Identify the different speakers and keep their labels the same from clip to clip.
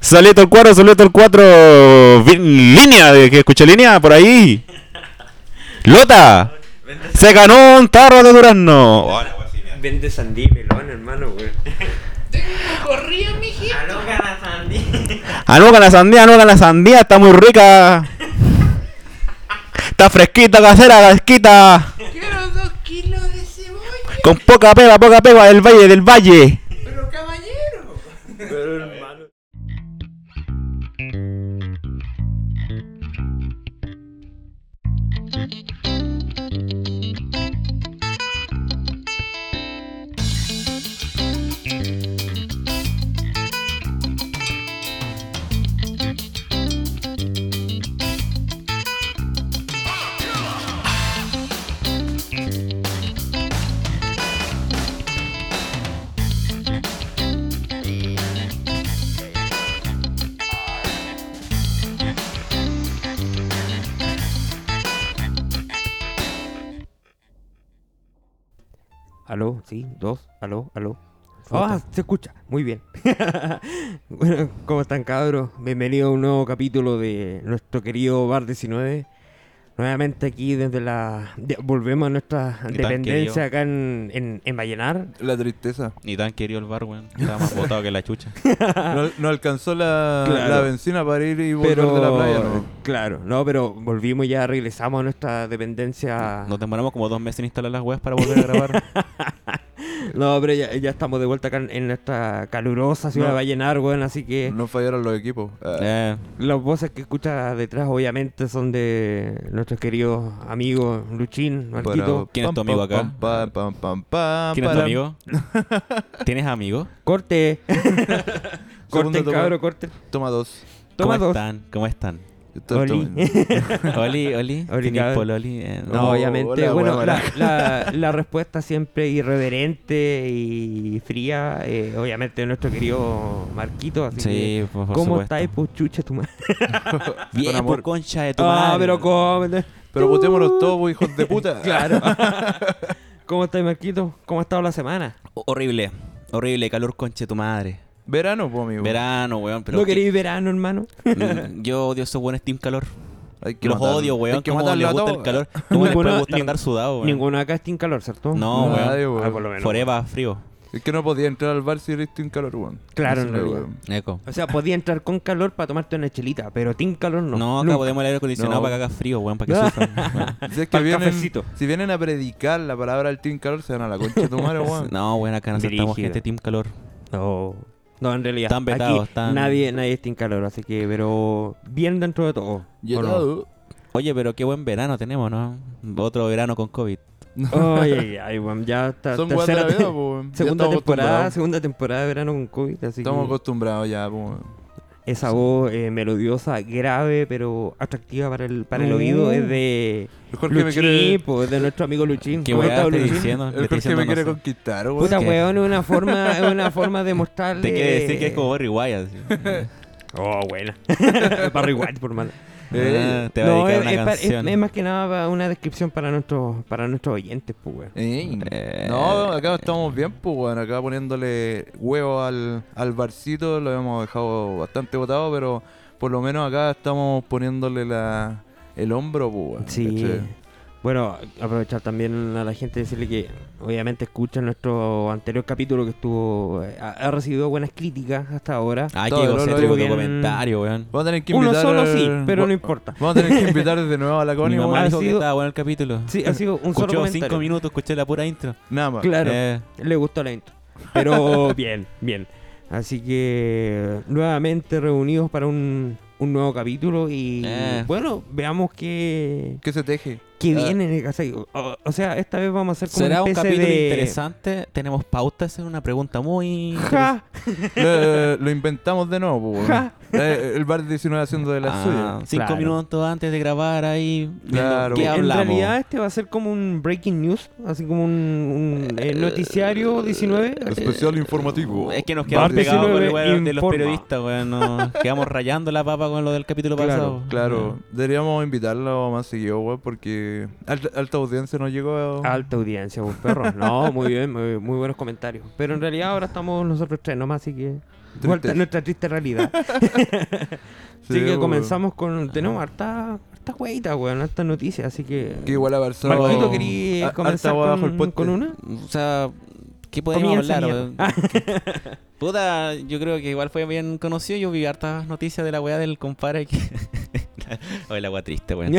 Speaker 1: Salieto el 4, Salieto el 4. Línea, que escuché línea por ahí. Lota. Se ganó un tarro de durazno.
Speaker 2: Vende sandí y melón, hermano, güey.
Speaker 3: Corría, mijito.
Speaker 4: Ah.
Speaker 5: Aloca la sandía.
Speaker 1: Anoca Ah, la sandía, anoca la sandía, está muy rica. Está fresquita, casera, casquita.
Speaker 3: Quiero dos kilos de cebolla.
Speaker 1: Con poca pega, poca pega del valle, del valle.
Speaker 3: Pero caballero.
Speaker 2: Pero, hermano. Aló, sí, dos, aló, aló. Ah, se escucha, muy bien. bueno, ¿cómo están, cabros? Bienvenido a un nuevo capítulo de nuestro querido Bar 19. Nuevamente aquí desde la. de- volvemos a nuestra dependencia
Speaker 1: querido?
Speaker 2: acá en, en, en Vallenar.
Speaker 4: La tristeza.
Speaker 1: Ni tan querido el bar, weón. Estaba más botado que la chucha. Ah.
Speaker 4: No, no alcanzó la,
Speaker 2: Claro.
Speaker 4: la benzina para ir y volver
Speaker 2: Pero.
Speaker 4: de la playa. ¿no?
Speaker 2: Claro, no, pero volvimos ya, regresamos a nuestra dependencia.
Speaker 1: Nos demoramos como dos meses en instalar las weas para volver a grabar.
Speaker 2: No, pero ya, ya estamos de vuelta acá en, en nuestra calurosa ciudad
Speaker 4: No.
Speaker 2: de Vallenar, weón, así que.
Speaker 4: No fallaron los equipos. Ah,
Speaker 1: Eh,
Speaker 2: Las voces que escuchas detrás, obviamente, son de nuestros queridos amigos Luchín, Marquito.
Speaker 4: Ah, para-
Speaker 1: ¿Quién es tu
Speaker 4: pam,
Speaker 1: amigo
Speaker 4: pam,
Speaker 1: acá?
Speaker 4: pam, pam, pam, pam,
Speaker 1: ¿Quién es tu
Speaker 4: para-
Speaker 1: amigo? ¿Tienes amigos?
Speaker 2: ¡Corte!
Speaker 4: Segundo
Speaker 2: ¡Corte,
Speaker 4: toma.
Speaker 2: cabro, corte!
Speaker 4: Toma dos.
Speaker 2: Toma
Speaker 1: ¿Cómo
Speaker 2: dos.
Speaker 1: están? ¿Cómo están?
Speaker 4: Esto-
Speaker 2: Oli.
Speaker 4: esto-
Speaker 1: Oli, Oli.
Speaker 2: Oli,
Speaker 1: ¿Tienes
Speaker 2: cabrón.
Speaker 1: pololi? Eh,
Speaker 2: No,
Speaker 4: Oh,
Speaker 2: obviamente.
Speaker 4: hola,
Speaker 2: bueno,
Speaker 4: weón.
Speaker 2: la, la- la respuesta siempre irreverente y fría, eh, obviamente, de nuestro querido Marquito. Así
Speaker 1: Sí, por,
Speaker 2: que,
Speaker 1: por
Speaker 2: ¿Cómo
Speaker 1: supuesto.
Speaker 2: estáis, pues, chucha, tu madre?
Speaker 1: Bien,
Speaker 4: Con amor.
Speaker 1: por concha de tu
Speaker 2: Ah,
Speaker 1: madre.
Speaker 2: pero cómo.
Speaker 4: Pero botémonos todos, pues, hijos de puta.
Speaker 2: Claro. ¿Cómo estáis, Marquito? ¿Cómo ha estado la semana?
Speaker 1: Ho- Horrible. Horrible, calor concha de tu madre.
Speaker 4: Verano, pues, amigo.
Speaker 1: Verano, weón. Pero
Speaker 2: ¿No
Speaker 1: qué-
Speaker 2: queréis verano, hermano?
Speaker 1: Mm, Yo odio esos buenos Team Calor.
Speaker 4: Hay que
Speaker 1: Los
Speaker 4: matarlo.
Speaker 1: odio, weón.
Speaker 4: Hay que
Speaker 1: ¿Cómo
Speaker 4: matarlo
Speaker 1: les
Speaker 4: a
Speaker 1: gusta
Speaker 4: todos.
Speaker 1: el calor? ¿Cómo les
Speaker 2: Ninguno-
Speaker 1: puede gustar
Speaker 2: nin-
Speaker 1: andar sudado, weón?
Speaker 2: Ninguno acá está en calor, ¿cierto?
Speaker 1: No, weón.
Speaker 4: Nadie, weón.
Speaker 2: Ah, por lo menos.
Speaker 1: Foreva, frío.
Speaker 4: Es que no podía entrar al bar si eres un calor, weón.
Speaker 2: Claro,
Speaker 4: Ese
Speaker 2: en
Speaker 4: es el
Speaker 2: realidad.
Speaker 4: weón.
Speaker 1: Eco.
Speaker 2: O sea, podía entrar con calor para tomarte una chelita, pero sin calor no.
Speaker 1: No, acá
Speaker 2: Nunca.
Speaker 1: podemos el aire acondicionado
Speaker 4: No.
Speaker 1: para que haga frío, weón, para que
Speaker 2: No.
Speaker 1: sufran. weón.
Speaker 4: Si es que
Speaker 2: Pa'l
Speaker 4: vienen,
Speaker 2: cafecito.
Speaker 4: si vienen a predicar la palabra del team calor, se van a la concha de tu madre, weón.
Speaker 1: No, weón, acá no aceptamos
Speaker 2: Brígido.
Speaker 1: gente Team Calor.
Speaker 2: No. No, en realidad.
Speaker 1: Están vetados,
Speaker 2: aquí
Speaker 1: están-
Speaker 2: Nadie, nadie está en calor, así que, pero bien dentro de todo.
Speaker 4: Y
Speaker 2: ¿o
Speaker 4: el
Speaker 2: no?
Speaker 4: lado-
Speaker 1: Oye, pero qué buen verano tenemos, ¿no? Otro verano con COVID.
Speaker 2: Ay, ay, ay, weón, ya está.
Speaker 4: Son weas de
Speaker 2: tercera
Speaker 4: la vida,
Speaker 2: te-
Speaker 4: pues, weón. Ya
Speaker 2: Segunda
Speaker 4: estamos
Speaker 2: temporada,
Speaker 4: acostumbrados.
Speaker 2: segunda temporada de verano con COVID, así
Speaker 4: Estamos
Speaker 2: que
Speaker 4: acostumbrados ya, pues, weón.
Speaker 2: esa voz eh, melodiosa, grave, pero atractiva para el, para el oído es de
Speaker 4: Mejor que me quiere,
Speaker 2: Luchín, pues, de nuestro amigo Luchín.
Speaker 1: ¿Qué
Speaker 2: ¿Cómo
Speaker 1: weón
Speaker 2: está,
Speaker 1: estás
Speaker 2: Luchín?
Speaker 1: diciendo? Le estoy
Speaker 4: el Jorge
Speaker 1: diciendo
Speaker 4: me quiere
Speaker 1: no sé.
Speaker 4: conquistar, weón.
Speaker 2: Puta
Speaker 1: ¿Qué?
Speaker 2: weón, es una forma, es una forma de mostrarle.
Speaker 1: Te quiere decir que es como Barry Ah, White. así.
Speaker 2: Oh, buena. Barry White, por mal.
Speaker 1: Ah,
Speaker 4: Eh,
Speaker 1: te va a dedicar una
Speaker 2: es, pa- es-
Speaker 1: canción.
Speaker 2: es más que nada pa- una descripción para nuestros, para nuestros oyentes, pues weón.
Speaker 4: Ey.
Speaker 1: Eh.
Speaker 4: No, acá estamos bien, pues, weón. Acá poniéndole huevo al, al barcito, lo hemos dejado bastante botado, pero por lo menos acá estamos poniéndole la, el hombro, pues, weón.
Speaker 2: Sí.
Speaker 4: ¿cachai?
Speaker 2: Bueno, aprovechar también a la gente y decirle que obviamente escuchan nuestro anterior capítulo que estuvo eh, ha, ha recibido buenas críticas hasta ahora.
Speaker 1: Ay,
Speaker 4: Todo,
Speaker 1: qué
Speaker 4: lo- lo
Speaker 1: egocéntrico tu
Speaker 2: digo.
Speaker 1: comentario, weón.
Speaker 4: Vamos a tener que
Speaker 2: Uno
Speaker 4: invitar.
Speaker 2: solo sí, pero
Speaker 4: va-
Speaker 2: no importa.
Speaker 4: Vamos a tener que invitar de nuevo a la
Speaker 1: Mi
Speaker 4: Connie,
Speaker 1: mamá
Speaker 4: weón.
Speaker 1: dijo que
Speaker 2: sido-
Speaker 1: estaba bueno el capítulo.
Speaker 2: Sí, ha sido un solo
Speaker 1: Escuchó
Speaker 2: comentario.
Speaker 1: cinco minutos, escuché la pura intro.
Speaker 4: Nada más.
Speaker 2: Claro.
Speaker 1: Eh,
Speaker 2: Le gustó la intro. Pero bien, bien. Así que nuevamente reunidos para un, un nuevo capítulo y
Speaker 1: Eh.
Speaker 2: bueno, veamos qué,
Speaker 4: Que se teje.
Speaker 2: qué
Speaker 4: Ah.
Speaker 2: viene. O sea, o- o sea, esta vez vamos a hacer como
Speaker 1: ¿Será
Speaker 2: una
Speaker 1: un
Speaker 2: especie
Speaker 1: capítulo
Speaker 2: de...
Speaker 1: interesante? Tenemos pautas, es una pregunta muy...
Speaker 2: Ja,
Speaker 4: Lo, lo inventamos de nuevo, pues, weón.
Speaker 2: Ja.
Speaker 4: Eh, El bar 19 haciendo de la
Speaker 1: Ah,
Speaker 4: suya.
Speaker 1: cinco
Speaker 2: Claro.
Speaker 1: minutos antes de grabar ahí. viendo
Speaker 4: Claro.
Speaker 1: ¿Qué
Speaker 4: En
Speaker 2: en
Speaker 1: hablamos?
Speaker 2: realidad este va a ser como un breaking news, así como un, un, eh, noticiario 19.
Speaker 1: Eh,
Speaker 4: Especial informativo.
Speaker 1: Es que nos quedamos
Speaker 4: Bar
Speaker 1: pegados con el
Speaker 2: 19
Speaker 1: weón de los
Speaker 2: informa.
Speaker 1: periodistas, weón. Nos quedamos rayando la papa con lo del capítulo
Speaker 2: Claro,
Speaker 1: pasado.
Speaker 4: Mm. Claro, deberíamos invitarlo más seguido, weón, porque que al- alta audiencia nos llegó.
Speaker 2: Alta audiencia, un perro. No, muy bien, muy, muy buenos comentarios. Pero en realidad ahora estamos nosotros tres nomás, así que. Vuelta a nuestra triste realidad.
Speaker 4: Sí,
Speaker 2: así que
Speaker 4: pues,
Speaker 2: comenzamos con. Tenemos harta, harta güeyita, weón, hartas noticias, así que.
Speaker 4: Que igual avanzó.
Speaker 2: Marquito,
Speaker 4: a-
Speaker 2: ¿querías
Speaker 4: alta
Speaker 2: comenzar
Speaker 4: agua
Speaker 2: con,
Speaker 4: bajo el puente.
Speaker 2: con una?
Speaker 6: Mm. O sea, ¿qué podemos
Speaker 2: Comienza,
Speaker 6: hablar?
Speaker 2: mierda. Ah,
Speaker 6: weón? Puta, yo creo que igual fue bien conocido. Yo vi hartas noticias de la weá del compadre que. Oye, la weá triste, weón.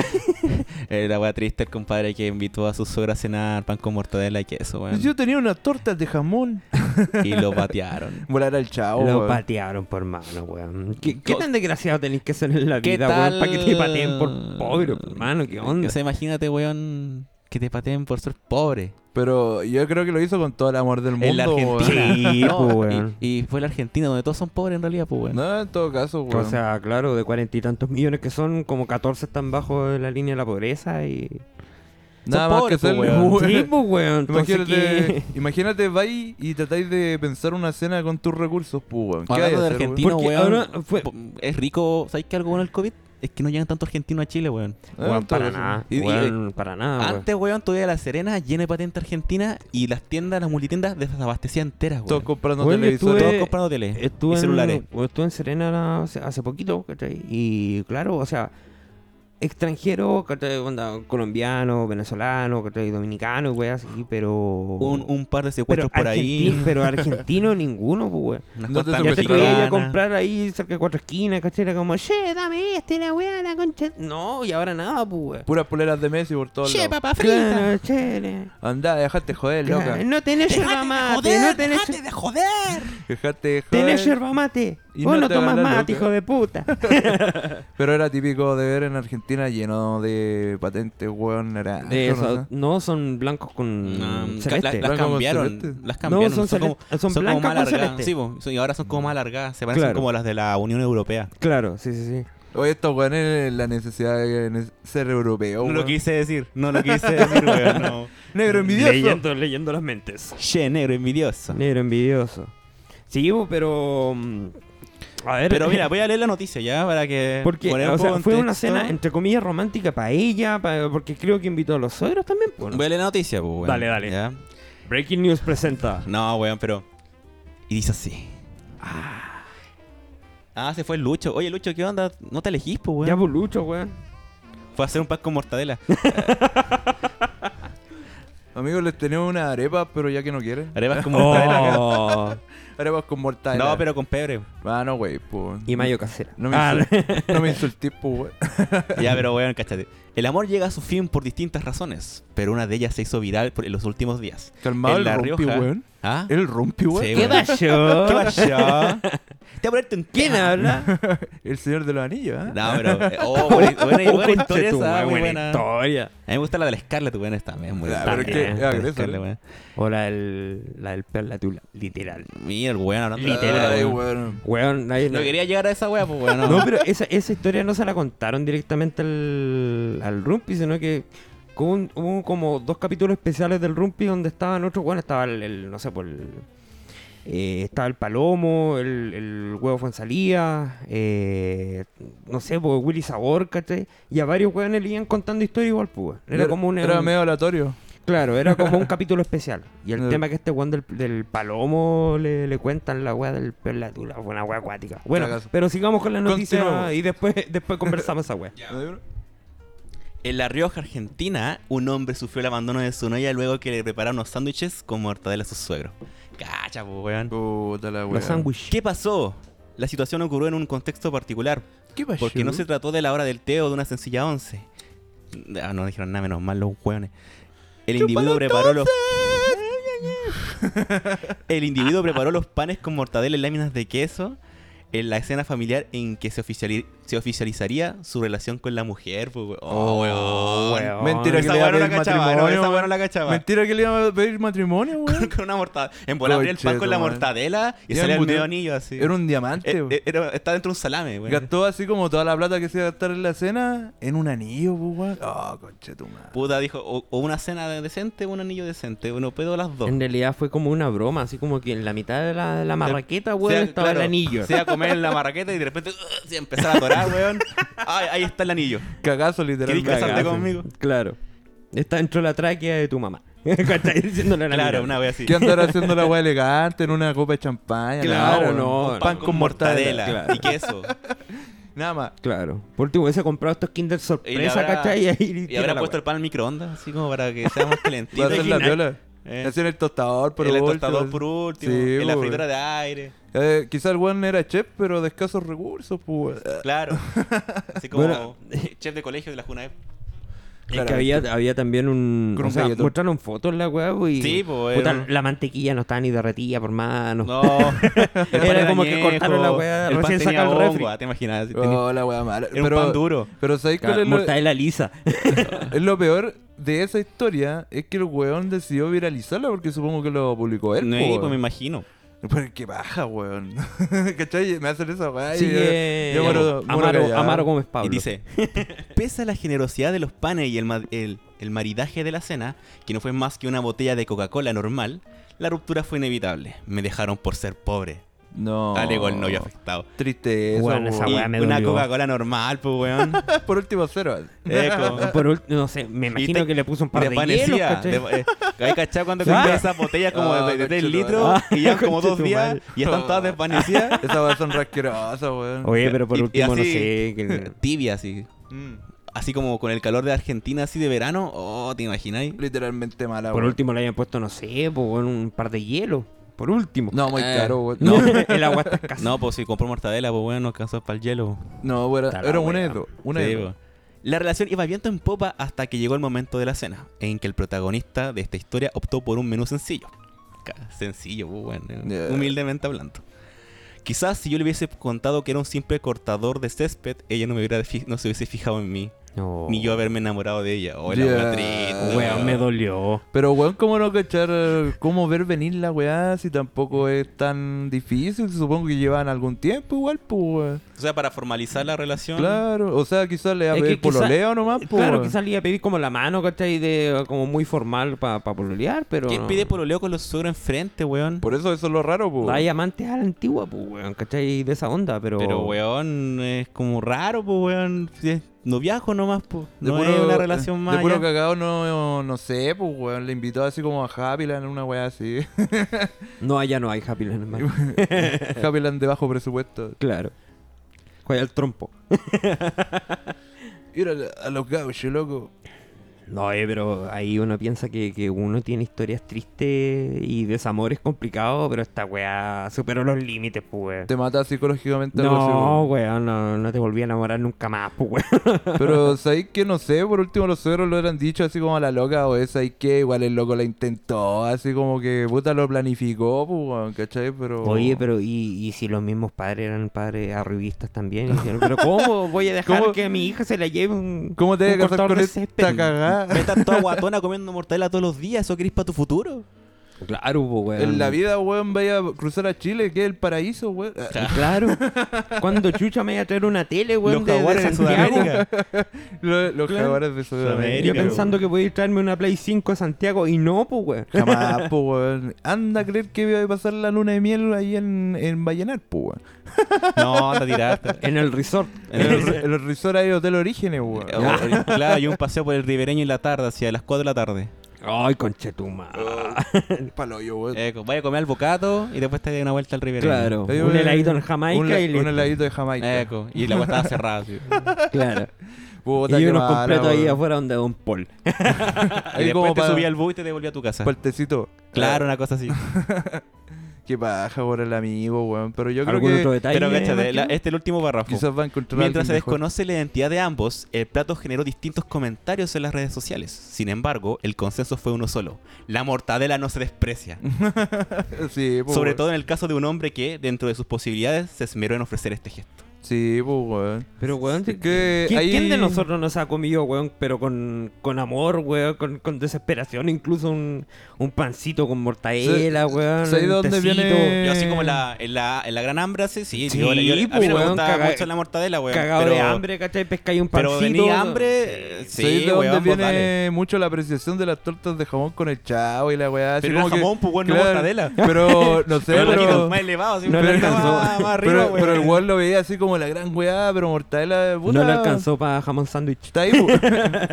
Speaker 6: Eh, la weá triste, el compadre que invitó a su suegra a cenar pan con mortadela y queso, weón.
Speaker 4: Yo tenía unas tortas de jamón.
Speaker 6: Y lo patearon.
Speaker 4: Volar al chao.
Speaker 2: Lo
Speaker 4: Ah, weón.
Speaker 2: patearon por mano, weón. ¿Qué, qué
Speaker 6: Co-
Speaker 2: tan desgraciado tenés que ser en la
Speaker 6: ¿Qué
Speaker 2: vida,
Speaker 6: tal?
Speaker 2: weón? Para que te pateen por pobre, por mano, qué onda.
Speaker 6: O sea, imagínate, weón, que te pateen por ser pobre.
Speaker 4: Pero yo creo que lo hizo con todo el amor del mundo.
Speaker 6: En la
Speaker 4: weón.
Speaker 6: Argentina.
Speaker 2: Sí, pues, weón.
Speaker 6: Y, y fue la Argentina, donde todos son pobres en realidad, pues, weón.
Speaker 4: No, en todo caso, weón.
Speaker 2: O sea, claro, de cuarenta y tantos millones que son, como 14 están bajo la línea de la pobreza y...
Speaker 4: Nada
Speaker 6: son
Speaker 4: más
Speaker 6: pobres,
Speaker 4: que ser
Speaker 6: po, weón.
Speaker 4: weón.
Speaker 2: Sí, pues, weón. Entonces,
Speaker 4: Imagínate,
Speaker 2: ¿qué?
Speaker 4: imagínate, vais y tratáis de pensar una cena con tus recursos, pues, weón. ¿Qué vais
Speaker 6: Hablando
Speaker 4: a
Speaker 6: de
Speaker 4: hacer, weón?
Speaker 6: Argentina,
Speaker 2: Porque
Speaker 6: weón.
Speaker 2: ahora fue-
Speaker 6: po- Es rico, ¿sabes qué algo bueno el COVID? Es que no llegan tantos argentinos a Chile, weón.
Speaker 4: Ah,
Speaker 2: Weón,
Speaker 4: todo
Speaker 2: para
Speaker 4: eso.
Speaker 2: nada.
Speaker 6: pues, Y- y-
Speaker 2: weón, para nada, Ah, weón.
Speaker 6: Antes, weón, todavía La Serena llena de patente argentina y las tiendas, las multitiendas desabastecían enteras, weón.
Speaker 4: Todos comprando
Speaker 2: Weón, yo
Speaker 4: televisores.
Speaker 6: Todos
Speaker 2: estuve-
Speaker 6: comprando tele
Speaker 2: Estuve
Speaker 6: y celulares.
Speaker 2: En, o estuve en Serena hace, hace poquito, ¿cachai? Y claro, o sea, extranjero, ¿cachai? Onda, colombiano, venezolano, ¿cachai? Dominicano, güey, así, pero...
Speaker 6: Un, un par de
Speaker 2: pero
Speaker 6: secuestros por
Speaker 2: argenti-
Speaker 6: ahí.
Speaker 2: Pero argentino ninguno, pues, güey.
Speaker 6: unas
Speaker 4: No te
Speaker 2: Ya
Speaker 6: tortas
Speaker 2: te
Speaker 4: Mexicana.
Speaker 2: podía ir a
Speaker 6: mexicanas.
Speaker 2: comprar ahí cerca de cuatro esquinas, ¿cachai? Era como, che, dame este, la weá, la concha. No, y ahora nada, pues, güey.
Speaker 4: Puras poleras de Messi por todos lados.
Speaker 6: papa
Speaker 2: Claro, che, le-
Speaker 4: Andá, dejate joder, loca.
Speaker 2: No tenés yerba mate, no tenés,
Speaker 6: de joder!
Speaker 4: Dejate joder.
Speaker 2: tenés yerba mate.
Speaker 4: Y
Speaker 2: Vos
Speaker 4: no
Speaker 2: no
Speaker 4: te
Speaker 2: tomas
Speaker 4: ganas
Speaker 2: mate,
Speaker 4: nunca.
Speaker 2: hijo de puta.
Speaker 4: Pero era típico de ver en Argentina lleno de patentes, weón, naranjas,
Speaker 2: De
Speaker 4: no
Speaker 2: eso,
Speaker 4: sé.
Speaker 2: no son blancos con Mm, celeste.
Speaker 6: Mm, las
Speaker 4: Blanco con
Speaker 6: cambiaron.
Speaker 4: celeste.
Speaker 6: Las cambiaron.
Speaker 2: No, son
Speaker 6: son como,
Speaker 2: celeste- son
Speaker 6: son como
Speaker 2: blancas
Speaker 6: más
Speaker 2: con
Speaker 6: largadas.
Speaker 2: celeste. Mm.
Speaker 6: Sí, po, y ahora son como más largadas. Se parecen
Speaker 2: Claro.
Speaker 6: como las de la Unión Europea.
Speaker 2: Claro, sí, sí, sí.
Speaker 4: Oye, estos weones, la necesidad de ne- ser europeo,
Speaker 2: Oh,
Speaker 6: No
Speaker 4: weón.
Speaker 6: lo quise decir. No lo quise decir, weón. No.
Speaker 4: Negro envidioso.
Speaker 2: leyendo las mentes.
Speaker 6: Che, negro envidioso.
Speaker 2: Negro envidioso. Sí, bu, pero... mm, A ver...
Speaker 6: Pero mira, voy a leer la noticia ya para que.
Speaker 2: Porque,
Speaker 6: poner un
Speaker 2: o sea,
Speaker 6: poco en
Speaker 2: fue una
Speaker 6: contexto.
Speaker 2: cena, entre comillas, romántica para ella, pa- porque creo que invitó a los suegros también, po, ¿no?
Speaker 6: Voy a leer la noticia, pues, weón.
Speaker 2: Dale, dale.
Speaker 6: ¿Ya?
Speaker 2: Breaking News presenta.
Speaker 6: No, weón, pero. Y dice así. Ah. se fue el Lucho. Oye, Lucho, ¿qué onda? No te elegís, pues, weón.
Speaker 2: Ya bolucho, weón.
Speaker 6: Fue a hacer un pack con mortadela.
Speaker 4: Amigos, les tenemos unas arepas, pero ya que no quieren.
Speaker 6: Arepas con mortadela.
Speaker 2: Oh.
Speaker 4: Arepas con mortadela.
Speaker 6: No, pero con pebre.
Speaker 4: Ah, no, wey, po.
Speaker 2: y mayo casera.
Speaker 4: No me,
Speaker 2: Ah,
Speaker 4: insul- no me insultís, po, wey.
Speaker 6: Ya, pero weón, cáchate. El amor llega a su fin por distintas razones, pero una de ellas se hizo viral por- en los últimos días.
Speaker 4: Calmado
Speaker 6: En
Speaker 4: el
Speaker 6: La
Speaker 4: rompi,
Speaker 6: Rioja.
Speaker 4: weón.
Speaker 6: ¿Ah?
Speaker 4: El rompi, weón.
Speaker 6: Sí,
Speaker 2: ¿Qué
Speaker 6: weón.
Speaker 2: pasó?
Speaker 6: ¿Qué pasó? Te voy a ponerte un
Speaker 2: ¿Quién
Speaker 6: tema.
Speaker 2: habla?
Speaker 4: El señor de los anillos, ¿eh?
Speaker 6: No, pero. eh, Oh, buena, buena, buena historia
Speaker 2: Conchetumare,
Speaker 6: esa, muy
Speaker 2: buena
Speaker 6: buena. A
Speaker 2: historia.
Speaker 6: mí me gusta la de la Scarlett, weón, esta también. Muy
Speaker 4: Ya,
Speaker 6: buena.
Speaker 4: pero
Speaker 2: es que-
Speaker 6: También,
Speaker 4: es
Speaker 6: la de
Speaker 4: agresivo,
Speaker 6: ah, Scarlett,
Speaker 4: ¿no?
Speaker 6: weón.
Speaker 2: O la del, la del perla tula, literal.
Speaker 6: Mira, el weón hablando. de-
Speaker 2: Literal,
Speaker 4: Ay,
Speaker 6: weón.
Speaker 4: weón.
Speaker 2: Weón, nadie...
Speaker 6: No quería llegar a esa weá, pues weón.
Speaker 2: No, pero esa, esa historia no se la contaron directamente al, al Rumpi, sino que hubo, un- hubo como dos capítulos especiales del Rumpi donde estaban otros, bueno, estaba el, el- no sé, por el, eh, estaba el Palomo, el, el huevo Fuensalía, eh, no sé, po, Willy Sabor, ¿cachai? Y a varios hueones le iban contando historias igual, pues. Era como un...
Speaker 4: Era medio aleatorio.
Speaker 2: Claro, era como un capítulo especial. Y el
Speaker 4: Eh.
Speaker 2: tema que este weón del, del palomo le, le cuentan la weá del perlatula, fue una weá acuática. Bueno,
Speaker 4: Fracaso.
Speaker 2: pero sigamos con la
Speaker 4: Continuemos.
Speaker 2: noticia y después, después conversamos esa weá.
Speaker 6: En La Rioja, Argentina, un hombre sufrió el abandono de su novia luego que le prepararon unos sándwiches con mortadela a su suegro. Cacha, pues weón.
Speaker 4: Puta la weón.
Speaker 2: Los sándwiches.
Speaker 6: ¿Qué pasó? La situación ocurrió en un contexto particular,
Speaker 4: ¿Qué pasó?
Speaker 6: porque no se trató de la hora del té o de una sencilla once. Ah, no dijeron nada menos mal los hueones. El individuo preparó los El individuo preparó los panes con mortadela y láminas de queso en la escena familiar en que se, oficiali- se oficializaría su relación con la mujer. pues, weón. Oh, weón.
Speaker 2: Weón.
Speaker 4: Mentira que
Speaker 6: Esa
Speaker 4: le iba
Speaker 6: weón
Speaker 4: a
Speaker 6: no la
Speaker 4: pedir
Speaker 6: cachaba, no, esa
Speaker 4: matrimonio.
Speaker 6: weón no
Speaker 4: weón.
Speaker 6: la cachaba.
Speaker 4: Mentira que le iba a pedir matrimonio,
Speaker 6: Con
Speaker 4: weón.
Speaker 6: con una mortadela. En volar abría el pan con la
Speaker 4: Conchetumare.
Speaker 6: mortadela y
Speaker 4: Era
Speaker 6: salía el
Speaker 4: embutido.
Speaker 6: medio anillo así.
Speaker 4: Era un diamante,
Speaker 6: Eh,
Speaker 4: weón.
Speaker 6: eh, era- está dentro de un salame, güey.
Speaker 4: Gastó así como toda la plata que se iba a gastar en la cena en un anillo, po, weón. Oh, conche tu madre.
Speaker 6: Puta, dijo, o, o una cena de- decente o un anillo decente. Bueno, pedo las dos.
Speaker 2: En realidad fue como una broma, así como que en la mitad de la, de la marraqueta, weón,
Speaker 6: Sea-
Speaker 2: estaba
Speaker 6: claro,
Speaker 2: el anillo.
Speaker 6: sea comer en la marraqueta y de repente uh, se empezó a atorar, weón. Ay, ahí está el anillo.
Speaker 4: Cagazo, literal.
Speaker 6: ¿Querís casarte
Speaker 4: cagazo.
Speaker 6: conmigo?
Speaker 2: Claro. Está dentro de la tráquea de tu mamá. ¿Cachai? Diciéndole a la
Speaker 6: Claro,
Speaker 2: mina.
Speaker 6: una wea así.
Speaker 4: ¿Qué andar haciendo la weá elegante en una copa de champaña?
Speaker 2: Claro,
Speaker 4: nada,
Speaker 2: no,
Speaker 4: un Pan con mortadela.
Speaker 6: Y queso.
Speaker 4: Nada más.
Speaker 2: Claro. Por último, hubiese comprado estos Kinder
Speaker 6: Y le
Speaker 2: sorpresa,
Speaker 6: habrá,
Speaker 2: ¿cachai? Y, ahí
Speaker 6: y
Speaker 2: tira
Speaker 6: habrá
Speaker 2: la
Speaker 6: puesto
Speaker 2: wea.
Speaker 6: el pan al microondas, así como para que sea más
Speaker 4: Va
Speaker 6: calentito.
Speaker 4: a hacer la
Speaker 6: Original.
Speaker 4: viola.
Speaker 6: Eh,
Speaker 4: Va a hacer el tostador por
Speaker 6: el
Speaker 4: último.
Speaker 6: tostador por último.
Speaker 4: Sí,
Speaker 6: en la
Speaker 4: pues.
Speaker 6: fritura de aire.
Speaker 4: Eh, quizá el weón era chef, pero de escasos recursos, pues. weón.
Speaker 6: Claro. Así como
Speaker 2: Bueno.
Speaker 6: chef de colegio de la Junaep.
Speaker 2: Es que había, había también un...
Speaker 4: Con
Speaker 2: o
Speaker 4: un
Speaker 2: sea,
Speaker 4: galletón.
Speaker 2: mostraron fotos la weá, y...
Speaker 6: Sí, pues,
Speaker 2: Puta,
Speaker 6: era-
Speaker 2: la mantequilla no estaba ni derretida por mano.
Speaker 6: No.
Speaker 2: Era como que cortaron la weá,
Speaker 6: hueá
Speaker 2: recién
Speaker 6: tenía
Speaker 2: saca el
Speaker 6: hongo,
Speaker 2: refri.
Speaker 6: ah, te imaginas. Tenía-
Speaker 4: Oh, la weá mala.
Speaker 6: Era un pan duro.
Speaker 4: Pero ¿sabéis cuál
Speaker 2: Claro,
Speaker 4: es lo,
Speaker 2: mortadela lisa.
Speaker 4: es lo peor de esa historia? Es que el weón decidió viralizarla porque supongo que lo publicó él.
Speaker 6: no,
Speaker 4: po,
Speaker 6: y, pues
Speaker 4: weón.
Speaker 6: me imagino.
Speaker 4: Pero qué baja, weón. ¿Cachai? Me hacen esa weá. y yo-
Speaker 2: Sigue...
Speaker 4: yo muero- muero
Speaker 2: eh, Amaro,
Speaker 4: callado.
Speaker 2: Amaro Gómez Pablo.
Speaker 6: Y dice, pesa la generosidad de los panes y el, ma- el- el maridaje de la cena, que no fue más que una botella de Coca-Cola normal, la ruptura fue inevitable. Me dejaron por ser pobre.
Speaker 4: No.
Speaker 6: Alegó el
Speaker 2: Oh.
Speaker 6: novio afectado.
Speaker 4: Triste eso.
Speaker 2: Weón, esa
Speaker 4: weón.
Speaker 6: Y
Speaker 2: weá me
Speaker 6: una
Speaker 2: dolió.
Speaker 6: Coca-Cola normal, pues, weón.
Speaker 4: Por último, cero.
Speaker 6: Eh, como-
Speaker 2: Por ul- no sé, me imagino
Speaker 6: te-
Speaker 2: que le puso un par de hielos,
Speaker 6: Desvanecía.
Speaker 2: ¿cachai?
Speaker 6: de- eh, ¿Hay cachado cuando
Speaker 2: Sí. Ah,
Speaker 6: compré esas botellas como
Speaker 4: Ah,
Speaker 6: de, de 3
Speaker 4: conchetumare.
Speaker 6: litros y ya como dos días
Speaker 2: Conchetumare. Oh.
Speaker 6: y están todas desvanecidas?
Speaker 4: Esas weas son rasquerosas, weón.
Speaker 2: Oye, pero por
Speaker 6: Y- y
Speaker 2: último, no
Speaker 6: así-
Speaker 2: sé... que-
Speaker 6: Tibia, así.
Speaker 4: Mm,
Speaker 6: Así como con el calor de Argentina, así de verano. Oh, ¿te imagináis?
Speaker 4: literalmente mala,
Speaker 2: Por
Speaker 4: weón.
Speaker 2: último le hayan puesto, no sé, po, weón, un par de hielo. Por último.
Speaker 4: No, muy
Speaker 6: Eh,
Speaker 4: caro, weón.
Speaker 2: No, el agua está escasa.
Speaker 6: No, pues si compró mortadela, pues bueno, alcanzó para el hielo.
Speaker 4: No, weón,
Speaker 2: Está la
Speaker 4: Era un
Speaker 2: wea.
Speaker 4: edo. Un
Speaker 6: Sí,
Speaker 4: edo.
Speaker 6: po. La relación iba viento en popa hasta que llegó el momento de la cena, en que el protagonista de esta historia optó por un menú sencillo. Ca- Sencillo, po, bueno,
Speaker 4: Yeah.
Speaker 6: humildemente hablando. Quizás si yo le hubiese contado que era un simple cortador de césped, ella no, me hubiera fi- no se hubiese fijado en mí,
Speaker 4: Oh.
Speaker 2: No.
Speaker 6: ni yo haberme enamorado de ella. Oh, la
Speaker 4: Yeah.
Speaker 6: wea triste,
Speaker 2: Weón, me dolió.
Speaker 4: Pero, weón, ¿cómo no cachar? eh, ¿Cómo ver venir la weá si tampoco es tan difícil? Supongo que llevan algún tiempo igual, pues, weón.
Speaker 6: O sea, para formalizar la relación,
Speaker 4: Claro. O sea, quizás le va a
Speaker 2: Es
Speaker 4: pedir
Speaker 2: que quizá-
Speaker 4: pololeo nomás, pues.
Speaker 2: Eh, Claro,
Speaker 4: weón.
Speaker 2: que salía a pedir como la mano, ¿cachai? De, como muy formal para pololear, pero...
Speaker 6: ¿quién
Speaker 2: no.
Speaker 6: pide pololeo con los suegros enfrente, weón?
Speaker 4: Por eso eso es lo raro, pues.
Speaker 2: Hay amantes a la antigua, pues, weón, ¿cachai? De esa onda, pero...
Speaker 6: Pero, weón, es como raro, pues, weón. Es noviazgo nomás, pues.
Speaker 4: De
Speaker 6: No
Speaker 4: puro- eh,
Speaker 6: es una relación más.
Speaker 4: De puro
Speaker 6: allá.
Speaker 4: cagado no, no sé, pues, weón. Le invitó así como a Happyland, una weá así.
Speaker 2: No, allá no hay happy land, hermano.
Speaker 4: Happyland de bajo presupuesto.
Speaker 2: Claro. Juega el trompo.
Speaker 4: Ir a, la- a los gauchos, loco.
Speaker 2: No, eh, pero ahí uno piensa que, que uno tiene historias tristes y desamores complicados, pero esta weá superó los límites, pues, weón.
Speaker 4: Te mata psicológicamente algo así,
Speaker 2: No,
Speaker 4: weón.
Speaker 2: weón, no, no te volví a enamorar nunca más, pues, weón.
Speaker 4: Pero sabéis que no sé, por último los suegros lo hubieran dicho así como a la loca, o esa y que igual el loco la intentó, así como que puta lo planificó, pues, weón, ¿cachai? Pero.
Speaker 2: Oye, pero ¿y, y si los mismos padres eran padres arribistas también? Y dijeron, pero ¿cómo voy a dejar
Speaker 4: ¿Cómo-
Speaker 2: que mi hija se la lleve un
Speaker 4: ¿Cómo te
Speaker 2: un
Speaker 4: vas a casar
Speaker 2: cortador
Speaker 4: con
Speaker 2: de
Speaker 4: esta
Speaker 2: césped?
Speaker 4: cagada?
Speaker 6: Ve estar toda guatona comiendo mortadela todos los días, eso querés para tu futuro.
Speaker 2: Claro, po, weón.
Speaker 4: En la vida, weón, vaya a cruzar a Chile, que es el paraíso, weón.
Speaker 2: Claro. Cuando chucha me voy a traer una tele, weón,
Speaker 6: los
Speaker 2: de, de
Speaker 6: jaguares en
Speaker 2: Santiago?
Speaker 6: Sudamérica.
Speaker 4: Lo- los
Speaker 2: Claro.
Speaker 4: jaguares de Sudamérica.
Speaker 2: Yo
Speaker 6: Mira,
Speaker 2: pensando que podía traerme una Play 5 a Santiago y no, pues, weón.
Speaker 4: Jamás, po, weón. Anda a creer que voy a pasar la luna de miel ahí en, en Vallenar, po, weón.
Speaker 6: No, te tiraste.
Speaker 2: En el resort.
Speaker 4: En el, re- el resort ahí de Hotel Orígenes, weón.
Speaker 6: claro, y un paseo por el ribereño en la tarde, hacia las 4 de la tarde.
Speaker 2: Ay, conchetuma.
Speaker 4: Oh, Paloyo, weón.
Speaker 6: Eh, vaya a comer al bocato y después te doy una vuelta al ribereño.
Speaker 2: Claro.
Speaker 4: Ahí,
Speaker 2: Un
Speaker 4: weón,
Speaker 2: heladito en Jamaica
Speaker 4: un, la-
Speaker 2: y
Speaker 4: un
Speaker 2: listo. Eh,
Speaker 4: heladito de Jamaica.
Speaker 6: Eco, y la agua estaba cerrada. así.
Speaker 2: Claro.
Speaker 4: Puta,
Speaker 2: y
Speaker 4: qué
Speaker 2: unos
Speaker 4: mala,
Speaker 2: completos ahí
Speaker 4: weón.
Speaker 2: afuera donde Don Paul.
Speaker 6: Y
Speaker 4: Ahí
Speaker 6: después
Speaker 4: como
Speaker 6: te
Speaker 4: para
Speaker 6: subí al bus y te devolví a tu casa.
Speaker 4: paltecito.
Speaker 6: Claro, una cosa así.
Speaker 4: Eh, Qué paja por el amigo, weón. Pero yo creo
Speaker 2: ¿Algún otro
Speaker 4: que
Speaker 2: detalle?
Speaker 6: Pero
Speaker 2: me
Speaker 6: cáchate, la-
Speaker 2: imagino?
Speaker 6: este es el último párrafo.
Speaker 4: quizás va a encontrar
Speaker 6: Mientras se
Speaker 4: alguien mejor.
Speaker 6: desconoce la identidad de ambos, el plato generó distintos comentarios en las redes sociales. Sin embargo, el consenso fue uno solo. La mortadela no se desprecia.
Speaker 4: Sí, po,
Speaker 6: Sobre
Speaker 4: weón.
Speaker 6: todo en el caso de un hombre que, dentro de sus posibilidades, se esmeró en ofrecer este gesto.
Speaker 4: Sí, po, weón.
Speaker 2: Pero, weón,
Speaker 4: Es
Speaker 2: ¿qué-
Speaker 4: que
Speaker 2: ¿quién,
Speaker 4: ahí-
Speaker 2: quién de nosotros nos ha comido, weón? Pero con, con amor, weón, con, con desesperación, incluso un, un pancito con mortadela, weón.
Speaker 4: ¿Sabes
Speaker 2: un
Speaker 4: dónde
Speaker 2: tecito.
Speaker 4: viene?
Speaker 6: Yo así como en la, en la, en la gran hambre, así, sí.
Speaker 2: Eh. Sí,
Speaker 6: yo- yo-
Speaker 2: po,
Speaker 6: a mí no me
Speaker 2: weón,
Speaker 6: gustaba
Speaker 2: caga-
Speaker 6: mucho la mortadela, weón.
Speaker 2: Cagado
Speaker 6: pero,
Speaker 2: de hambre, ¿cachai? Pescáis un pancito.
Speaker 6: Pero venía hambre, eh,
Speaker 4: ¿Sabéis
Speaker 6: sí,
Speaker 4: de dónde
Speaker 6: weón, pues
Speaker 4: viene
Speaker 6: dale.
Speaker 4: mucho la apreciación de las tortas de jamón con el chavo y la weá? así
Speaker 6: Pero era
Speaker 4: como que-
Speaker 6: jamón, pues, weón, no mortadela.
Speaker 4: Pero, no sé,
Speaker 6: Pero el
Speaker 4: pero...
Speaker 6: poquito más elevado, así,
Speaker 2: No
Speaker 6: un
Speaker 2: le
Speaker 6: poquito
Speaker 2: alcanzó.
Speaker 6: más, más arriba,
Speaker 4: pero,
Speaker 6: weón.
Speaker 4: pero el weón lo veía así como como la gran weá, pero mortadela. puta,
Speaker 2: No le alcanzó para jamón sándwich.
Speaker 4: Está ahí, po.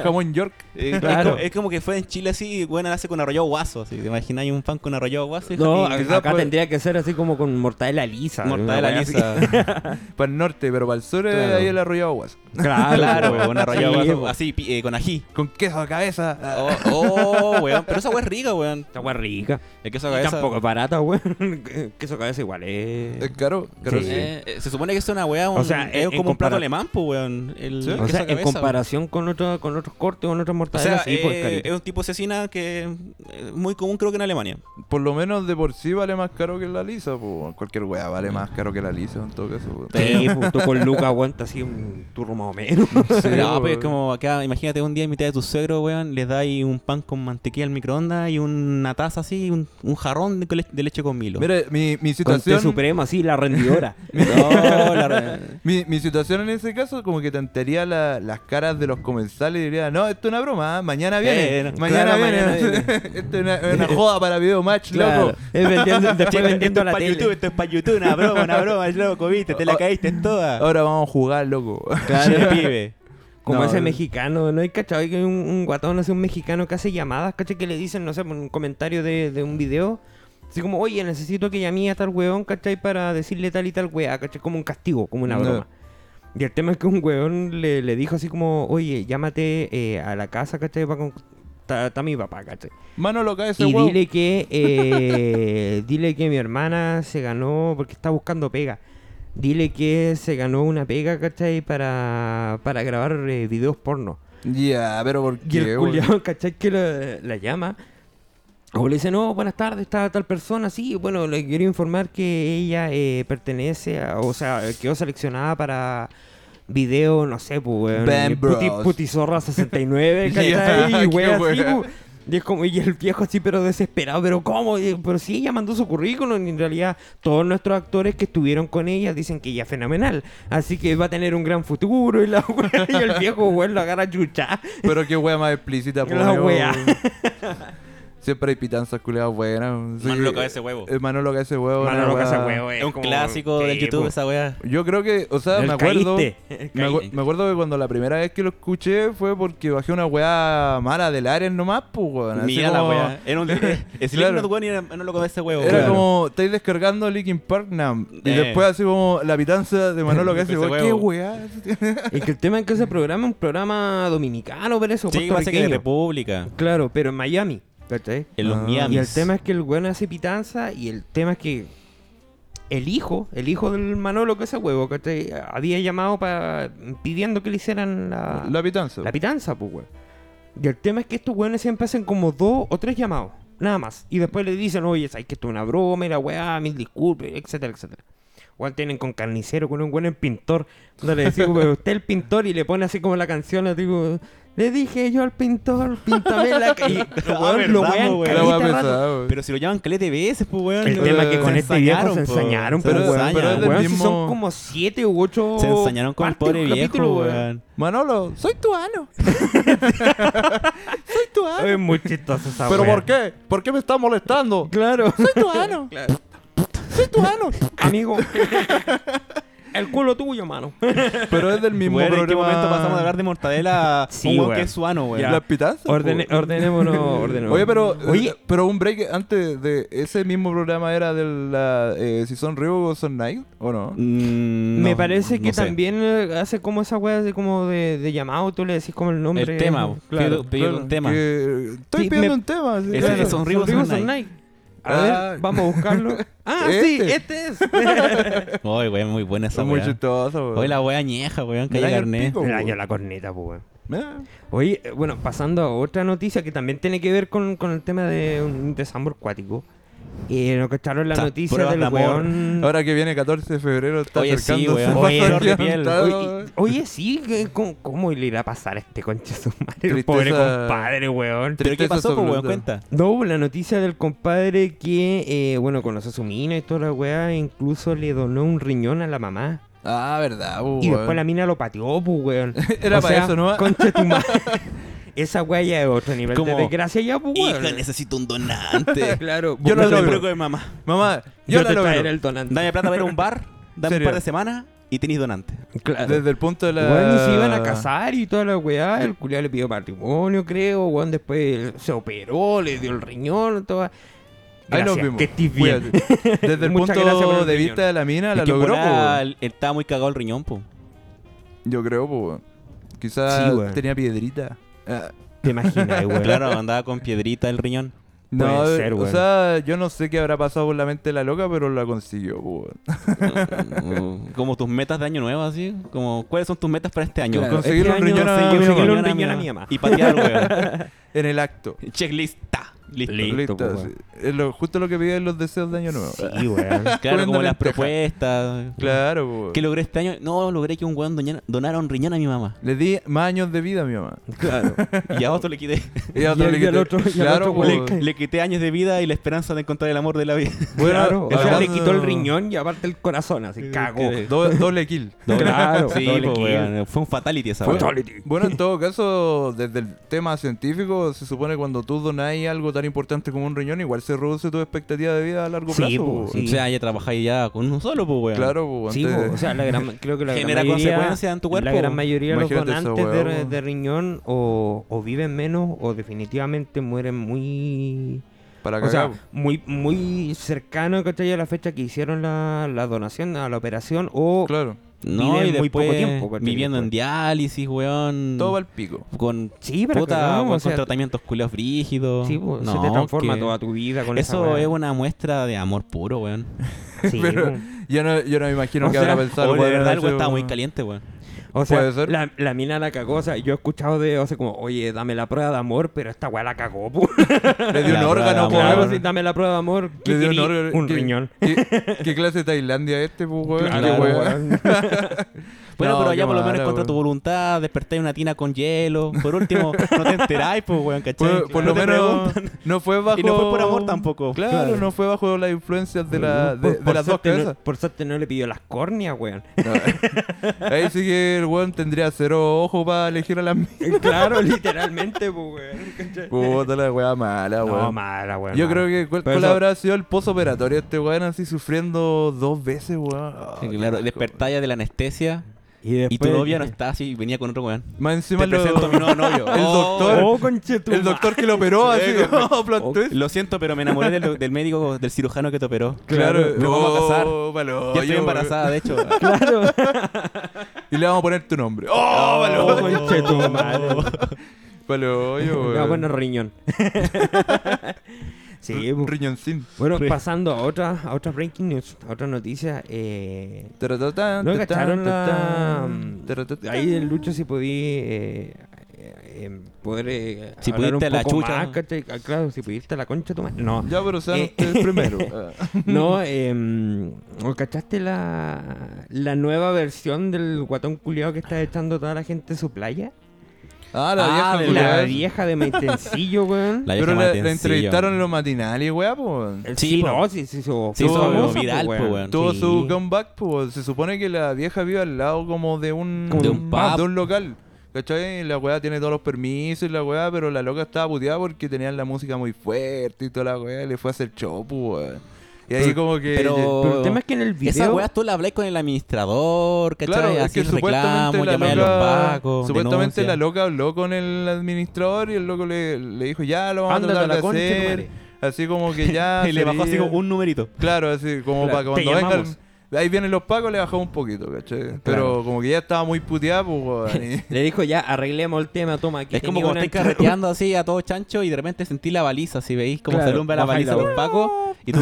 Speaker 4: jamón York.
Speaker 6: Eh, es
Speaker 2: Claro.
Speaker 6: como- Es, como que fue en Chile así, bueno, la hace con arrollado guaso. Si te imaginas, hay un pan con arrollado guaso y,
Speaker 2: No,
Speaker 6: y-
Speaker 2: a-
Speaker 4: quizás
Speaker 2: acá
Speaker 4: por-
Speaker 2: tendría que ser así como con mortadela lisa.
Speaker 6: pues. mortadela
Speaker 2: una wea
Speaker 6: lisa.
Speaker 4: Para el norte, pero para el sur es
Speaker 2: Claro.
Speaker 4: ahí el arrollado guas.
Speaker 2: así. Claro,
Speaker 6: Claro,
Speaker 2: po.
Speaker 6: un arrollado
Speaker 2: Sí, pues.
Speaker 6: guaso
Speaker 2: po.
Speaker 6: así, pi- eh, con ají.
Speaker 4: Con queso a cabeza. Ah,
Speaker 6: Oh, oh, weón. Pero esa weá es rica, weón.
Speaker 2: Esta wea rica.
Speaker 6: El queso
Speaker 2: Y
Speaker 6: de cabeza.
Speaker 2: tampoco es barata, weón. Queso cabeza igual es.
Speaker 4: Es caro, caro.
Speaker 2: Sí.
Speaker 6: Eh, eh, se supone que es una weá, un-
Speaker 2: O sea,
Speaker 6: es
Speaker 2: en- en
Speaker 6: como un
Speaker 2: compara-
Speaker 6: plato alemán, pues, weón. El
Speaker 4: Sí.
Speaker 6: el
Speaker 2: O
Speaker 6: queso
Speaker 2: sea,
Speaker 6: de
Speaker 2: en
Speaker 6: cabeza,
Speaker 2: comparación con, otro, con otros cortes o con otras
Speaker 6: O sea,
Speaker 2: mortadelas, sí, pues,
Speaker 6: eh,
Speaker 2: carita.
Speaker 6: es un tipo de cecina que es muy común, creo que en Alemania.
Speaker 4: Por lo menos de por sí vale más caro que la lisa. po. Cualquier weá vale más caro que la lisa en todo caso. po.
Speaker 2: Sí, pues, tú con Luca aguanta así un turro más o menos.
Speaker 4: Sí,
Speaker 6: no,
Speaker 4: po.
Speaker 6: pero es como acá, imagínate un día en mitad de tu suegro, weón, les dais un pan con mantequilla al microondas y una taza así, un, un jarrón de, le- de leche con milo.
Speaker 4: Mira, mi, mi
Speaker 2: Con té
Speaker 4: situación.
Speaker 2: suprema, sí, la rendidora.
Speaker 6: No, la re-
Speaker 4: Mi, mi situación en ese caso como que tantearía la- las caras de los comensales y diría, no, esto es una broma, ¿ah? mañana viene,
Speaker 6: Eh, no,
Speaker 4: mañana
Speaker 6: claro,
Speaker 4: viene,
Speaker 6: mañana
Speaker 4: esto es una, es una joda para video match,
Speaker 2: Claro.
Speaker 4: loco.
Speaker 2: Es vendiendo, después
Speaker 6: Chicos, esto
Speaker 2: vendiendo
Speaker 6: es
Speaker 2: la
Speaker 6: para
Speaker 2: tele.
Speaker 6: YouTube, esto es para YouTube, una broma, una broma, loco, viste, te la
Speaker 4: Oh.
Speaker 6: caíste toda.
Speaker 4: Ahora vamos a jugar, loco.
Speaker 6: Claro, pibe.
Speaker 2: Como
Speaker 4: No,
Speaker 2: ese
Speaker 4: el-
Speaker 2: mexicano, ¿no? hay cachado que hay un, un guatón, así un mexicano que hace llamadas, ¿cachai? Que le dicen, no sé, por un comentario de, de un video. Así como, oye, necesito que llamé a tal weón, ¿cachai? Para decirle tal y tal weá, ¿cachai? Como un castigo, como una
Speaker 4: No.
Speaker 2: broma. Y el tema es que un weón le, le dijo así como, oye, llámate eh, a la casa, ¿cachai? Para con... Está está mi papá, ¿cachai?
Speaker 4: Mano loca ese
Speaker 2: Y
Speaker 4: huevo.
Speaker 2: dile que eh, dile que mi hermana se ganó porque está buscando pega. Dile que se ganó una pega, ¿cachai? Para, para grabar eh, videos porno.
Speaker 4: Ya, pero ¿por
Speaker 2: Y
Speaker 4: qué?
Speaker 2: el
Speaker 4: bol-
Speaker 2: culiao, ¿cachai? Que la, la llama. O le dice, no, buenas tardes, está tal persona. Sí, bueno, le quiero informar que ella eh, pertenece a, o sea, quedó seleccionada para video, no sé, pues,
Speaker 4: Band
Speaker 2: weón. Puti,
Speaker 4: Bros.
Speaker 2: Putizorra 69, ¿cachai?
Speaker 4: Ya,
Speaker 2: y
Speaker 4: qué
Speaker 2: weón, así,
Speaker 4: wea.
Speaker 2: pu. Y es como, y el viejo así, pero desesperado, pero ¿cómo? Y- Pero sí, ella mandó su currículum. y En realidad, todos nuestros actores que estuvieron con ella dicen que ella es fenomenal. Así que va a tener un gran futuro. Y, la wea, y el viejo, weón, lo agarra a chuchar.
Speaker 4: Pero qué wea más explícita, po,
Speaker 2: La
Speaker 4: huevo.
Speaker 2: wea.
Speaker 4: Siempre hay pitanzas culiadas buenas.
Speaker 6: Mano loca ese huevo.
Speaker 4: Eh, Mano loca ese huevo.
Speaker 2: Mano
Speaker 4: una
Speaker 2: loca
Speaker 4: wea-
Speaker 2: ese huevo, eh.
Speaker 6: Es un clásico del YouTube esa weá.
Speaker 4: Yo creo que, o sea,
Speaker 2: El
Speaker 4: me acuerdo.
Speaker 2: caíste.
Speaker 4: Me, acu- me acuerdo que cuando la primera vez que lo escuché fue porque bajé una weá mala del Ares nomás, pues, weón. Así
Speaker 6: Mira la
Speaker 4: como-
Speaker 6: weá. Era un es
Speaker 4: Claro.
Speaker 6: Slipknot, weón, y era- no lo comía ese huevo.
Speaker 4: Era
Speaker 6: weón.
Speaker 4: como, estáis descargando Linkin Park Nam. Y
Speaker 6: Eh.
Speaker 4: después así como la pitanza de Manolo que hace,
Speaker 6: Ese
Speaker 4: weón. ¿Qué
Speaker 6: huevo.
Speaker 4: weá?
Speaker 2: Es que el tema es que ese programa es un programa dominicano, pero eso,
Speaker 6: Sí, pasa que de
Speaker 2: puertorriqueño.
Speaker 6: República.
Speaker 2: Claro, pero en Miami. ¿cachai?
Speaker 6: En los
Speaker 4: Ah.
Speaker 6: Miamis.
Speaker 2: Y el tema es que el weón hace pitanza y el tema es que el hijo, el hijo del Manolo que ese huevo, ¿cachai? Había llamado para pidiendo que le hicieran la,
Speaker 4: La pitanza.
Speaker 2: Ah. la pitanza, pues, weón. Y el tema es que estos weones siempre hacen como dos o tres llamados, nada más. Y después le dicen, oye, sabes que esto es una broma, y la weá, mil disculpas, etcétera, etcétera. Igual tienen con carnicero, con un buen pintor. No le decimos, pero usted el pintor y le pone así como la canción, le digo, le dije yo al pintor, píntame la ca-". Y, weón, lo
Speaker 6: verdad,
Speaker 2: wean
Speaker 6: weón.
Speaker 4: La
Speaker 2: caleta
Speaker 4: weá
Speaker 2: rato.
Speaker 4: pesada, weón.
Speaker 6: Pero si lo llaman caleta de veces, pues weón.
Speaker 2: El tema es que con
Speaker 6: Se
Speaker 2: este viejo se
Speaker 6: po.
Speaker 2: ensañaron,
Speaker 6: Se
Speaker 2: pero,
Speaker 4: weón,
Speaker 6: ensañan.
Speaker 4: pero es del
Speaker 2: weón, si
Speaker 4: mismo-
Speaker 2: son como siete u ocho.
Speaker 6: Se ensañaron con el
Speaker 2: partes,
Speaker 6: pobre viejo,
Speaker 2: capítulos,
Speaker 6: weón.
Speaker 4: Manolo, soy tu ano. soy tu ano.
Speaker 2: Es muy chistoso esa
Speaker 4: ¿Pero
Speaker 2: weá.
Speaker 4: por qué? ¿Por qué me estás molestando?
Speaker 2: Claro.
Speaker 4: Soy tu ano. Soy tu ano.
Speaker 2: Amigo. El culo tuyo, mano.
Speaker 4: Pero es del mismo
Speaker 6: Weón, ¿en qué
Speaker 4: programa.
Speaker 6: momento pasamos de hablar de mortadela a
Speaker 2: Sí,
Speaker 6: un weón
Speaker 2: weón.
Speaker 6: que es suano, weón?
Speaker 2: Ya.
Speaker 4: Las pitanzas.
Speaker 2: Ordene,
Speaker 4: po.
Speaker 2: ordenémonos, ordenémonos.
Speaker 4: Oye, pero,
Speaker 6: eh,
Speaker 4: eh,
Speaker 2: Oye,
Speaker 4: pero un break antes de ese mismo programa era de la eh, si son Rio o son Night o no.
Speaker 6: Mm,
Speaker 2: me
Speaker 6: no,
Speaker 2: parece
Speaker 6: no
Speaker 2: que
Speaker 6: sé.
Speaker 2: también eh, hace como esa weá de, como de, de llamado, tú le decís como el nombre.
Speaker 6: El tema,
Speaker 2: claro.
Speaker 6: pido- pido un tema.
Speaker 4: que- estoy
Speaker 2: Sí,
Speaker 4: pidiendo
Speaker 2: me-
Speaker 4: un tema. sí,
Speaker 6: Ese
Speaker 4: claro.
Speaker 6: que son Rivos
Speaker 2: Rivos
Speaker 6: Online.
Speaker 2: Online. A
Speaker 4: Ah.
Speaker 2: ver, vamos a buscarlo. Ah, sí, este es.
Speaker 6: Ay, weón, muy buena esa
Speaker 4: Son muy
Speaker 6: weón.
Speaker 4: chistosos.
Speaker 6: Hoy la weá ñeja, weón,
Speaker 4: Me
Speaker 6: calle
Speaker 4: dan el
Speaker 6: carnet.
Speaker 4: pico.
Speaker 2: El año de la corneta, pues, weón.
Speaker 4: Eh,
Speaker 2: Oye, eh, bueno, pasando a otra noticia que también tiene que ver con, con el tema de un desamor cuático. Eh, nos cacharon la
Speaker 6: Esas
Speaker 2: noticia
Speaker 6: pruebas
Speaker 2: del
Speaker 6: de amor.
Speaker 2: weón.
Speaker 4: Ahora que viene 14 de febrero está
Speaker 6: Oye, sí,
Speaker 4: acercándose.
Speaker 6: weón.
Speaker 4: un
Speaker 6: Oye,
Speaker 4: paso
Speaker 6: flor de
Speaker 4: aquí
Speaker 6: piel.
Speaker 4: untado.
Speaker 2: Oye, oye, sí, que- ¿cómo, cómo le irá a pasar a este conche su madre?
Speaker 4: Tristeza-
Speaker 2: Pobre compadre, weón.
Speaker 6: ¿Pero qué
Speaker 4: Tristeza
Speaker 6: pasó, pues, weón?
Speaker 4: absoluta.
Speaker 6: Cuenta.
Speaker 2: No, la noticia del compadre que, eh, bueno, conoció a su mina y toda la weá, incluso le donó un riñón a la mamá.
Speaker 4: Ah, verdad. bu,
Speaker 2: Y
Speaker 4: weón.
Speaker 2: después la mina lo pateó, pues, weón.
Speaker 4: Era para eso, ¿no?
Speaker 2: Conche tu madre. Esa weá ya es otro nivel
Speaker 6: Como,
Speaker 2: de desgracia ya, pues, weón.
Speaker 6: Hija, necesito un donante.
Speaker 2: Claro,
Speaker 4: Yo lo
Speaker 2: puta,
Speaker 4: logro.
Speaker 6: de mamá.
Speaker 4: Mamá, yo,
Speaker 2: Yo,
Speaker 4: la
Speaker 2: te
Speaker 4: logro.
Speaker 2: traeré el donante.
Speaker 6: Dame plata para ir a un bar, dame
Speaker 4: Serio.
Speaker 6: un par de semanas y tenéis donante.
Speaker 2: Claro.
Speaker 4: Desde el punto de la.
Speaker 2: Weón, y se iban a casar y toda la weá. El culiao le pidió matrimonio, creo. Weón, después se operó, le dio el riñón, toda.
Speaker 4: Ahí
Speaker 2: Gracias,
Speaker 4: nos vimos.
Speaker 2: Que estés bien.
Speaker 4: Cuídate. Desde el
Speaker 2: Muchas gracias por
Speaker 4: punto
Speaker 2: el
Speaker 4: de
Speaker 2: riñón.
Speaker 4: vista de la mina,
Speaker 6: Es
Speaker 4: Ah, la
Speaker 6: que en
Speaker 4: logró, po,
Speaker 6: volada
Speaker 4: weón.
Speaker 6: él estaba muy cagado el riñón, po.
Speaker 4: Yo creo, pues.
Speaker 2: Sí,
Speaker 4: Quizás
Speaker 2: weón.
Speaker 4: tenía piedrita. Ah,
Speaker 2: Te imaginas, weón.
Speaker 6: Claro, andaba con piedrita el riñón.
Speaker 4: No,
Speaker 2: Puede ser,
Speaker 4: o
Speaker 2: weón.
Speaker 4: sea, yo no sé qué habrá pasado por la mente de la loca, pero la consiguió, po, weón.
Speaker 6: como tus metas de año nuevo, así. Como, ¿cuáles son tus metas para este año?
Speaker 4: Claro.
Speaker 6: Conseguir
Speaker 4: Conseguir un
Speaker 2: año
Speaker 4: riñón a-
Speaker 2: conseguí
Speaker 4: conseguir
Speaker 2: Ah, un
Speaker 4: un
Speaker 2: riñón a mi mamá.
Speaker 6: Y patear, weón.
Speaker 4: En el acto.
Speaker 6: Checklista. Listo.
Speaker 2: Listo, po,
Speaker 4: Listo,
Speaker 2: weón.
Speaker 4: sí. Es lo- justo lo que piden los deseos de año nuevo.
Speaker 2: Sí, weón.
Speaker 6: Claro, como
Speaker 4: Poniéndole
Speaker 6: las
Speaker 4: en teja.
Speaker 6: propuestas.
Speaker 4: Claro, po, weón.
Speaker 6: ¿Qué logré este año? No, logré que un weón doña- donara un riñón a mi mamá.
Speaker 4: Le di más años de vida a mi mamá.
Speaker 2: Claro.
Speaker 6: Y a otro le quité,
Speaker 4: Y a otro
Speaker 2: Y al-
Speaker 4: le
Speaker 2: y al
Speaker 4: quité-
Speaker 2: otro- y al
Speaker 4: Claro,
Speaker 2: otro,
Speaker 4: po,
Speaker 2: weón.
Speaker 4: weón.
Speaker 6: le quité años de vida y la esperanza de encontrar el amor de la vida.
Speaker 4: Bueno,
Speaker 2: Claro, o sea, le
Speaker 4: hablando-
Speaker 2: quitó el riñón y aparte el corazón, así cagó.
Speaker 6: que-
Speaker 4: Do- doble kill.
Speaker 2: Claro,
Speaker 6: sí,
Speaker 2: doble
Speaker 6: po,
Speaker 2: kill.
Speaker 6: weón. Fue un fatality esa weón.
Speaker 2: Fatality.
Speaker 4: Bueno, en todo caso, desde el tema científico, se supone cuando tú donáis algo tan importante como un riñón, igual se reduce tu expectativa de vida a largo
Speaker 2: Sí,
Speaker 4: plazo.
Speaker 2: po,
Speaker 4: weón.
Speaker 2: sí.
Speaker 6: O sea, ya trabajáis ya con uno solo, pues, weón.
Speaker 4: Claro, pues.
Speaker 2: Sí, po, o sea, la gran, creo que la gran
Speaker 6: Genera
Speaker 2: mayoría,
Speaker 6: consecuencias en tu cuerpo.
Speaker 2: La gran mayoría de los
Speaker 4: Imagínate esa
Speaker 2: donantes
Speaker 4: weá,
Speaker 2: de,
Speaker 4: weón.
Speaker 2: de riñón o, o viven menos o definitivamente mueren muy...
Speaker 4: para
Speaker 2: O sea,
Speaker 4: cagar.
Speaker 2: muy, muy cercano ¿cachai? a la fecha que hicieron la, la donación, a la operación, o
Speaker 4: claro.
Speaker 6: No,
Speaker 2: Viven
Speaker 6: y
Speaker 2: muy poco
Speaker 6: después
Speaker 2: tiempo, ¿cachai?
Speaker 6: Viviendo en
Speaker 2: Después.
Speaker 6: diálisis, weón.
Speaker 4: Todo va al pico.
Speaker 6: Con
Speaker 2: Sí, pero
Speaker 6: puta,
Speaker 2: cagamos,
Speaker 6: weón,
Speaker 2: o sea,
Speaker 6: con tratamientos culiados frígidos.
Speaker 2: sí, po, se
Speaker 6: No,
Speaker 2: te transforma
Speaker 6: que-
Speaker 2: toda tu vida con esa
Speaker 6: Eso
Speaker 2: weá.
Speaker 6: es una muestra de amor puro, weón.
Speaker 2: Sí,
Speaker 4: Pero
Speaker 2: po.
Speaker 4: yo no, yo no me imagino
Speaker 2: O
Speaker 4: que
Speaker 2: sea,
Speaker 4: habrá pensado.
Speaker 6: O de
Speaker 4: Pues weón,
Speaker 6: verdad, el
Speaker 4: así,
Speaker 6: weón estaba muy
Speaker 4: weón.
Speaker 6: caliente, weón.
Speaker 2: O sea,
Speaker 4: Puede ser.
Speaker 2: La, la mina la cagó. O sea, yo he escuchado de, o sea, como, oye, dame la prueba de amor, pero esta weá la cagó, po.
Speaker 4: Le dio un
Speaker 6: La
Speaker 4: órgano,
Speaker 6: prueba,
Speaker 4: po,
Speaker 2: Claro,
Speaker 4: weón.
Speaker 2: sí, dame la prueba de amor. ¿qué
Speaker 4: Le dio un
Speaker 2: querí?
Speaker 4: órgano.
Speaker 2: Un
Speaker 4: ¿Qué-
Speaker 2: riñón.
Speaker 4: ¿Qué, qué clase de Tailandia este, pues, weón?
Speaker 2: Claro,
Speaker 4: Qué weón.
Speaker 2: weón.
Speaker 6: Bueno,
Speaker 4: No,
Speaker 6: pero
Speaker 4: qué
Speaker 6: ya por lo
Speaker 4: mala,
Speaker 6: menos contra tu
Speaker 4: weón.
Speaker 6: voluntad, despertáis una tina con hielo. Por último, no te enteráis, pues, weón, ¿cachai?
Speaker 4: Por, por lo
Speaker 6: No te
Speaker 4: menos
Speaker 6: preguntan.
Speaker 4: no fue bajo.
Speaker 6: Y no fue por amor tampoco.
Speaker 4: Claro, no fue bajo las influencias de, la, de,
Speaker 2: Por-
Speaker 4: de
Speaker 2: por
Speaker 4: las dos
Speaker 2: suerte no-
Speaker 4: cabezas.
Speaker 2: por suerte no le pidió las córneas, weón.
Speaker 4: No. Ahí sí que el weón tendría cero ojo para elegir a las minas.
Speaker 2: Eh, claro, literalmente, po, weón. ¿cachai?
Speaker 4: Puta la weá mala, Ah, weón.
Speaker 2: No, mala, weón.
Speaker 4: Yo
Speaker 2: mala.
Speaker 4: creo que cuál,
Speaker 2: Pero
Speaker 4: cuál
Speaker 2: eso-
Speaker 4: habrá sido el posoperatorio este weón así sufriendo dos veces, weón. Ah,
Speaker 6: Sí,
Speaker 4: qué
Speaker 6: claro,
Speaker 4: asco,
Speaker 6: despertáis de la anestesia
Speaker 2: Y,
Speaker 6: y
Speaker 2: después...
Speaker 6: tu novia no está así y venía con otro weón.
Speaker 4: weón. Más encima
Speaker 6: Te
Speaker 4: lo-
Speaker 6: presento a mi nuevo novio.
Speaker 4: el
Speaker 6: Oh,
Speaker 4: doctor,
Speaker 2: Oh, conchetumare.
Speaker 4: el doctor que lo operó así, oh, plot
Speaker 2: Oh,
Speaker 4: twist.
Speaker 6: Lo siento, pero me enamoré del, del médico, del cirujano que te operó.
Speaker 4: Claro,
Speaker 6: Nos vamos a casar.
Speaker 4: Oh, palo,
Speaker 6: Ya estoy
Speaker 4: yo,
Speaker 6: embarazada, de hecho.
Speaker 2: Claro.
Speaker 4: Y le vamos a poner tu nombre. Oh, palo,
Speaker 2: Oh, conchetumare.
Speaker 4: palo,
Speaker 2: Ya,
Speaker 4: yo, weón.
Speaker 2: bueno, riñón. sí,
Speaker 4: Un
Speaker 2: po.
Speaker 4: riñoncín.
Speaker 2: Bueno, pasando a otra, a otra breaking news, a otra noticia. Eh,
Speaker 4: Taratatan,
Speaker 2: ¿No
Speaker 4: tatán,
Speaker 2: cacharon la...
Speaker 4: tatán, taratatan.
Speaker 2: Ahí el Lucho si podí... Eh, eh, em, poder eh,
Speaker 6: Si
Speaker 2: hablar
Speaker 6: pudiste
Speaker 2: un
Speaker 6: la
Speaker 2: poco
Speaker 6: chucha.
Speaker 2: más, ¿cachai? Ah, claro, si pudiste la concha tu madre. No,
Speaker 4: Ya, pero sean
Speaker 2: Eh.
Speaker 4: ustedes primero. Ah.
Speaker 2: no, em, ¿o ¿cachaste la, la nueva versión del guatón culiao que está echando toda la gente en su playa?
Speaker 4: Ah, la vieja,
Speaker 6: Ah, de
Speaker 4: culiá.
Speaker 2: La vieja de Maitencillo, weón.
Speaker 6: La
Speaker 4: Pero
Speaker 6: vieja
Speaker 4: la,
Speaker 6: Matensillo.
Speaker 4: la entrevistaron en los matinales, weá, pues.
Speaker 2: Eh,
Speaker 6: sí,
Speaker 2: sí,
Speaker 6: po.
Speaker 2: no, sí, sí, su,
Speaker 6: Sí,
Speaker 4: hizo
Speaker 2: famosa,
Speaker 6: viral,
Speaker 2: po,
Speaker 6: po, weón.
Speaker 4: Tuvo
Speaker 2: Sí.
Speaker 4: su comeback, pues se supone que la vieja vive al lado como de un,
Speaker 2: Como
Speaker 6: de un pub.
Speaker 4: de un local. ¿Cachai? La weá tiene todos los permisos y la weá, pero la loca estaba puteada porque tenían la música muy fuerte y toda la weá, le fue a hacer show, po, weón. Y ahí como que...
Speaker 6: Pero,
Speaker 2: Pero el tema es que en el video...
Speaker 6: Esas weas tú la hablás con el administrador, ¿cachai?
Speaker 4: Claro, es
Speaker 6: Así
Speaker 4: que supuestamente
Speaker 6: reclamo,
Speaker 4: la
Speaker 6: llamáis a los
Speaker 4: loca,
Speaker 6: pacos.
Speaker 4: supuestamente
Speaker 6: denuncia.
Speaker 4: la loca habló con el administrador y el loco le, le dijo ya lo vamos
Speaker 2: Ándate
Speaker 4: a
Speaker 2: a la
Speaker 4: tratar
Speaker 2: concha
Speaker 4: de
Speaker 2: de tu
Speaker 4: hacer, así como que ya
Speaker 6: Y le bajó así
Speaker 4: sería-
Speaker 6: como un numerito.
Speaker 4: Claro, así como
Speaker 2: Claro,
Speaker 4: para que
Speaker 2: te
Speaker 4: cuando vengan.
Speaker 2: llamamos.
Speaker 4: Ahí vienen los pacos, le bajamos un poquito, ¿cachai? Pero como que ya estaba muy puteada, pues, weón. y-
Speaker 2: Le dijo ya, arreglemos el tema, toma. Aquí
Speaker 6: Es como
Speaker 2: tenía
Speaker 6: cuando
Speaker 2: una
Speaker 6: estáis carreteando así a todo chancho y de repente sentís la baliza, si veis como
Speaker 2: Claro,
Speaker 6: se alumbra la
Speaker 2: bajáis
Speaker 6: baliza
Speaker 2: la
Speaker 6: de los pacos y tú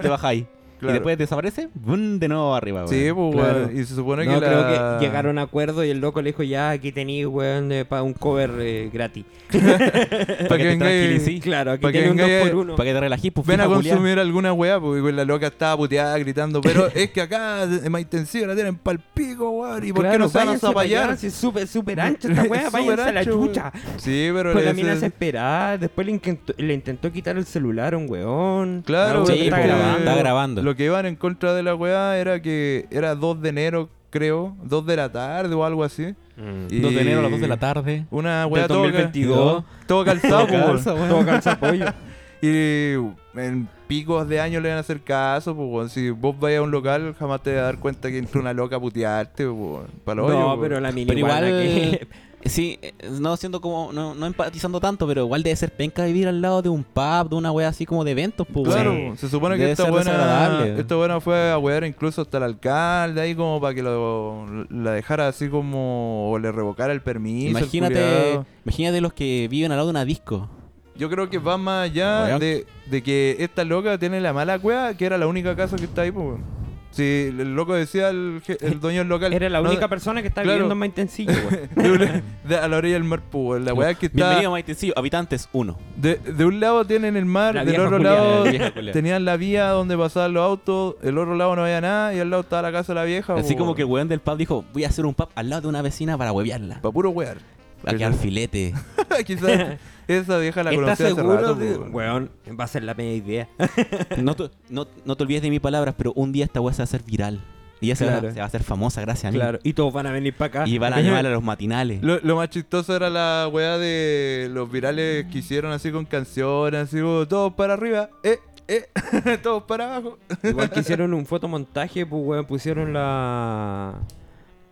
Speaker 6: te bajáis. Y
Speaker 4: Claro.
Speaker 6: después desaparece, ¡bum! de nuevo arriba,
Speaker 4: Sí,
Speaker 6: weón.
Speaker 4: pues,
Speaker 2: Claro.
Speaker 4: weón. Y se supone
Speaker 2: No,
Speaker 4: que
Speaker 2: creo
Speaker 4: la-
Speaker 2: que llegaron a acuerdo y el loco le dijo, ya, aquí tenéis, weón, eh, para un cover eh, gratis.
Speaker 4: Para que
Speaker 6: te
Speaker 4: vengáis-
Speaker 6: tranquilicís.
Speaker 2: Claro, aquí
Speaker 4: Pa' que
Speaker 2: tenéis un 2
Speaker 4: vengáis-
Speaker 2: por 1
Speaker 6: Para que te relajís, pues
Speaker 4: Ven a
Speaker 6: fija, culiá.
Speaker 4: consumir alguna weá, porque pues, la loca estaba puteada gritando. Pero es que acá en Maitencillo la tienen pa'l pico, weón. ¿Y por qué no se van a zapallar?
Speaker 2: Si es súper, súper ancha esta weá,
Speaker 4: Es
Speaker 2: váyanse a la
Speaker 4: súper ancho,
Speaker 2: chucha.
Speaker 4: weón. Sí, pero
Speaker 2: Pues la
Speaker 4: ese-
Speaker 2: mina se esperaba, después le intentó, le intentó quitar el celular a un weón.
Speaker 4: Claro,
Speaker 2: Ah,
Speaker 6: Sí,
Speaker 4: porque
Speaker 2: está
Speaker 6: pues,
Speaker 2: grabando.
Speaker 6: está grabando.
Speaker 4: Lo que iban en contra de la weá era que era 2 de enero, creo, 2 de la tarde o algo así. Y-
Speaker 6: 2 de enero a las 2 de la tarde.
Speaker 4: Una weá
Speaker 6: Del
Speaker 4: todo, ca-
Speaker 6: 2022.
Speaker 4: todo calzado, po, weón.
Speaker 2: Todo calza pollo.
Speaker 4: Y Y en picos de años le van a hacer caso, pues, weón. Si vos vais a un local, jamás te vas a dar cuenta que entró una loca a putearte, pues, weón. Pa'l hoyo,
Speaker 2: No,
Speaker 4: pues.
Speaker 2: pero la mini
Speaker 6: Pero igual,
Speaker 2: iguana que-
Speaker 6: sí, eh, no siendo como, no, no empatizando tanto, pero igual debe ser penca vivir al lado de un pub, de una wea así como de eventos, pues.
Speaker 4: Claro,
Speaker 6: weón.
Speaker 4: se supone que
Speaker 6: Debe
Speaker 4: esta
Speaker 6: ser
Speaker 4: buena,
Speaker 6: desagradable.
Speaker 4: esta buena fue a wear incluso hasta el alcalde ahí como para que lo, la dejara así como o le revocara el permiso. el
Speaker 6: Imagínate,
Speaker 4: culiao.
Speaker 6: imagínate los que viven al lado de una disco.
Speaker 4: Yo creo que va más allá
Speaker 6: Weón.
Speaker 4: de, de que esta loca tiene la mala cueva que era la única casa que está ahí. Pues. Si el loco decía el, je- el dueño del local.
Speaker 2: Era la
Speaker 4: no,
Speaker 2: única persona que estaba
Speaker 4: claro.
Speaker 2: viviendo en Maitencillo, güey.
Speaker 4: de una- de- a la orilla del mar, pues, la weá que está.
Speaker 6: Bienvenido a Maitencillo, habitantes 1.
Speaker 4: De, de un lado tienen el mar,
Speaker 2: La
Speaker 4: del
Speaker 2: vieja
Speaker 4: otro
Speaker 2: culiao.
Speaker 4: lado
Speaker 6: La vieja culiao.
Speaker 4: tenían la vía donde pasaban los autos, el otro lado no había nada y al lado estaba la casa de la vieja.
Speaker 6: Así
Speaker 4: po,
Speaker 6: como
Speaker 4: weón.
Speaker 6: que el weón del pub dijo, voy a hacer un pub al lado de una vecina para huevearla.
Speaker 4: Pa' puro wear.
Speaker 6: Va a quedar filete.
Speaker 4: Quizás esa vieja la
Speaker 2: ¿Estás
Speaker 4: conocía hace
Speaker 2: seguro?
Speaker 4: rato.
Speaker 2: de-
Speaker 4: po, weón.
Speaker 2: Weón, va a ser la media idea.
Speaker 6: No, te- no, no te olvides de mis palabras, pero un día esta weá se va a hacer viral. Y ya se, va,
Speaker 2: Claro.
Speaker 6: a- se va a hacer famosa gracias a mí.
Speaker 2: Claro. Y todos van a venir para acá.
Speaker 6: Y van a llamar a los matinales.
Speaker 4: Lo, lo más chistoso era la weá de los virales que hicieron así con canciones, así como todos para arriba, eh, eh, todos para abajo.
Speaker 2: Igual que hicieron un fotomontaje, pues, weón, pusieron la... la-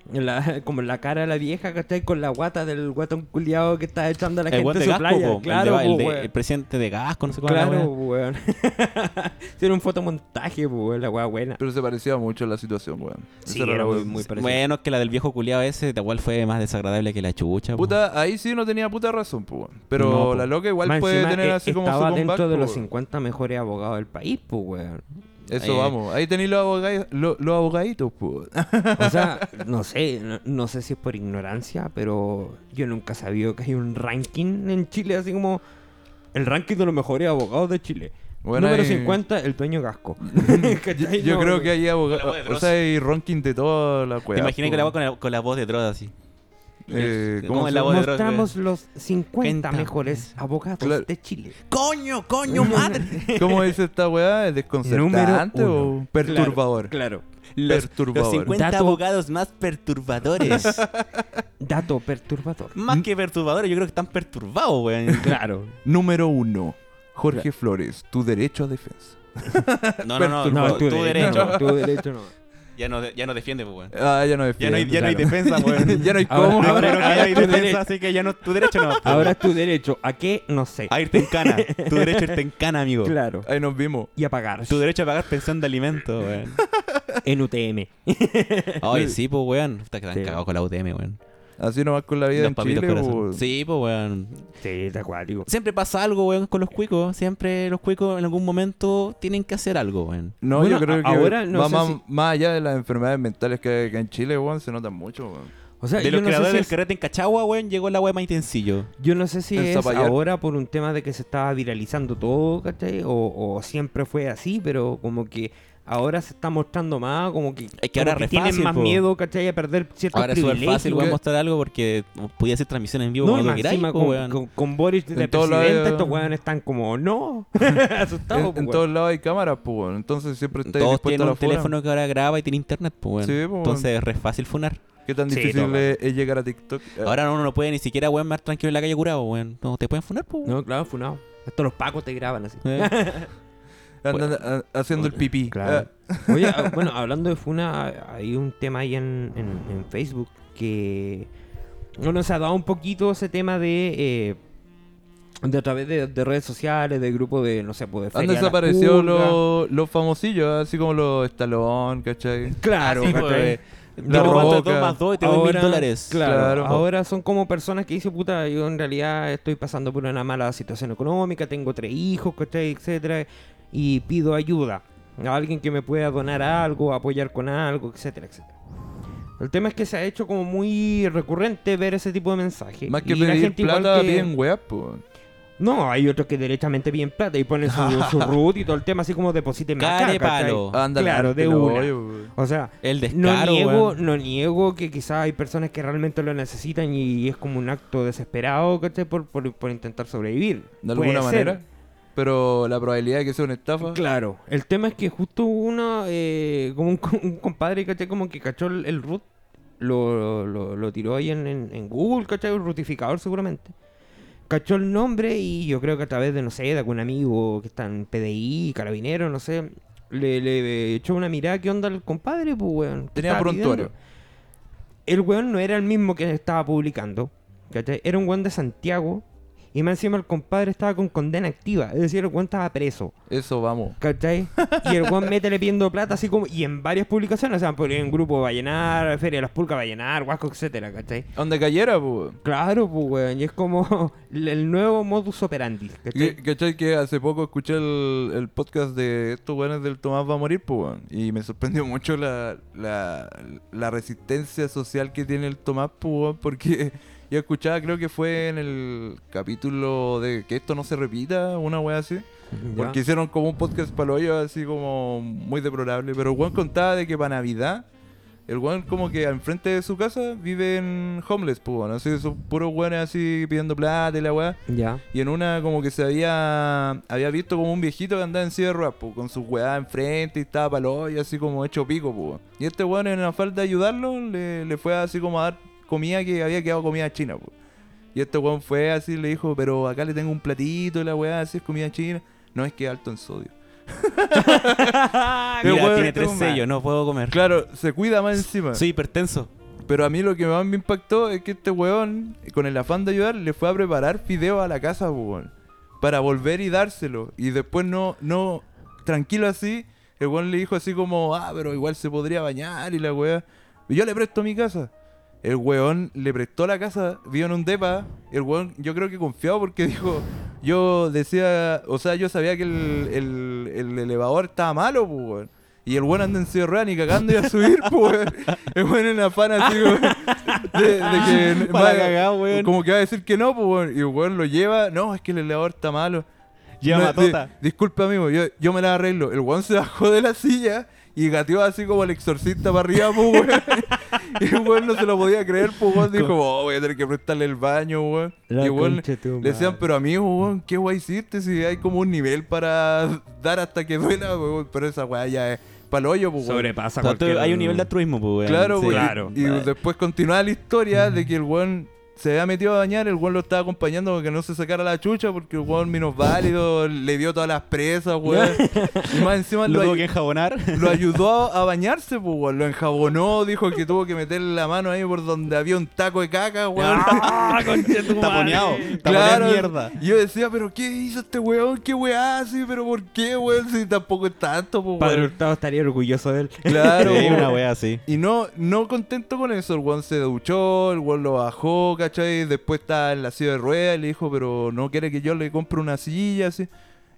Speaker 2: como la cara de la vieja, ¿cachai? Con la guata del guatón culiado que está echando a la
Speaker 6: el
Speaker 2: gente
Speaker 6: weón
Speaker 2: en
Speaker 6: de
Speaker 2: su
Speaker 6: Gasco,
Speaker 2: playa.
Speaker 6: po, el de-
Speaker 2: claro,
Speaker 6: el,
Speaker 2: pues,
Speaker 6: de-
Speaker 2: weón.
Speaker 6: el presidente de Gasco, no sé cuál
Speaker 2: Claro, pues,
Speaker 6: era la weá.
Speaker 2: weón. Hicieron un fotomontaje, pues, weón, la weá buena.
Speaker 4: Pero se parecía mucho a la situación, weón.
Speaker 2: Sí,
Speaker 4: Esa
Speaker 2: era
Speaker 4: la
Speaker 2: muy,
Speaker 4: weá.
Speaker 2: muy parecido.
Speaker 6: Bueno, es que la del viejo culiado ese, tal cual fue más desagradable que la chucha. po.
Speaker 4: Puta, ahí sí no tenía puta razón, pues. weón. Pero
Speaker 2: No, po.
Speaker 4: la loca igual
Speaker 2: Más
Speaker 4: puede
Speaker 2: encima,
Speaker 4: tener
Speaker 2: eh,
Speaker 4: así como su
Speaker 2: Estaba
Speaker 4: comeback.
Speaker 2: dentro de
Speaker 4: po,
Speaker 2: los
Speaker 4: weón.
Speaker 2: 50 mejores abogados del país, pues, weón.
Speaker 4: Eso
Speaker 6: Eh.
Speaker 4: vamos. Ahí tenéis los, abogai- lo- los abogaditos, pues.
Speaker 2: O sea, no sé, no, no sé si es por ignorancia, pero yo nunca he sabido que hay un ranking en Chile, así como el ranking de los mejores abogados de Chile.
Speaker 4: Bueno,
Speaker 2: Número
Speaker 4: ahí-
Speaker 2: 50, el dueño Gasco.
Speaker 4: Yo,
Speaker 2: ¿Cachai?
Speaker 4: yo
Speaker 2: No,
Speaker 4: creo
Speaker 2: no.
Speaker 4: que hay
Speaker 6: La weá de
Speaker 4: abogados. O
Speaker 6: Dross.
Speaker 4: sea, hay ranking de todas las
Speaker 6: Te
Speaker 4: weas.
Speaker 6: imaginé
Speaker 4: po,
Speaker 6: que la voz
Speaker 4: weón.
Speaker 6: con la, con la voz de Dross así.
Speaker 4: pues, Eh,
Speaker 6: Eh,
Speaker 4: ¿Cómo,
Speaker 6: ¿cómo
Speaker 4: se
Speaker 6: es la
Speaker 4: llama?
Speaker 6: voz de
Speaker 2: Mostramos los 50
Speaker 6: Cuenta.
Speaker 2: mejores abogados
Speaker 4: Claro.
Speaker 2: de Chile.
Speaker 6: ¡Coño, coño, madre!
Speaker 4: ¿Cómo dice esta weá? ¿Es desconcertante
Speaker 2: Número
Speaker 4: o
Speaker 2: uno.
Speaker 4: perturbador?
Speaker 2: Claro.
Speaker 6: Los, los
Speaker 4: Perturbador.
Speaker 6: 50
Speaker 2: Dato-
Speaker 6: abogados más perturbadores.
Speaker 2: Dato perturbador.
Speaker 6: más que perturbadores, yo creo que están perturbados, weón.
Speaker 2: Claro.
Speaker 4: Número uno. Jorge Flores, tu derecho a defensa.
Speaker 6: No, no, no,
Speaker 2: No,
Speaker 6: no,
Speaker 2: tu,
Speaker 6: tú,
Speaker 2: derecho.
Speaker 6: derecho.
Speaker 2: no, tu derecho no.
Speaker 6: Ya, no, ya no defiende, pues, weón.
Speaker 4: Ah, ya no hay
Speaker 6: Ya no hay, ya no hay
Speaker 2: Claro.
Speaker 6: defensa, weón.
Speaker 4: Ya no hay
Speaker 2: Ahora-
Speaker 4: cómo.
Speaker 6: Ahora, creo que ya no hay
Speaker 2: ahora tu derecho.
Speaker 6: defensa, así que ya no tu derecho no.
Speaker 2: Ahora es tu derecho. ¿A qué? No sé.
Speaker 6: A irte en cana. Tu derecho a irte en cana, amigo.
Speaker 2: Claro.
Speaker 4: Ahí nos vimos.
Speaker 2: Y a pagar
Speaker 6: Tu derecho a pagar pensión de alimento, weón.
Speaker 2: en UTM.
Speaker 6: Ay, sí, pues, weón. Puta, que están
Speaker 2: Sí.
Speaker 6: cagados con la UTM, weón.
Speaker 4: Así nomás con la vida
Speaker 6: Los
Speaker 4: en
Speaker 6: papitos
Speaker 4: Chile.
Speaker 6: corazón.
Speaker 4: po.
Speaker 6: Sí, pues, weón.
Speaker 2: Sí, te acuático.
Speaker 6: Siempre pasa algo, weón, con los cuicos. Siempre los cuicos en algún momento tienen que hacer algo, weón.
Speaker 4: No,
Speaker 2: Bueno,
Speaker 4: yo creo
Speaker 2: a-
Speaker 4: que
Speaker 2: ahora no
Speaker 4: va
Speaker 2: sé
Speaker 4: más,
Speaker 2: si-
Speaker 4: más allá de las enfermedades mentales que, que en Chile, weón, se notan mucho, weón.
Speaker 2: O sea,
Speaker 6: De
Speaker 2: yo
Speaker 6: los
Speaker 2: no sé
Speaker 6: creadores
Speaker 2: si
Speaker 6: del
Speaker 2: es-
Speaker 6: carrete en Cachagua, weón, llegó la weá más intensillo.
Speaker 2: Yo no sé si
Speaker 4: El
Speaker 2: es
Speaker 4: Zapallar.
Speaker 2: ahora por un tema de que se estaba viralizando todo, ¿cachai? O, o siempre fue así, pero como que ahora se está mostrando más, como que,
Speaker 6: Es que ahora
Speaker 2: como
Speaker 6: es re
Speaker 2: tienen
Speaker 6: fácil,
Speaker 2: más
Speaker 6: po.
Speaker 2: miedo, ¿cachai? A perder ciertos
Speaker 6: Ahora es súper
Speaker 2: privilegios.
Speaker 6: fácil, weón,
Speaker 4: weón.
Speaker 6: mostrar algo porque podía hacer transmisión en vivo
Speaker 2: No, y
Speaker 6: cuando
Speaker 2: más
Speaker 6: queráis,
Speaker 2: encima
Speaker 6: po,
Speaker 2: con,
Speaker 6: weón.
Speaker 2: con, con Boris de
Speaker 4: En todos
Speaker 2: presidente,
Speaker 4: lados-
Speaker 2: estos weones están como, no,
Speaker 4: En,
Speaker 2: asustados. po,
Speaker 4: en
Speaker 2: weón.
Speaker 4: todos lados hay cámaras, pues, weón. Entonces siempre estáis
Speaker 6: Todos
Speaker 4: dispuestos a
Speaker 6: tienen
Speaker 4: la
Speaker 6: un
Speaker 4: funa.
Speaker 6: teléfono que ahora graba y tiene internet, pues, weón.
Speaker 4: Sí, pues, weón.
Speaker 6: Entonces es re fácil funar.
Speaker 4: ¿Qué tan
Speaker 2: Sí,
Speaker 4: difícil
Speaker 2: todo,
Speaker 4: es, es llegar a TikTok? Eh,
Speaker 6: Ahora uno no puede ni siquiera, weón, más tranquilo en la calle curado, weón. Eh. No te pueden funar, pues.
Speaker 2: No, claro, funado. Hasta los pacos te graban así.
Speaker 4: andan a- haciendo el pipí.
Speaker 2: pues, Claro.
Speaker 4: Eh,
Speaker 2: Oye, ah, bueno, hablando de Funa, hay un tema ahí en, en- en Facebook que no nos ha dado un poquito ese tema de. eh, de a través de, de redes sociales, de grupos de, no sé, pues de
Speaker 4: han
Speaker 2: Feria de la
Speaker 4: desaparecido
Speaker 2: Pulga.
Speaker 4: los, los famosillos, así como los Estalón, ¿cachai?
Speaker 2: Claro,
Speaker 6: Así,
Speaker 2: ¿cachai?
Speaker 6: pues,
Speaker 4: La
Speaker 6: Yo
Speaker 4: roca.
Speaker 6: mando dos más dos y te doy mil dólares.
Speaker 2: Claro,
Speaker 4: Claro.
Speaker 2: ahora son como personas que dicen, puta, yo en realidad estoy pasando por una mala situación económica, tengo tres hijos, ¿cachai? etcétera, y pido ayuda a alguien que me pueda donar algo, apoyar con algo, etcétera, etcétera. El tema es que se ha hecho como muy recurrente ver ese tipo de mensajes.
Speaker 4: Más que
Speaker 2: Y la
Speaker 4: pedir
Speaker 2: gente igual
Speaker 4: plata,
Speaker 2: que-
Speaker 4: piden weas, pues.
Speaker 2: No, hay otros que derechamente piden plata y ponen su, su root y todo el tema así como depositen más
Speaker 6: Care
Speaker 2: acá, ¿cachai?
Speaker 6: palo.
Speaker 4: Ándale,
Speaker 2: Pues, Claro, de
Speaker 4: te lo
Speaker 2: una.
Speaker 4: doy, weón.
Speaker 2: O sea,
Speaker 6: El
Speaker 2: no
Speaker 6: descaro,
Speaker 2: niego,
Speaker 6: weón.
Speaker 2: no niego que quizás hay personas que realmente lo necesitan y es como un acto desesperado, ¿cachai? Por, por, por intentar sobrevivir.
Speaker 4: De
Speaker 2: Puede
Speaker 4: alguna
Speaker 2: ser.
Speaker 4: manera. Pero la probabilidad de que sea una estafa.
Speaker 2: Claro. El tema es que justo uno, eh, como un, co- un compadre, ¿cachai? Como que cachó el, el root, lo, lo, lo tiró ahí en, en- en Google, ¿cachai? El rutificador seguramente. cachó el nombre y yo creo que a través de, no sé, de algún amigo que está en PDI, carabinero, no sé, le, le echó una mirada, ¿qué onda el compadre? Pues, weón. ¿qué
Speaker 4: Tenía
Speaker 2: estaba
Speaker 4: prontuario.
Speaker 2: pidiendo? El weón no era el mismo que estaba publicando, ¿cachai? Era un weón de Santiago y más encima el compadre estaba con condena activa, es decir, el weón estaba preso.
Speaker 4: Eso vamos.
Speaker 2: ¿Cachai? Y el Juan métele pidiendo plata así como... Y en varias publicaciones, o sea, por en grupo Vallenar, Feria de las Pulcas, Vallenar, Huasco, etcétera, ¿cachai?
Speaker 4: Donde cayera, pues.
Speaker 2: Claro, pues, weón. Y es como el- el nuevo modus operandi, ¿cachai?
Speaker 4: Que- ¿Cachai? Que hace poco escuché el, el podcast de estos weones del Tomás va a morir, pues, weón. Y me sorprendió mucho la, la, la resistencia social que tiene el Tomás, pues, weón, porque yo escuchaba, creo que fue en el capítulo de que esto no se repita, una wea así.
Speaker 2: Ya.
Speaker 4: Porque hicieron como un podcast para los hoyos, así como muy deplorable. Pero el weón contaba de que para Navidad, el weón como que enfrente de su casa viven homeless, pues, weón. Así, son puros weones así pidiendo plata y la weá.
Speaker 2: Ya.
Speaker 4: Y en una como que se había había visto como un viejito que andaba en silla de ruedas, po, con sus weá enfrente y estaba palo y así como hecho pico, po. Y este weón en la falta de ayudarlo le, le fue así como a dar comida que había quedado comida china, po. Y este weón fue así y le dijo, pero acá le tengo un platito y la weá, así es comida china. No es que es alto en sodio. Pero,
Speaker 6: Mira,
Speaker 4: weón,
Speaker 6: tiene
Speaker 4: este
Speaker 6: tres
Speaker 4: weón-
Speaker 6: sellos, no puedo comer.
Speaker 4: Claro, se cuida más encima.
Speaker 6: Soy hipertenso.
Speaker 4: Pero a mí lo que más me impactó es que este weón, con el afán de ayudar, le fue a preparar fideo a la casa, po, weón. Para volver y dárselo. Y después no, no, tranquilo así, el weón le dijo así como, ah, pero igual se podría bañar y la weá. Yo le presto mi casa. El weón le prestó la casa, vio en un depa. El weón, yo creo que confiado porque dijo, yo decía, o sea, yo sabía que el, el- el elevador estaba malo, pues, weón. Y el weón anda en silla de ruedas ni cagando iba a subir, pues, weón. El weón en afán así, weón. De, de que.
Speaker 6: Para la cagá, weón.
Speaker 4: Como que va a decir que no, pues, weón. Y el weón lo lleva, no, es que el elevador está malo.
Speaker 6: Lleva
Speaker 4: No,
Speaker 6: matota.
Speaker 4: di- disculpa, amigo, yo, yo me la arreglo. El weón se bajó de la silla y gateó así como el exorcista para arriba, pues, weón. y el weón no se lo podía creer, pues, weón. Dijo, oh, voy a tener que prestarle el baño, weón.
Speaker 2: La
Speaker 4: y weón,
Speaker 2: concha de tu
Speaker 4: le decían,
Speaker 2: madre.
Speaker 4: pero amigo, weón, ¿qué weón hiciste? Si hay como un nivel para dar hasta que duela, weón. Pero esa weá ya es pa'l hoyo, pues, weón.
Speaker 2: Sobrepasa
Speaker 6: O sea, tú-
Speaker 2: cualquier...
Speaker 6: hay un nivel de altruismo, pues, weón.
Speaker 4: Claro,
Speaker 6: Sí.
Speaker 4: weón.
Speaker 2: Claro.
Speaker 4: Y, y después continuaba la historia de que el weón se había metido a bañar, el weón lo estaba acompañando para que no se sacara la chucha porque el weón menos válido le dio todas las presas, weón. y más encima
Speaker 6: Lo
Speaker 4: lo,
Speaker 6: tuvo
Speaker 4: ayu-
Speaker 6: que enjabonar.
Speaker 4: lo ayudó a bañarse, pues, weón. Lo enjabonó, dijo que tuvo que meterle la mano ahí por donde había un taco de caca, weón. ¡Ah,
Speaker 6: Taponeado. Taponeado
Speaker 4: Claro,
Speaker 6: de mierda.
Speaker 4: y yo decía, pero ¿qué hizo este weón? ¿Qué weá así? ¿Pero por qué, weón? Si tampoco es tanto, pues,
Speaker 2: Padre
Speaker 4: weón.
Speaker 2: Hurtado estaría orgulloso de él.
Speaker 4: Claro,
Speaker 6: Sí,
Speaker 4: po,
Speaker 6: una
Speaker 4: weón.
Speaker 6: wea así.
Speaker 4: Y no, no contento con eso, el weón se duchó, el weón lo bajó, ¿cachai? Después está en la silla de ruedas y le dijo, pero no quiere que yo le compre una silla, así.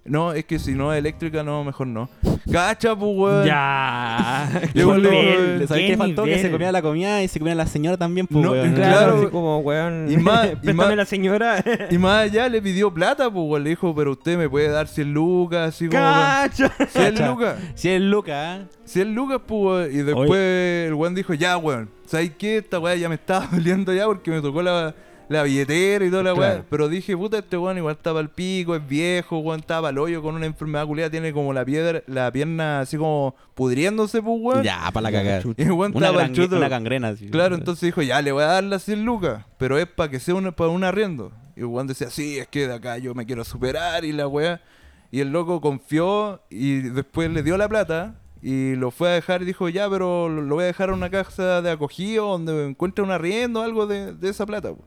Speaker 4: No, es que si no es eléctrica, no, mejor no. Cacha, pues, weón.
Speaker 2: Ya.
Speaker 4: Y el weón le-
Speaker 2: Nivel,
Speaker 6: Le sabía
Speaker 2: qué
Speaker 6: que faltó que se
Speaker 2: nivel.
Speaker 6: comía la comida y se comía la señora también, pues,
Speaker 4: No,
Speaker 6: weón.
Speaker 4: claro.
Speaker 2: Claro, así como, weón...
Speaker 4: Y más- y
Speaker 2: Préstame
Speaker 4: más-
Speaker 2: la señora.
Speaker 4: Y más allá le pidió plata, pues, weón. Le dijo, pero usted me puede dar 100 lucas, así como...
Speaker 2: ¡Cacho!
Speaker 4: 100 lucas.
Speaker 6: Si es Luca, ¿eh?
Speaker 4: 100 lucas, pues, weón. Y después el weón dijo, ya, weón. ¿Sabes qué? Esta weá ya me estaba doliendo ya porque me tocó la, la billetera y toda la weá.
Speaker 2: Claro.
Speaker 4: Pero dije, puta, este weón igual estaba al pico, es viejo, weón, estaba al hoyo con una enfermedad culiada, tiene como la piedra, la pierna así como pudriéndose, pues, weón.
Speaker 6: Ya, para la cagada.
Speaker 4: Y el weón
Speaker 6: Una,
Speaker 4: estaba al
Speaker 6: grangue-
Speaker 4: choto.
Speaker 6: una gangrena. sí.
Speaker 4: Claro, entonces dijo, ya le voy a dar las 100 lucas, pero es para que sea una, para un arriendo. Y el weón decía, sí, es que de acá yo me quiero superar y la weá. Y el loco confió y después le dio la plata y lo fue a dejar y dijo, ya, pero lo lo voy a dejar a una casa de acogido donde encuentre un arriendo, algo de, de esa plata. po".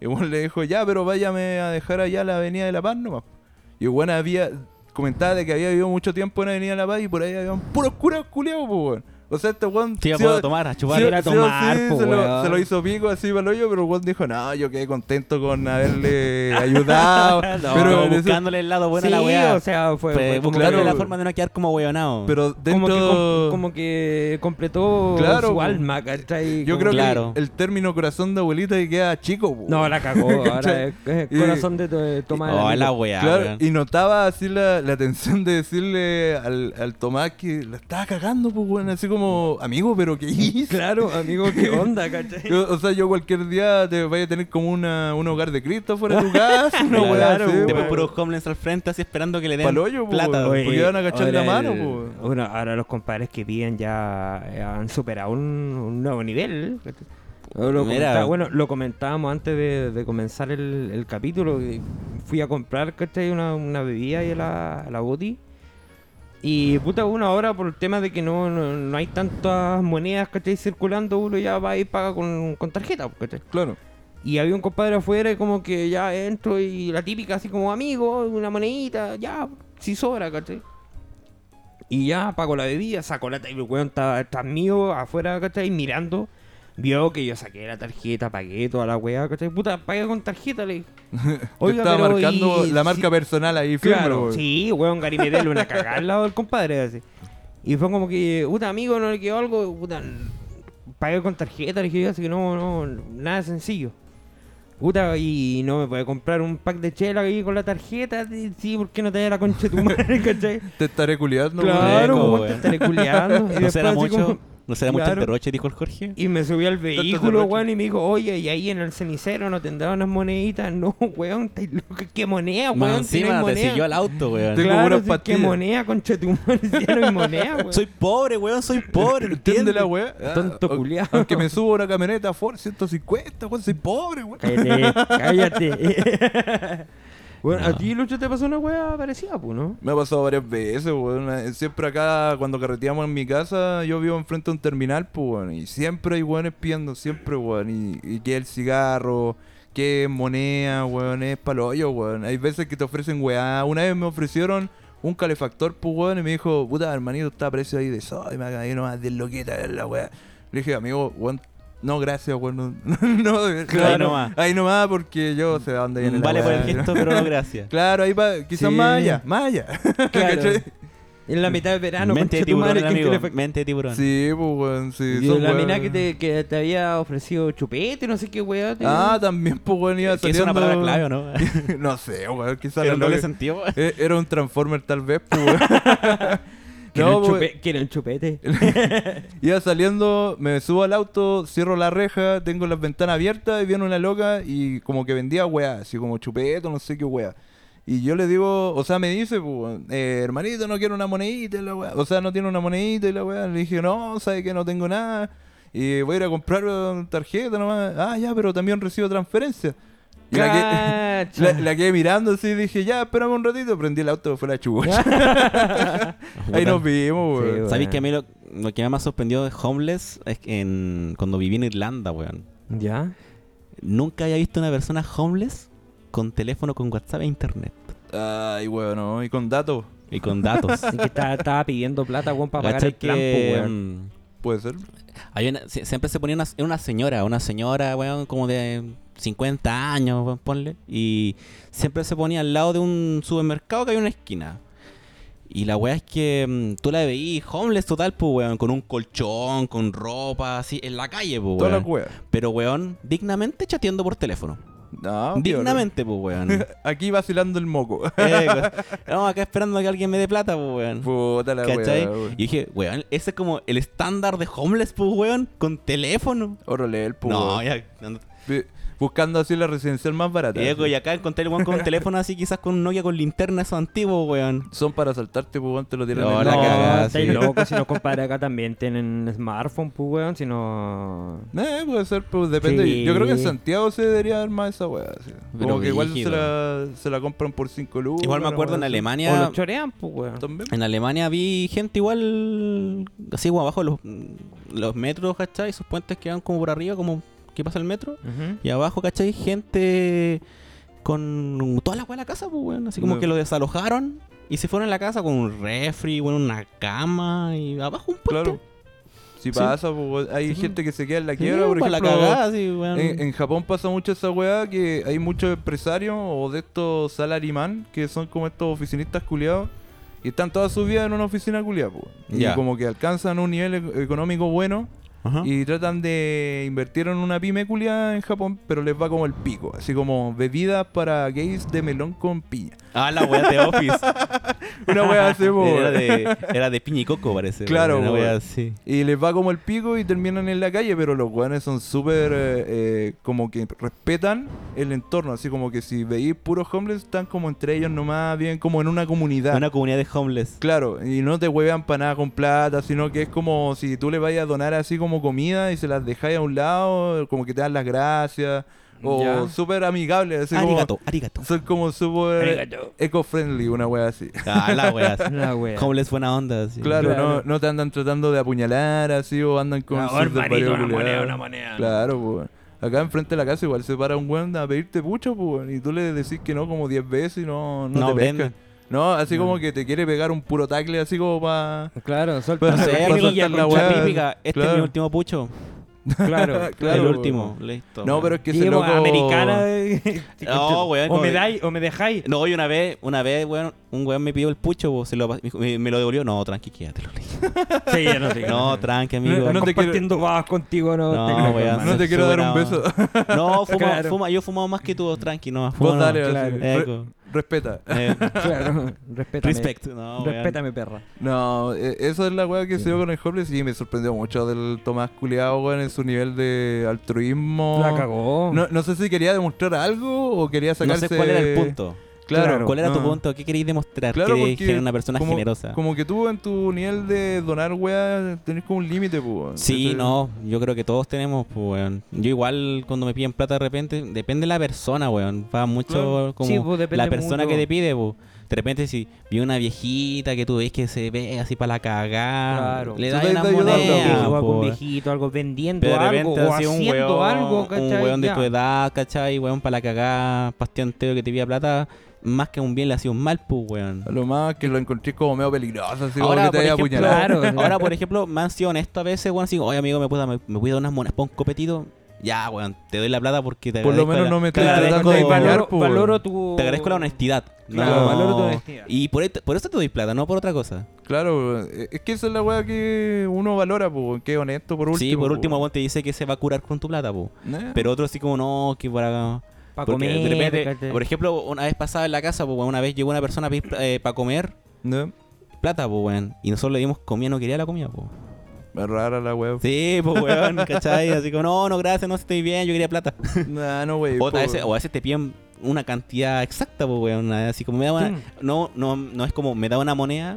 Speaker 4: Y el weón le dijo, ya, pero váyame a dejar allá a la Avenida de la Paz nomás. Y el weón había comentaba de que había vivido mucho tiempo en la Avenida de la Paz y por ahí había puros curas culiados, po, weón. O sea, este weón...
Speaker 6: Sí, iba a
Speaker 4: sí
Speaker 6: poder
Speaker 4: o-
Speaker 6: tomar, a chupar.
Speaker 4: sí o-
Speaker 2: Era
Speaker 4: sí o
Speaker 2: tomar, po,
Speaker 4: se, lo,
Speaker 2: weón.
Speaker 4: se lo hizo pico así para el hoyo, pero el weón dijo, no, yo quedé contento con haberle ayudado.
Speaker 6: No,
Speaker 4: pero, en ese-
Speaker 6: buscándole el lado bueno
Speaker 2: sí,
Speaker 6: a la wea.
Speaker 2: o sea, fue...
Speaker 6: Pues,
Speaker 2: fue como-
Speaker 6: buscarle
Speaker 4: claro,
Speaker 6: la
Speaker 4: weón.
Speaker 6: forma de no quedar como weonado.
Speaker 4: pero
Speaker 2: Como
Speaker 4: dentro...
Speaker 2: que, com- como que completó
Speaker 4: Claro,
Speaker 2: su
Speaker 4: po.
Speaker 2: alma, ¿cachai?
Speaker 4: yo
Speaker 2: Como-
Speaker 4: creo
Speaker 6: Claro.
Speaker 4: que el, el término corazón de abuelita y queda chico, po.
Speaker 2: No, la cagó. Ahora
Speaker 4: ¿Cachai?
Speaker 2: es, es
Speaker 4: Y-
Speaker 2: corazón de to- toma
Speaker 6: Oh,
Speaker 2: de la
Speaker 6: la wea.
Speaker 4: Claro,
Speaker 6: weón.
Speaker 4: y notaba así la, la tensión de decirle al, al Tomás que la estaba cagando, pues, weón, así como, amigo, pero ¿qué hice?
Speaker 2: Claro, amigo, qué onda, ¿cachai?
Speaker 4: Yo- o sea, yo cualquier día te vaya a tener como una, un hogar de Cristo fuera de tu casa, una
Speaker 6: Claro.
Speaker 4: weá así,
Speaker 6: Después
Speaker 4: weón.
Speaker 6: puros homeless al frente, así esperando que le den
Speaker 4: Pa'l hoyo, po,
Speaker 6: plata.
Speaker 4: weón.
Speaker 6: weón.
Speaker 4: porque van a cachar la
Speaker 2: ahora
Speaker 4: mano,
Speaker 2: el-
Speaker 4: po.
Speaker 2: bueno, ahora los compadres que piden ya eh, han superado un, un nuevo nivel. ¿cachai? Lo- lo
Speaker 6: Mira.
Speaker 2: comentaba- bueno, lo comentábamos antes de, de comenzar el, el capítulo. que Fui a comprar ¿cachai? Una, una bebida y a la, a la boti. Y puta, una hora por el tema de que no, no, no hay tantas monedas ¿cachai? circulando, uno ya va y paga con, con tarjeta. ¿cachai?
Speaker 4: Claro.
Speaker 2: Y había un compadre afuera y como que ya entro y la típica así como amigo, una monedita, ya, si sobra, ¿cachai? Y ya pago la bebida, saco la tarjeta, el weón estaba atrás mío, afuera, ¿cachai? Mirando. Vio que yo saqué la tarjeta, pagué toda la weá, ¿cachai? Puta, pagué con tarjeta, le dije.
Speaker 4: Te estaba
Speaker 2: pero
Speaker 4: marcando
Speaker 2: y-
Speaker 4: la marca
Speaker 2: sí,
Speaker 4: personal ahí, firme,
Speaker 2: Claro,
Speaker 4: weón.
Speaker 2: sí, weón, Garimedel, una cagada al lado del compadre, así. Y fue como que, puta, amigo, no le quedó algo, puta, n- pagué con tarjeta, le dije yo, así que no, no, nada sencillo. Puta, y no me puede comprar un pack de chela ahí con la tarjeta, sí, sí, ¿por qué no te da la concha de tu madre, cachai?
Speaker 4: Te estaré culiando, weón.
Speaker 2: claro,
Speaker 6: como,
Speaker 2: weón,
Speaker 6: weón.
Speaker 2: te estaré culeando. Y
Speaker 6: No
Speaker 2: después
Speaker 6: será
Speaker 2: así
Speaker 6: mucho,
Speaker 2: como-
Speaker 6: no será mucho el
Speaker 2: Claro.
Speaker 6: derroche, dijo el Jorge.
Speaker 2: y me subí al vehículo,
Speaker 4: derroche.
Speaker 2: weón, y me dijo, oye, y ahí en el cenicero no tendrá unas moneditas. No, weón, estáis locos, ¿qué moneda, weón?
Speaker 6: Más
Speaker 2: Si no hay
Speaker 6: encima te
Speaker 2: moneda.
Speaker 6: siguió al auto, weón.
Speaker 4: Tengo
Speaker 2: Claro,
Speaker 4: puras
Speaker 2: sí, qué
Speaker 4: pastillas.
Speaker 2: moneda, concha tu madre, si ya no hay moneda, weón.
Speaker 6: Soy pobre, weón, soy pobre,
Speaker 4: ¿Entiende
Speaker 6: ¿entiendes?
Speaker 4: la weá? Ah,
Speaker 2: Tonto
Speaker 4: au-
Speaker 2: culiao.
Speaker 4: Aunque me subo a una camioneta Ford 150, weón, soy pobre, weón.
Speaker 2: Cállate, cállate. bueno,
Speaker 6: No.
Speaker 2: a ti, Lucho, te pasó una weá parecida, pues, ¿no?
Speaker 4: Me ha pasado varias veces, weón. Eh, Siempre acá, cuando carreteamos en mi casa, yo vivo enfrente de un terminal, pues, weón. Y siempre hay weones pidiendo, siempre, weón. Y, y que el cigarro, que moneda, weón, es palollo, weón. Hay veces que te ofrecen weá. Una vez me ofrecieron un calefactor, pues, weón, y me dijo, puta, hermanito, está a precio ahí de sol, y me haga ahí nomás de loquita, de la weá. Le dije, amigo, weón. No, gracias, weón. No, no,
Speaker 6: Claro.
Speaker 4: ahí nomás. Ahí nomás, porque yo sé a dónde viene
Speaker 6: Vale
Speaker 4: la
Speaker 6: por el
Speaker 4: weá.
Speaker 6: gesto, pero no gracias.
Speaker 4: Claro, ahí va, quizás
Speaker 2: Sí.
Speaker 4: más allá, más allá. ¿Cachai?
Speaker 2: En la mitad de verano,
Speaker 6: Mente
Speaker 2: concha
Speaker 6: de
Speaker 2: tu
Speaker 6: tiburón,
Speaker 2: madre, ¿quién
Speaker 6: amigo.
Speaker 2: te le fue-
Speaker 6: Mente de tiburón.
Speaker 4: Sí, pues, weón, sí.
Speaker 2: Y
Speaker 4: son
Speaker 2: la
Speaker 4: weón.
Speaker 2: mina que te, que te había ofrecido chupete, no sé qué weá. te-
Speaker 4: Ah, también, pues, weón, iba
Speaker 6: Que es una
Speaker 4: saliendo-
Speaker 6: palabra clave, ¿o no?
Speaker 4: no sé, weón, quizás
Speaker 6: Tiene
Speaker 4: era
Speaker 6: un
Speaker 4: lo
Speaker 6: doble
Speaker 4: que-
Speaker 6: sentido.
Speaker 4: Eh, Era un Transformer, tal vez, pues, weón.
Speaker 2: Quiero
Speaker 4: No,
Speaker 2: un
Speaker 4: pues,
Speaker 2: chupe- quiero un chupete.
Speaker 4: iba saliendo, me subo al auto, cierro la reja, tengo las ventanas abiertas y viene una loca y como que vendía weá, así como chupeto, no sé qué weá. Y yo le digo, o sea, me dice, pues, weón, eh, hermanito, no quiero una monedita y la weá. O sea, no tiene una monedita y la weá. Le dije, no, sabe que no tengo nada. Y voy a ir a comprar una tarjeta nomás. Ah, ya, pero también recibo transferencia. Y la que-
Speaker 2: Cacha.
Speaker 4: la, la quedé mirando así dije, ya, espérame un ratito, prendí el auto, fue la chubucha. Ahí nos vimos,
Speaker 2: Sí,
Speaker 4: weón.
Speaker 2: weón.
Speaker 6: ¿Sabéis que a mí lo, lo que más me sorprendió de Homeless es que en, cuando viví en Irlanda, weón?
Speaker 2: ¿Ya?
Speaker 6: Nunca había visto una persona homeless con teléfono, con WhatsApp e internet.
Speaker 4: Ay, weón, no, y con datos,
Speaker 6: Y con datos.
Speaker 2: Y que estaba, estaba pidiendo plata, weón, para pagar
Speaker 6: ¿Cachai
Speaker 2: el plan,
Speaker 6: que,
Speaker 2: pues, weón.
Speaker 6: mm,
Speaker 4: puede ser.
Speaker 6: había una- se- siempre se ponía una, era una señora, una señora, weón, como de 50 años, weón, ponle. Y siempre se ponía al lado de un supermercado que hay una esquina. Y la weá es que mm, tú la veí homeless total, pues, weón, con un colchón, con ropa, así, en la calle, pues,
Speaker 4: Todas
Speaker 6: weón.
Speaker 4: las weas.
Speaker 6: Pero, weón, dignamente chateando por teléfono.
Speaker 4: Ah, No,
Speaker 6: dignamente, pues, weón.
Speaker 4: piola. Aquí vacilando el moco.
Speaker 6: Eh, pues, Vamos acá esperando a que alguien me dé plata, pues, weón.
Speaker 4: Puta la
Speaker 6: ¿Cachai?
Speaker 4: wea, weón.
Speaker 6: Y dije, weón, ese es como el estándar de homeless, pues, weón, con teléfono.
Speaker 4: Órale, el po,
Speaker 6: No,
Speaker 4: Oh, weón.
Speaker 6: ya. no-
Speaker 4: Bu- Buscando así la residencial más barata.
Speaker 6: Diego, y acá encontré el weón con un teléfono así, quizás con un Nokia con linterna, esos antiguos, weón.
Speaker 4: Son para saltarte, pues, weón, te lo tiran
Speaker 6: No,
Speaker 4: en
Speaker 6: la
Speaker 4: la
Speaker 2: no,
Speaker 6: cagada,
Speaker 2: estáis
Speaker 6: sí.
Speaker 2: locos, si los compadres acá también tienen smartphone, pues, weón, si no...
Speaker 4: Eh, puede ser, pues depende.
Speaker 2: Sí.
Speaker 4: Yo creo que en Santiago se debería dar más esa weá. así.
Speaker 6: Pero
Speaker 4: Como que igual se
Speaker 6: brígido.
Speaker 4: la, se la compran por 5 lucas.
Speaker 6: Igual me
Speaker 4: una
Speaker 6: acuerdo
Speaker 4: weá
Speaker 6: en
Speaker 4: así.
Speaker 2: O
Speaker 6: Alemania.
Speaker 2: los chorean, pues, weón.
Speaker 4: También.
Speaker 6: En Alemania vi gente igual, así como abajo de los, los metros, ¿cachai? Sus puentes que van como por arriba, como que pasa el metro.
Speaker 2: Ujú.
Speaker 6: Y abajo, ¿cachai? Gente con toda la weá de la casa, pues, weón. Así como
Speaker 4: No.
Speaker 6: que lo desalojaron y se fueron a la casa con un refri, weón, una cama y abajo un puente.
Speaker 4: Claro. Si pasa, pues, weón. hay
Speaker 6: Sí.
Speaker 4: gente que se queda en la
Speaker 6: Sí,
Speaker 4: quiebra, por
Speaker 6: para la
Speaker 4: ejemplo.
Speaker 6: cagada, sí, weón.
Speaker 4: en, en Japón pasa mucho esa weá que hay muchos empresarios o de estos salaryman que son como estos oficinistas culiados y están toda su vida en una oficina culiada, pues. Y
Speaker 6: Ya. ¿Ah?
Speaker 4: como que alcanzan un nivel e- económico bueno
Speaker 6: Ajá.
Speaker 4: y tratan de invertir en una pyme culiada en Japón, pero les va como el pico. Así como bebidas para gays de melón con piña.
Speaker 6: Ah, la weá de Office.
Speaker 4: Una wea así, po,
Speaker 6: Era
Speaker 4: weón.
Speaker 6: de, era de piña y coco, parece. weón.
Speaker 4: Claro,
Speaker 6: Una wea
Speaker 4: weón.
Speaker 6: así.
Speaker 4: Y les va como el pico y terminan en la calle, pero los weones son súper eh, eh, como que respetan el entorno, así como que si veis puros homeless están como entre ellos nomás, bien como en una comunidad.
Speaker 6: Una comunidad de homeless.
Speaker 4: Claro, y no te huevean para nada con plata, sino que es como si tú le vayas a donar así como comida y se las dejáis a un lado, como que te dan las gracias, o
Speaker 2: Ya.
Speaker 4: súper amigable, así como...
Speaker 6: Arigato, arigato.
Speaker 4: Son como súper eco-friendly, una wea así.
Speaker 6: Ah, la wea. así.
Speaker 2: La wea.
Speaker 6: Homeless buena onda. así.
Speaker 4: Claro, No,
Speaker 2: Claro.
Speaker 4: no te andan tratando de apuñalar así o andan con...
Speaker 2: Ah,
Speaker 4: sus
Speaker 2: hermanito, una
Speaker 4: desvaríos
Speaker 2: moneda,
Speaker 4: culiados.
Speaker 2: una moneda.
Speaker 4: Claro, pues. Acá enfrente de la casa igual se para un weón a pedirte pucho, pues, y tú le decís que no como 10 veces y no, no,
Speaker 6: No,
Speaker 4: te pesca.
Speaker 6: prende.
Speaker 4: No, así como que te quiere pegar un puro tacle así como para...
Speaker 2: Claro, suelta.
Speaker 6: No sé,
Speaker 4: Para
Speaker 6: amigo,
Speaker 4: soltar la
Speaker 6: la
Speaker 4: wea.
Speaker 6: típica. Este
Speaker 4: Claro.
Speaker 6: es mi último pucho.
Speaker 2: Claro.
Speaker 4: Claro,
Speaker 6: el
Speaker 4: weón.
Speaker 6: último, listo.
Speaker 4: No,
Speaker 6: weón.
Speaker 4: pero es que ese
Speaker 2: Llevo
Speaker 4: loco...
Speaker 2: a americana. eh,
Speaker 6: No, weón,
Speaker 2: O
Speaker 6: como-
Speaker 2: me dais, o me dejáis.
Speaker 6: No, hoy una vez, una vez, weón, un weón me pidió el pucho, weón, se lo pas- me dijo, me, me lo devolvió. No, tranqui, quédatelo. le dije.
Speaker 2: Sí, ya no te
Speaker 6: No, tranqui, amigo.
Speaker 2: No,
Speaker 4: no te
Speaker 2: te
Speaker 4: quiero-
Speaker 2: compartiendo babas contigo, no.
Speaker 6: No,
Speaker 2: te creo,
Speaker 6: weón,
Speaker 2: hermano.
Speaker 4: No te quiero dar un beso.
Speaker 6: No, fuma,
Speaker 2: Claro.
Speaker 6: fuma, yo he fumado más que tú, tranqui, no, fuma,
Speaker 4: Vos
Speaker 6: no.
Speaker 4: Pues dale,
Speaker 2: claro.
Speaker 4: así. Re-
Speaker 6: Eco,
Speaker 4: respeta.
Speaker 6: eh,
Speaker 2: Claro, respétame.
Speaker 6: respect, no, weón.
Speaker 2: Respétame, perra.
Speaker 4: No, e- eso es la weá que se dio con el Homeless y me sorprendió mucho del Tomás Culeado, weón, en su nivel de altruismo.
Speaker 2: La cagó.
Speaker 4: No, no sé si quería demostrar algo o quería
Speaker 6: Oh. No
Speaker 4: sacarse...
Speaker 6: sé cuál era el punto.
Speaker 4: Claro.
Speaker 6: ¿Cuál era tu
Speaker 4: no. Ah.
Speaker 6: punto? ¿Qué queréis demostrar?
Speaker 4: Claro,
Speaker 6: que
Speaker 4: porque
Speaker 6: eres una persona
Speaker 4: como,
Speaker 6: generosa.
Speaker 4: Como que tú en tu nivel de donar weá tenés como un límite, pues. weón.
Speaker 6: Sí,
Speaker 4: Ese-
Speaker 6: no, yo creo que todos tenemos, pues, weón. Yo igual cuando me piden plata de repente, depende de la persona, weón. Va mucho como
Speaker 2: Sí, pues, depende
Speaker 6: la persona
Speaker 2: mucho.
Speaker 6: que te pide, pues. De repente si vi una viejita que tú ves que se ve así para la cagada,
Speaker 2: Claro.
Speaker 6: le
Speaker 4: Tú
Speaker 6: das
Speaker 4: te
Speaker 6: una
Speaker 4: estás ayudando,
Speaker 6: moneda,
Speaker 4: viejo,
Speaker 2: o
Speaker 6: po,
Speaker 2: algún
Speaker 6: weón.
Speaker 2: viejito, algo vendiendo
Speaker 6: Pero pues. de
Speaker 2: algo,
Speaker 6: repente
Speaker 2: o
Speaker 6: así un
Speaker 2: haciendo
Speaker 6: weón,
Speaker 2: algo, ¿cachai?
Speaker 6: un weón de
Speaker 2: Ya.
Speaker 6: tu edad, ¿cachai? Weón para la cagada, pastianteo que te pida plata, más que un bien le hacía un mal, pues, weón.
Speaker 4: A Lo más que lo encontré como medio peligroso, así como
Speaker 6: Ahora
Speaker 4: que te
Speaker 6: por,
Speaker 4: haya
Speaker 6: ejemplo,
Speaker 4: apuñalado.
Speaker 2: apuñalado. Claro.
Speaker 6: ahora, por ejemplo, me han sido honesto a veces, weón, así, oye, amigo, ¿me puedo, me, me puedo dar unas monedas para un copetito? Ya, weón, te doy la plata porque te
Speaker 4: Por lo
Speaker 6: agradezco
Speaker 4: menos
Speaker 6: la-
Speaker 4: no me
Speaker 6: te
Speaker 4: estás
Speaker 6: agradezco-
Speaker 4: tratando de
Speaker 2: Y
Speaker 4: apañar,
Speaker 2: valoro,
Speaker 4: po,
Speaker 2: valoro
Speaker 4: weón.
Speaker 2: tu...
Speaker 6: pues. Te agradezco la honestidad.
Speaker 2: Claro,
Speaker 6: No.
Speaker 2: valoro tu honestidad.
Speaker 6: Y por, et- por eso te doy plata, no por otra cosa.
Speaker 4: Claro, weón. E- es que esa es la weá que uno valora, pues, que es honesto por último.
Speaker 6: sí, por
Speaker 4: po, Eh,
Speaker 6: último, Ah.
Speaker 4: weón.
Speaker 6: weón, te dice que se va a curar con tu plata, po.
Speaker 4: Nah.
Speaker 6: Pero otro así como, no, que por acá...
Speaker 2: Pa'
Speaker 6: Porque
Speaker 2: comer,
Speaker 6: de repente,
Speaker 2: ¿cachai?
Speaker 6: por ejemplo, una vez pasaba en la casa, pues, weón, una vez llegó una persona a pedir para comer
Speaker 4: No,
Speaker 6: plata, pues, weón. Y nosotros le dimos comida, no quería la comida, pues.
Speaker 4: es rara la weá.
Speaker 6: Sí, pues, weón, ¿cachai? Así como, no, no, gracias, no estoy bien, yo quería plata.
Speaker 4: Nah, no, wey.
Speaker 6: O a, veces, o a veces te piden una cantidad exacta, pues, weón. Así como me da una-
Speaker 2: Sí.
Speaker 6: No, no, no es como me da una moneda,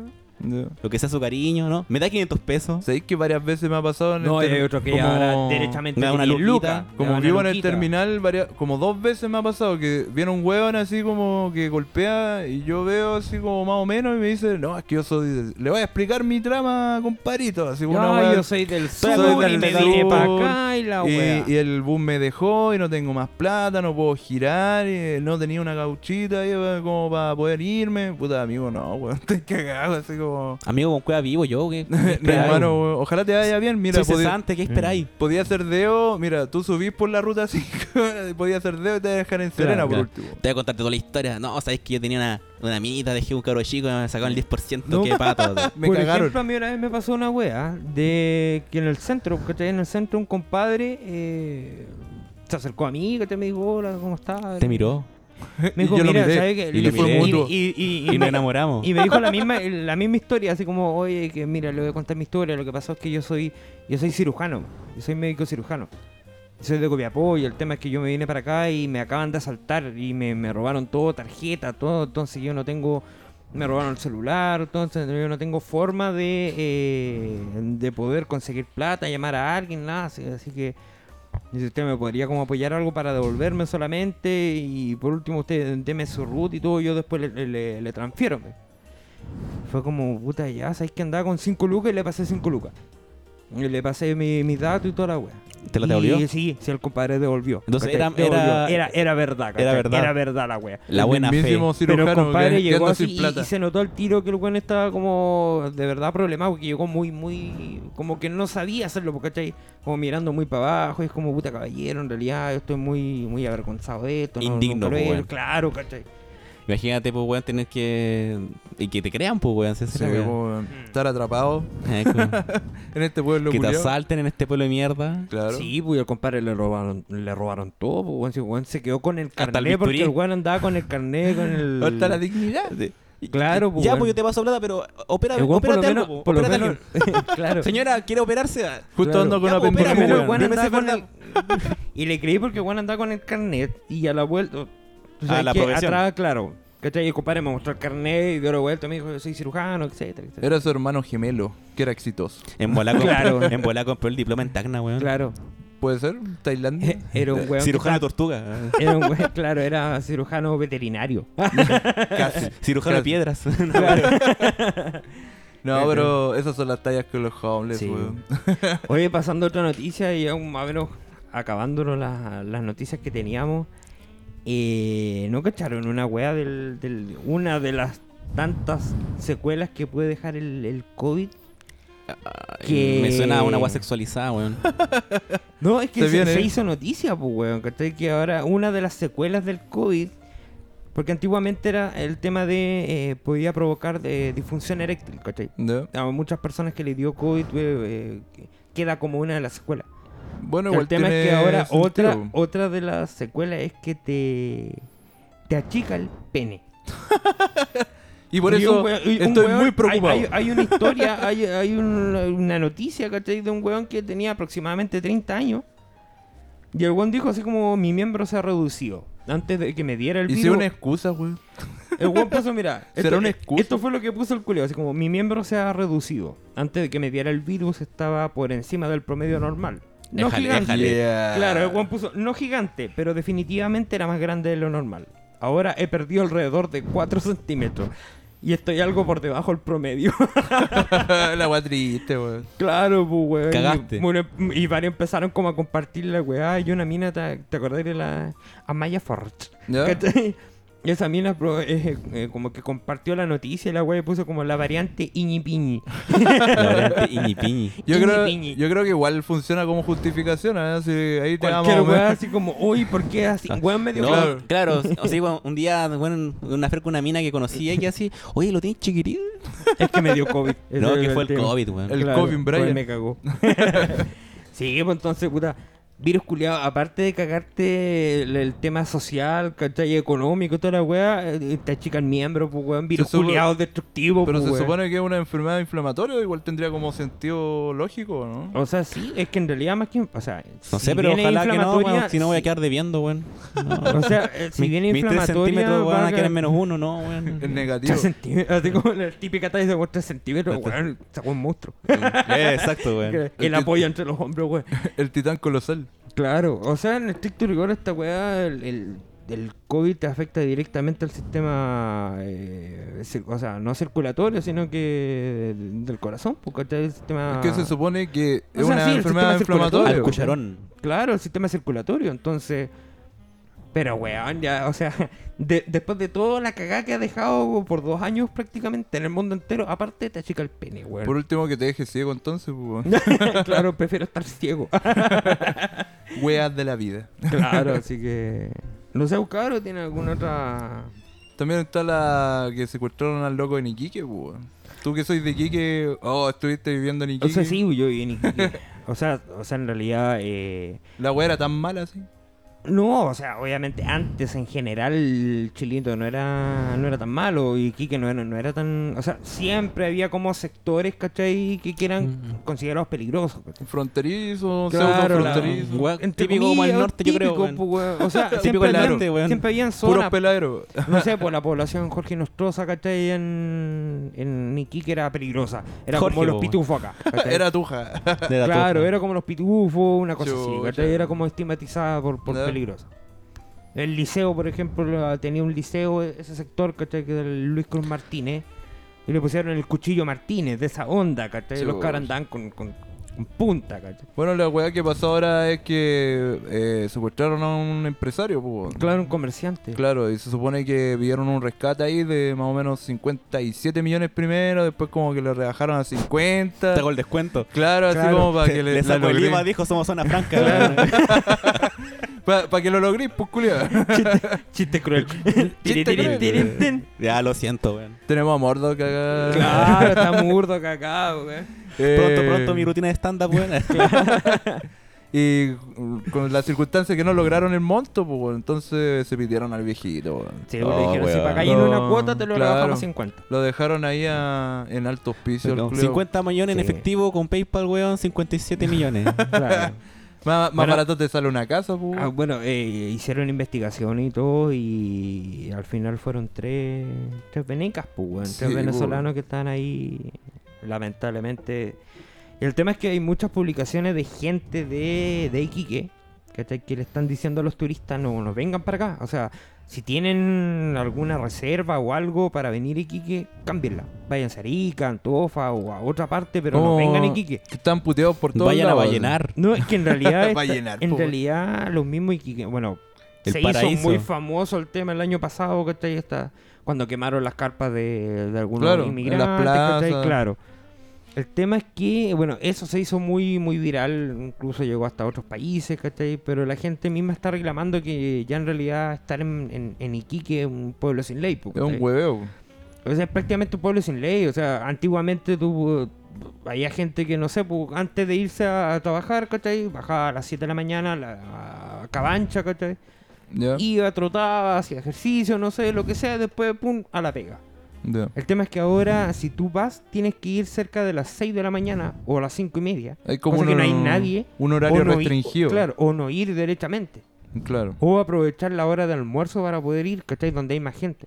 Speaker 6: lo que sea su cariño, ¿no? Me da 500 pesos.
Speaker 4: ¿Sabéis que varias veces me ha pasado en
Speaker 2: No, y
Speaker 4: el ter-
Speaker 2: hay otro que
Speaker 4: como-
Speaker 2: ahora derechamente
Speaker 6: me da una
Speaker 2: tiene
Speaker 6: luquita,
Speaker 2: lucas, me da
Speaker 4: Como
Speaker 2: una
Speaker 4: vivo en el
Speaker 2: luquita.
Speaker 4: terminal, varias, como dos veces me ha pasado que viene un hueón así como que golpea y yo veo así como más o menos y me dice, no, es que yo soy... Le voy a explicar mi trama, comparito. Así como una
Speaker 2: Ah,
Speaker 4: wea-
Speaker 2: yo soy del sur
Speaker 4: Soy del
Speaker 2: y me
Speaker 4: sur,
Speaker 2: vine para acá y la wea.
Speaker 4: y, y el bus me dejó y no tengo más plata, no puedo girar, y no tenía una gauchita ahí, eh, como para poder irme. Puta, amigo, no, weón, estoy cagado, así como...
Speaker 6: Amigo, con cueva vivo yo, ¿qué?
Speaker 4: Mi hermano, weón, ojalá te vaya bien, mira,
Speaker 6: Soy
Speaker 4: podi-
Speaker 6: cesante,
Speaker 2: Mm.
Speaker 6: ¿qué esperáis?
Speaker 4: podía hacer deo, mira, tú subís por la ruta 5, podía hacer deo y te dejar en Serena por
Speaker 6: claro.
Speaker 4: último.
Speaker 6: Te voy a contarte toda la historia. No, sabes que yo tenía una, una amiguita, dejé un cabro chico y me sacaron el 10% que pato.
Speaker 4: Me
Speaker 2: Por
Speaker 4: cagaron.
Speaker 2: ejemplo, a mí una vez me pasó una wea de que en el centro, porque en el centro un compadre eh, se acercó a mí, que te me dijo, hola, ¿cómo estás?
Speaker 6: Te miró.
Speaker 2: Me dijo,
Speaker 4: Y yo lo
Speaker 2: mira,
Speaker 4: miré,
Speaker 2: ¿sabes qué?
Speaker 6: y lo
Speaker 2: Y-
Speaker 6: miré.
Speaker 2: y- y- y-
Speaker 6: Y nos
Speaker 2: me-
Speaker 6: enamoramos.
Speaker 2: Y me dijo la misma, la misma historia, así como, oye, que mira, le voy a contar mi historia, lo que pasó es que yo soy, yo soy cirujano, yo soy médico cirujano. Soy de Copiapó y el tema es que yo me vine para acá y me acaban de asaltar y me, me robaron todo, tarjeta, todo, entonces yo no tengo, me robaron el celular, entonces yo no tengo forma de, eh, de poder conseguir plata, llamar a alguien, nada, así, así que... Dice, usted me podría como apoyar algo para devolverme solamente y por último usted deme su root y todo, yo después le, le- le transfiero. pues. Fue como, puta, ya, ¿sabes que andaba con 5 lucas y le pasé 5 lucas? Y le pasé mi- mis datos y toda la wea.
Speaker 6: ¿Te lo
Speaker 2: Y
Speaker 6: devolvió?
Speaker 2: sí, sí, el compadre devolvió.
Speaker 6: Entonces
Speaker 2: ¿cachai?
Speaker 6: era- era-
Speaker 2: era, era verdad, ¿cachai?
Speaker 6: verdad.
Speaker 2: Era verdad la wea.
Speaker 6: La
Speaker 4: El
Speaker 6: buena fe.
Speaker 4: mismísimo cirujano
Speaker 2: Pero el compadre
Speaker 4: que- que
Speaker 2: llegó
Speaker 4: anda
Speaker 2: así
Speaker 4: sin
Speaker 2: y,
Speaker 4: plata.
Speaker 2: y se notó al tiro que el weón estaba como de verdad problemado, que llegó muy, muy, como que no sabía hacerlo, porque ¿cachai? Como mirando muy para abajo, y es como puta caballero, en realidad yo estoy muy, muy avergonzado de esto, no-
Speaker 6: Indigno,
Speaker 2: nunca lo he-
Speaker 6: pues, weón.
Speaker 2: claro, ¿cachai?
Speaker 6: Imagínate, pues, weón, tener que. Y que te crean, pues, weón. esa es
Speaker 4: Sí,
Speaker 6: la weá.
Speaker 4: weón, estar atrapado
Speaker 2: pues,
Speaker 6: Eh, como-
Speaker 4: en este pueblo
Speaker 6: que te
Speaker 4: culiao.
Speaker 6: asalten en este pueblo de mierda.
Speaker 4: Claro.
Speaker 2: Sí, pues y al compadre le robaron, le robaron todo, pues, weón, si el weón se quedó con el
Speaker 6: Hasta el
Speaker 2: carnet, porque
Speaker 6: bisturí.
Speaker 2: el weón andaba con el carnet, con el...
Speaker 4: Hasta la dignidad.
Speaker 2: Claro, pues,
Speaker 6: Ya,
Speaker 2: weón.
Speaker 6: pues yo te paso plata, pero opera,
Speaker 2: El weón por lo
Speaker 6: opérate
Speaker 2: menos,
Speaker 6: algo, po,
Speaker 2: por lo
Speaker 6: opérate
Speaker 2: menos,
Speaker 6: algo.
Speaker 2: claro.
Speaker 6: Señora, ¿quiere operarse? Ah,
Speaker 4: Justo
Speaker 2: Claro.
Speaker 4: ando con
Speaker 6: Ya,
Speaker 4: una
Speaker 6: pues,
Speaker 4: pendeja,
Speaker 6: espérame,
Speaker 2: Pero el
Speaker 4: weón.
Speaker 2: weón
Speaker 6: Dime
Speaker 2: andaba
Speaker 6: si
Speaker 2: con
Speaker 6: fuera-
Speaker 2: el- Y le creí porque el weón andaba con el carnet y a la vuelta. tú sabes
Speaker 6: Ah, la
Speaker 2: que
Speaker 6: profesión.
Speaker 2: Atrás, claro. ¿Cachai? Y el compadre me mostró el carnet y de oro vuelta me dijo, yo soy cirujano, etcétera, etcétera.
Speaker 4: Era su hermano gemelo, que era exitoso.
Speaker 6: En bola compró,
Speaker 2: Claro.
Speaker 6: en bola compró el diploma en Tacna, weón.
Speaker 2: Claro.
Speaker 4: ¿Puede ser? Eh, ¿Tailandia?
Speaker 2: Eh, Era un weón. que
Speaker 6: Cirujano de
Speaker 2: estaba-
Speaker 6: tortuga.
Speaker 2: Era un weón, claro, era cirujano veterinario.
Speaker 4: Casi.
Speaker 6: Cirujano de
Speaker 4: Casi.
Speaker 6: piedras.
Speaker 4: No, pero esas son las tallas con los homeless,
Speaker 2: Sí.
Speaker 4: weón.
Speaker 2: Oye, pasando a otra noticia y aún más o menos acabándonos las, las noticias que teníamos. eh, ¿No cacharon una wea del, del- una de las tantas secuelas que puede dejar el, el COVID? Que-
Speaker 6: Me suena a una agua sexualizada, weón.
Speaker 2: No, es que
Speaker 4: Se
Speaker 2: se,
Speaker 4: viene.
Speaker 2: se hizo noticia, pues, weón. ¿cachai? Que ahora una de las secuelas del COVID, porque antiguamente era el tema de. eh, podía provocar eh, disfunción eréctil, ¿cachai?
Speaker 4: ¿Ya?
Speaker 2: A muchas personas que le dio COVID eh, eh, queda como una de las secuelas.
Speaker 4: Bueno,
Speaker 2: el
Speaker 4: igual
Speaker 2: tema es que
Speaker 4: tiene
Speaker 2: ahora
Speaker 4: sentido.
Speaker 2: otra, otra de las secuelas es que te, te achica el pene.
Speaker 4: Y por
Speaker 2: Y
Speaker 4: eso
Speaker 2: un weón- y un
Speaker 4: estoy
Speaker 2: weón-
Speaker 4: muy preocupado.
Speaker 2: Hay, hay- hay una historia, hay, hay un- una noticia, ¿cachai? De un weón que tenía aproximadamente 30 años. Y el weón dijo así como, mi miembro se ha reducido. Antes de que me diera el
Speaker 4: y
Speaker 2: virus,
Speaker 4: sea una excusa, weón.
Speaker 2: el weón puso, mira,
Speaker 4: ¿Será
Speaker 2: esto, eh,
Speaker 4: una excusa?
Speaker 2: esto fue lo que puso el culio, así como, mi miembro se ha reducido. Antes de que me diera el virus estaba por encima del promedio normal. No
Speaker 6: Éjale,
Speaker 2: gigante,
Speaker 6: éjale.
Speaker 4: Yeah.
Speaker 2: Claro, el Juan puso, no gigante, pero definitivamente era más grande de lo normal. Ahora he perdido alrededor de 4 centímetros. Y estoy algo por debajo del promedio.
Speaker 4: la weá triste, weón.
Speaker 2: claro, pues, weón.
Speaker 6: Cagaste.
Speaker 2: Y, bueno, y varios empezaron como a compartir la weá. Y una mina, ¿te, te acordás de la Amaya Ford?
Speaker 4: ¿Ya?
Speaker 2: ¿Cachai? Y Esa mina pro- eh, eh, como que compartió la noticia y la weá y puso como la variante iñipiñi.
Speaker 6: La variante Iñi Piñi.
Speaker 4: Yo
Speaker 2: Iñi
Speaker 4: creo,
Speaker 2: piñi.
Speaker 4: yo creo que igual funciona como justificación, ¿eh? Así, ahí te vamos
Speaker 2: Cualquier weá así como, uy, ¿por qué así? Weón medio
Speaker 6: No,
Speaker 4: Claro.
Speaker 6: claro. O sea, bueno, un día, bueno, una fer con una mina que conocía y así, oye, ¿lo tienes chiquitito?
Speaker 2: Es que me dio COVID.
Speaker 6: No,
Speaker 2: Ese
Speaker 6: que
Speaker 2: era
Speaker 6: fue el
Speaker 2: tema.
Speaker 6: COVID, weón.
Speaker 4: El Kobe Bryant.
Speaker 2: pues, me cagó. sí, pues entonces, puta. Virus culiado, aparte de cagarte el, el tema social, ¿cachai? Económico, toda la weá, eh, te achican miembros, pues weón. Virus
Speaker 4: Se supo-
Speaker 2: culiado destructivo,
Speaker 4: Pero
Speaker 2: pues,
Speaker 4: se
Speaker 2: weón.
Speaker 4: supone que es una enfermedad inflamatoria, igual tendría como sentido lógico, ¿no?
Speaker 2: O sea, sí, es que en realidad más que. O sea,
Speaker 6: No
Speaker 2: si
Speaker 6: sé, pero
Speaker 2: viene
Speaker 6: ojalá que no,
Speaker 2: inflamatoria,
Speaker 6: weón, si no voy a
Speaker 2: sí.
Speaker 6: quedar debiendo, weón. No.
Speaker 2: O sea, eh, si
Speaker 6: Mi-
Speaker 2: viene
Speaker 6: mis tres
Speaker 2: inflamatoria.
Speaker 6: centímetros
Speaker 2: va
Speaker 6: van a quedar en
Speaker 2: ca-
Speaker 6: menos uno, no, weón. Eh,
Speaker 4: El negativo.
Speaker 2: 3 centímetros, así como la típica talla de 3 centímetros,
Speaker 6: Este-
Speaker 2: weón, sacó un monstruo.
Speaker 6: Eh, exacto, weón.
Speaker 2: El apoyo entre los hombres, weón.
Speaker 4: El titán colosal.
Speaker 2: Claro, o sea, en estricto rigor esta weá, el, el, el COVID te afecta directamente al sistema, eh, cir- o sea, no circulatorio, sino que del, del corazón, porque está el sistema...
Speaker 4: Es que se supone que es
Speaker 2: ah. sea,
Speaker 4: una
Speaker 2: sí, el sistema
Speaker 4: enfermedad
Speaker 2: circulatorio.
Speaker 4: inflamatoria.
Speaker 6: Al cucharón.
Speaker 2: Claro, el sistema circulatorio, entonces... Pero weón, ya, o sea, de- después de toda la cagada que ha dejado por dos años prácticamente en el mundo entero, aparte te achica el pene, weón.
Speaker 4: Por último, que te deje ciego entonces, pues,
Speaker 2: claro, prefiero estar ciego.
Speaker 4: weón. weas de la vida.
Speaker 2: claro, así que... No sé, Caro, ¿tiene alguna otra...?
Speaker 4: También está la que secuestraron al loco en Iquique, pues, weón. Tú que sois de Iquique, oh, estuviste viviendo en Iquique.
Speaker 2: O sea, sí, yo viví en Iquique. o, sea, o sea, en realidad... eh,
Speaker 4: La wea era tan mala, sí.
Speaker 2: No, o sea, obviamente antes en general el Chilito no era, no era tan malo y Iquique no era, no era tan... O sea, siempre había como sectores, ¿cachai? Que, que eran
Speaker 6: Mm.
Speaker 2: considerados peligrosos. ¿cachai?
Speaker 4: Fronterizo,
Speaker 2: Claro,
Speaker 4: pseudo
Speaker 2: la-
Speaker 4: fronterizo.
Speaker 6: Weón,
Speaker 2: Entre
Speaker 6: típico como al
Speaker 2: comillas,
Speaker 6: norte, yo creo,
Speaker 2: típico,
Speaker 6: weón.
Speaker 2: po, weón. O sea,
Speaker 6: Típico
Speaker 2: siempre,
Speaker 6: al
Speaker 2: habían-
Speaker 6: norte, weón.
Speaker 2: siempre habían
Speaker 4: Puros
Speaker 2: zonas,
Speaker 4: peladeros.
Speaker 2: no sé, por la población Jorge Nostroza, ¿cachai? En, en Iquique era peligrosa. Era como los
Speaker 6: Jorge, po, weón.
Speaker 2: pitufos acá. ¿cachai?
Speaker 4: Era tuja.
Speaker 6: De la
Speaker 2: claro,
Speaker 6: tofa.
Speaker 2: era como los pitufos, una cosa así,
Speaker 4: Chucha.
Speaker 2: ¿cachai? Era como estigmatizada por, por
Speaker 4: Ya.
Speaker 2: peligrosa. El liceo, por ejemplo, la- tenía un liceo, ese sector, ¿cachai? Que era el Luis Cruz Martínez. Y le pusieron el cuchillo Martínez, de esa onda, ¿cachai? Los
Speaker 4: Chucha.
Speaker 2: caras andaban con, con- con punta, ¿cachai?
Speaker 4: Bueno, la weá que pasó ahora es que eh, secuestraron a un empresario, pues.
Speaker 2: Claro, un comerciante.
Speaker 4: Claro, y se supone que pidieron un rescate ahí de más o menos 57 millones primero, después como que lo rebajaron a 50.
Speaker 6: Te hago el descuento.
Speaker 4: Claro, así
Speaker 2: Claro.
Speaker 4: como para que le,
Speaker 6: Le
Speaker 4: la
Speaker 6: saco el
Speaker 4: logré.
Speaker 6: IVA, dijo, somos zona franca, weón.
Speaker 4: Pa- pa' que lo logré, pues culiao.
Speaker 2: Chiste cruel.
Speaker 4: Chiste cruel.
Speaker 2: Tirin, tirin.
Speaker 6: Ya, lo siento, weón.
Speaker 4: Tenemos a Mordo que acá.
Speaker 2: claro, está murdo cagado, güey.
Speaker 4: Eh,
Speaker 6: Pronto, pronto, mi rutina de stand-up, weón.
Speaker 4: Y mm, con la circunstancia que no lograron el monto, pues, weón, entonces se pidieron al viejito, weón.
Speaker 2: Sí,
Speaker 6: Oh,
Speaker 2: le dijeron, si
Speaker 6: weón.
Speaker 2: pagáis en una cuota, te lo
Speaker 4: Claro.
Speaker 2: rebajamos a 50.
Speaker 4: Lo dejaron ahí a- en alto hospicio. al
Speaker 6: Pero
Speaker 4: culiao.
Speaker 6: 50 millones en
Speaker 2: Sí.
Speaker 6: efectivo con PayPal, weón, 57 millones.
Speaker 2: Claro.
Speaker 4: Más, más
Speaker 2: Bueno.
Speaker 4: barato te sale una casa, pues.
Speaker 2: Ah, bueno, eh, hicieron investigación y todo y al final fueron tres, tres venecas, pues, weón,
Speaker 4: Sí,
Speaker 2: tres
Speaker 4: pues.
Speaker 2: venezolanos que están ahí, lamentablemente. Y el tema es que hay muchas publicaciones de gente de, de Iquique, ¿cachai? Que le están diciendo a los turistas, no, no vengan para acá. O sea, si tienen alguna reserva o algo para venir a Iquique, cámbienla. Váyanse a Arica, Antofa o a otra parte, pero no
Speaker 4: Como
Speaker 2: vengan a Iquique.
Speaker 4: Que están puteados por todos
Speaker 6: Vayan a
Speaker 4: lados.
Speaker 6: vallenar.
Speaker 2: No, es que en realidad,
Speaker 4: Va a
Speaker 2: esta-
Speaker 4: llenar, pues,
Speaker 2: en
Speaker 4: po,
Speaker 2: realidad los mismos Iquique, bueno,
Speaker 6: El
Speaker 2: se hizo
Speaker 6: paraíso.
Speaker 2: muy famoso el tema el año pasado, ¿cachai? Esta- cuando quemaron las carpas de, de algunos
Speaker 4: Claro, en
Speaker 2: inmigrantes,
Speaker 4: las plazas.
Speaker 2: ¿cachai? Claro. El tema es que, bueno, eso se hizo muy, muy viral, incluso llegó hasta otros países, ¿cachai? Pero la gente misma está reclamando que ya en realidad estar en, en, en Iquique es un pueblo sin ley, po,
Speaker 4: Es un
Speaker 2: ¿cachai?
Speaker 4: hueveo.
Speaker 2: O sea, es prácticamente un pueblo sin ley. O sea, antiguamente tú, eh, había gente que, no sé, pues, antes de irse a, a trabajar, ¿cachai? Bajaba a las 7 de la mañana a la a cabancha, ¿cachai?
Speaker 4: Ya.
Speaker 2: Iba, trotaba, hacía ejercicio, no sé, lo que sea, después, pum, a la pega.
Speaker 4: Ya.
Speaker 2: El tema es que ahora, si tú vas, tienes que ir cerca de las 6 de la mañana o a las 5 y media.
Speaker 4: Hay como
Speaker 2: cosa que
Speaker 4: un,
Speaker 2: no hay nadie.
Speaker 4: un horario
Speaker 2: o no ir-
Speaker 4: restringido.
Speaker 2: claro, o no ir derechamente.
Speaker 4: Claro.
Speaker 2: O aprovechar la hora de almuerzo para poder ir, ¿cachai? Donde hay más gente.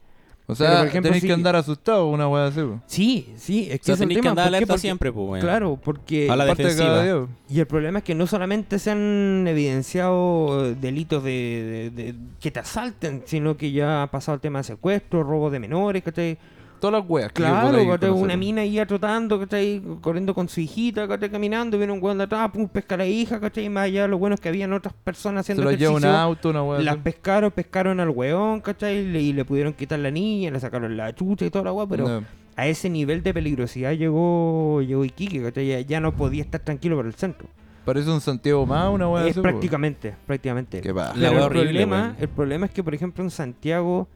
Speaker 2: Pero,
Speaker 4: O sea,
Speaker 2: por ejemplo,
Speaker 4: tenéis
Speaker 2: si-
Speaker 4: que andar asustado una weá así. po.
Speaker 2: Sí, sí, es
Speaker 6: O
Speaker 2: que
Speaker 6: sea,
Speaker 2: es el
Speaker 6: tenéis que
Speaker 2: tema, ¿por
Speaker 6: andar
Speaker 2: qué?
Speaker 6: alerta
Speaker 2: Porque-
Speaker 6: siempre, pues, weón.
Speaker 2: Claro, porque...
Speaker 6: A la
Speaker 4: Parte de cada
Speaker 6: defensiva.
Speaker 4: día, po.
Speaker 2: Y el problema es que no solamente se han evidenciado eh, delitos de, de- de- que te asalten, sino que ya ha pasado el tema de secuestro, robo de menores, ¿cachai?
Speaker 4: Todas las weas. que
Speaker 2: Claro,
Speaker 4: podéis
Speaker 2: ¿cachai? Una
Speaker 4: conocer.
Speaker 2: mina ahí atrotando, ¿cachai? Corriendo con su hijita, ¿cachai? Caminando, viene un weón de atrás, pum, pesca a la hija, ¿cachai? Y más allá, lo bueno es que habían otras personas
Speaker 4: Se
Speaker 2: haciendo
Speaker 4: lo lleva un
Speaker 2: ejercicio.
Speaker 4: auto, una wea
Speaker 2: Las
Speaker 4: así.
Speaker 2: pescaron, pescaron al weón, ¿cachai? Y le, y le pudieron quitar la niña, le sacaron la chucha y toda la weá, pero
Speaker 4: Ya.
Speaker 2: a ese nivel de peligrosidad llegó, llegó Iquique, ¿cachai? Ya, ya no podía estar tranquilo por el centro.
Speaker 4: Parece un Santiago más, una wea
Speaker 2: es
Speaker 4: así. po.
Speaker 2: prácticamente, prácticamente.
Speaker 4: Que va.
Speaker 6: La
Speaker 2: Pero
Speaker 6: wea
Speaker 2: el,
Speaker 6: horrible,
Speaker 2: problema,
Speaker 6: weón.
Speaker 2: el problema es que, por ejemplo, en Santiago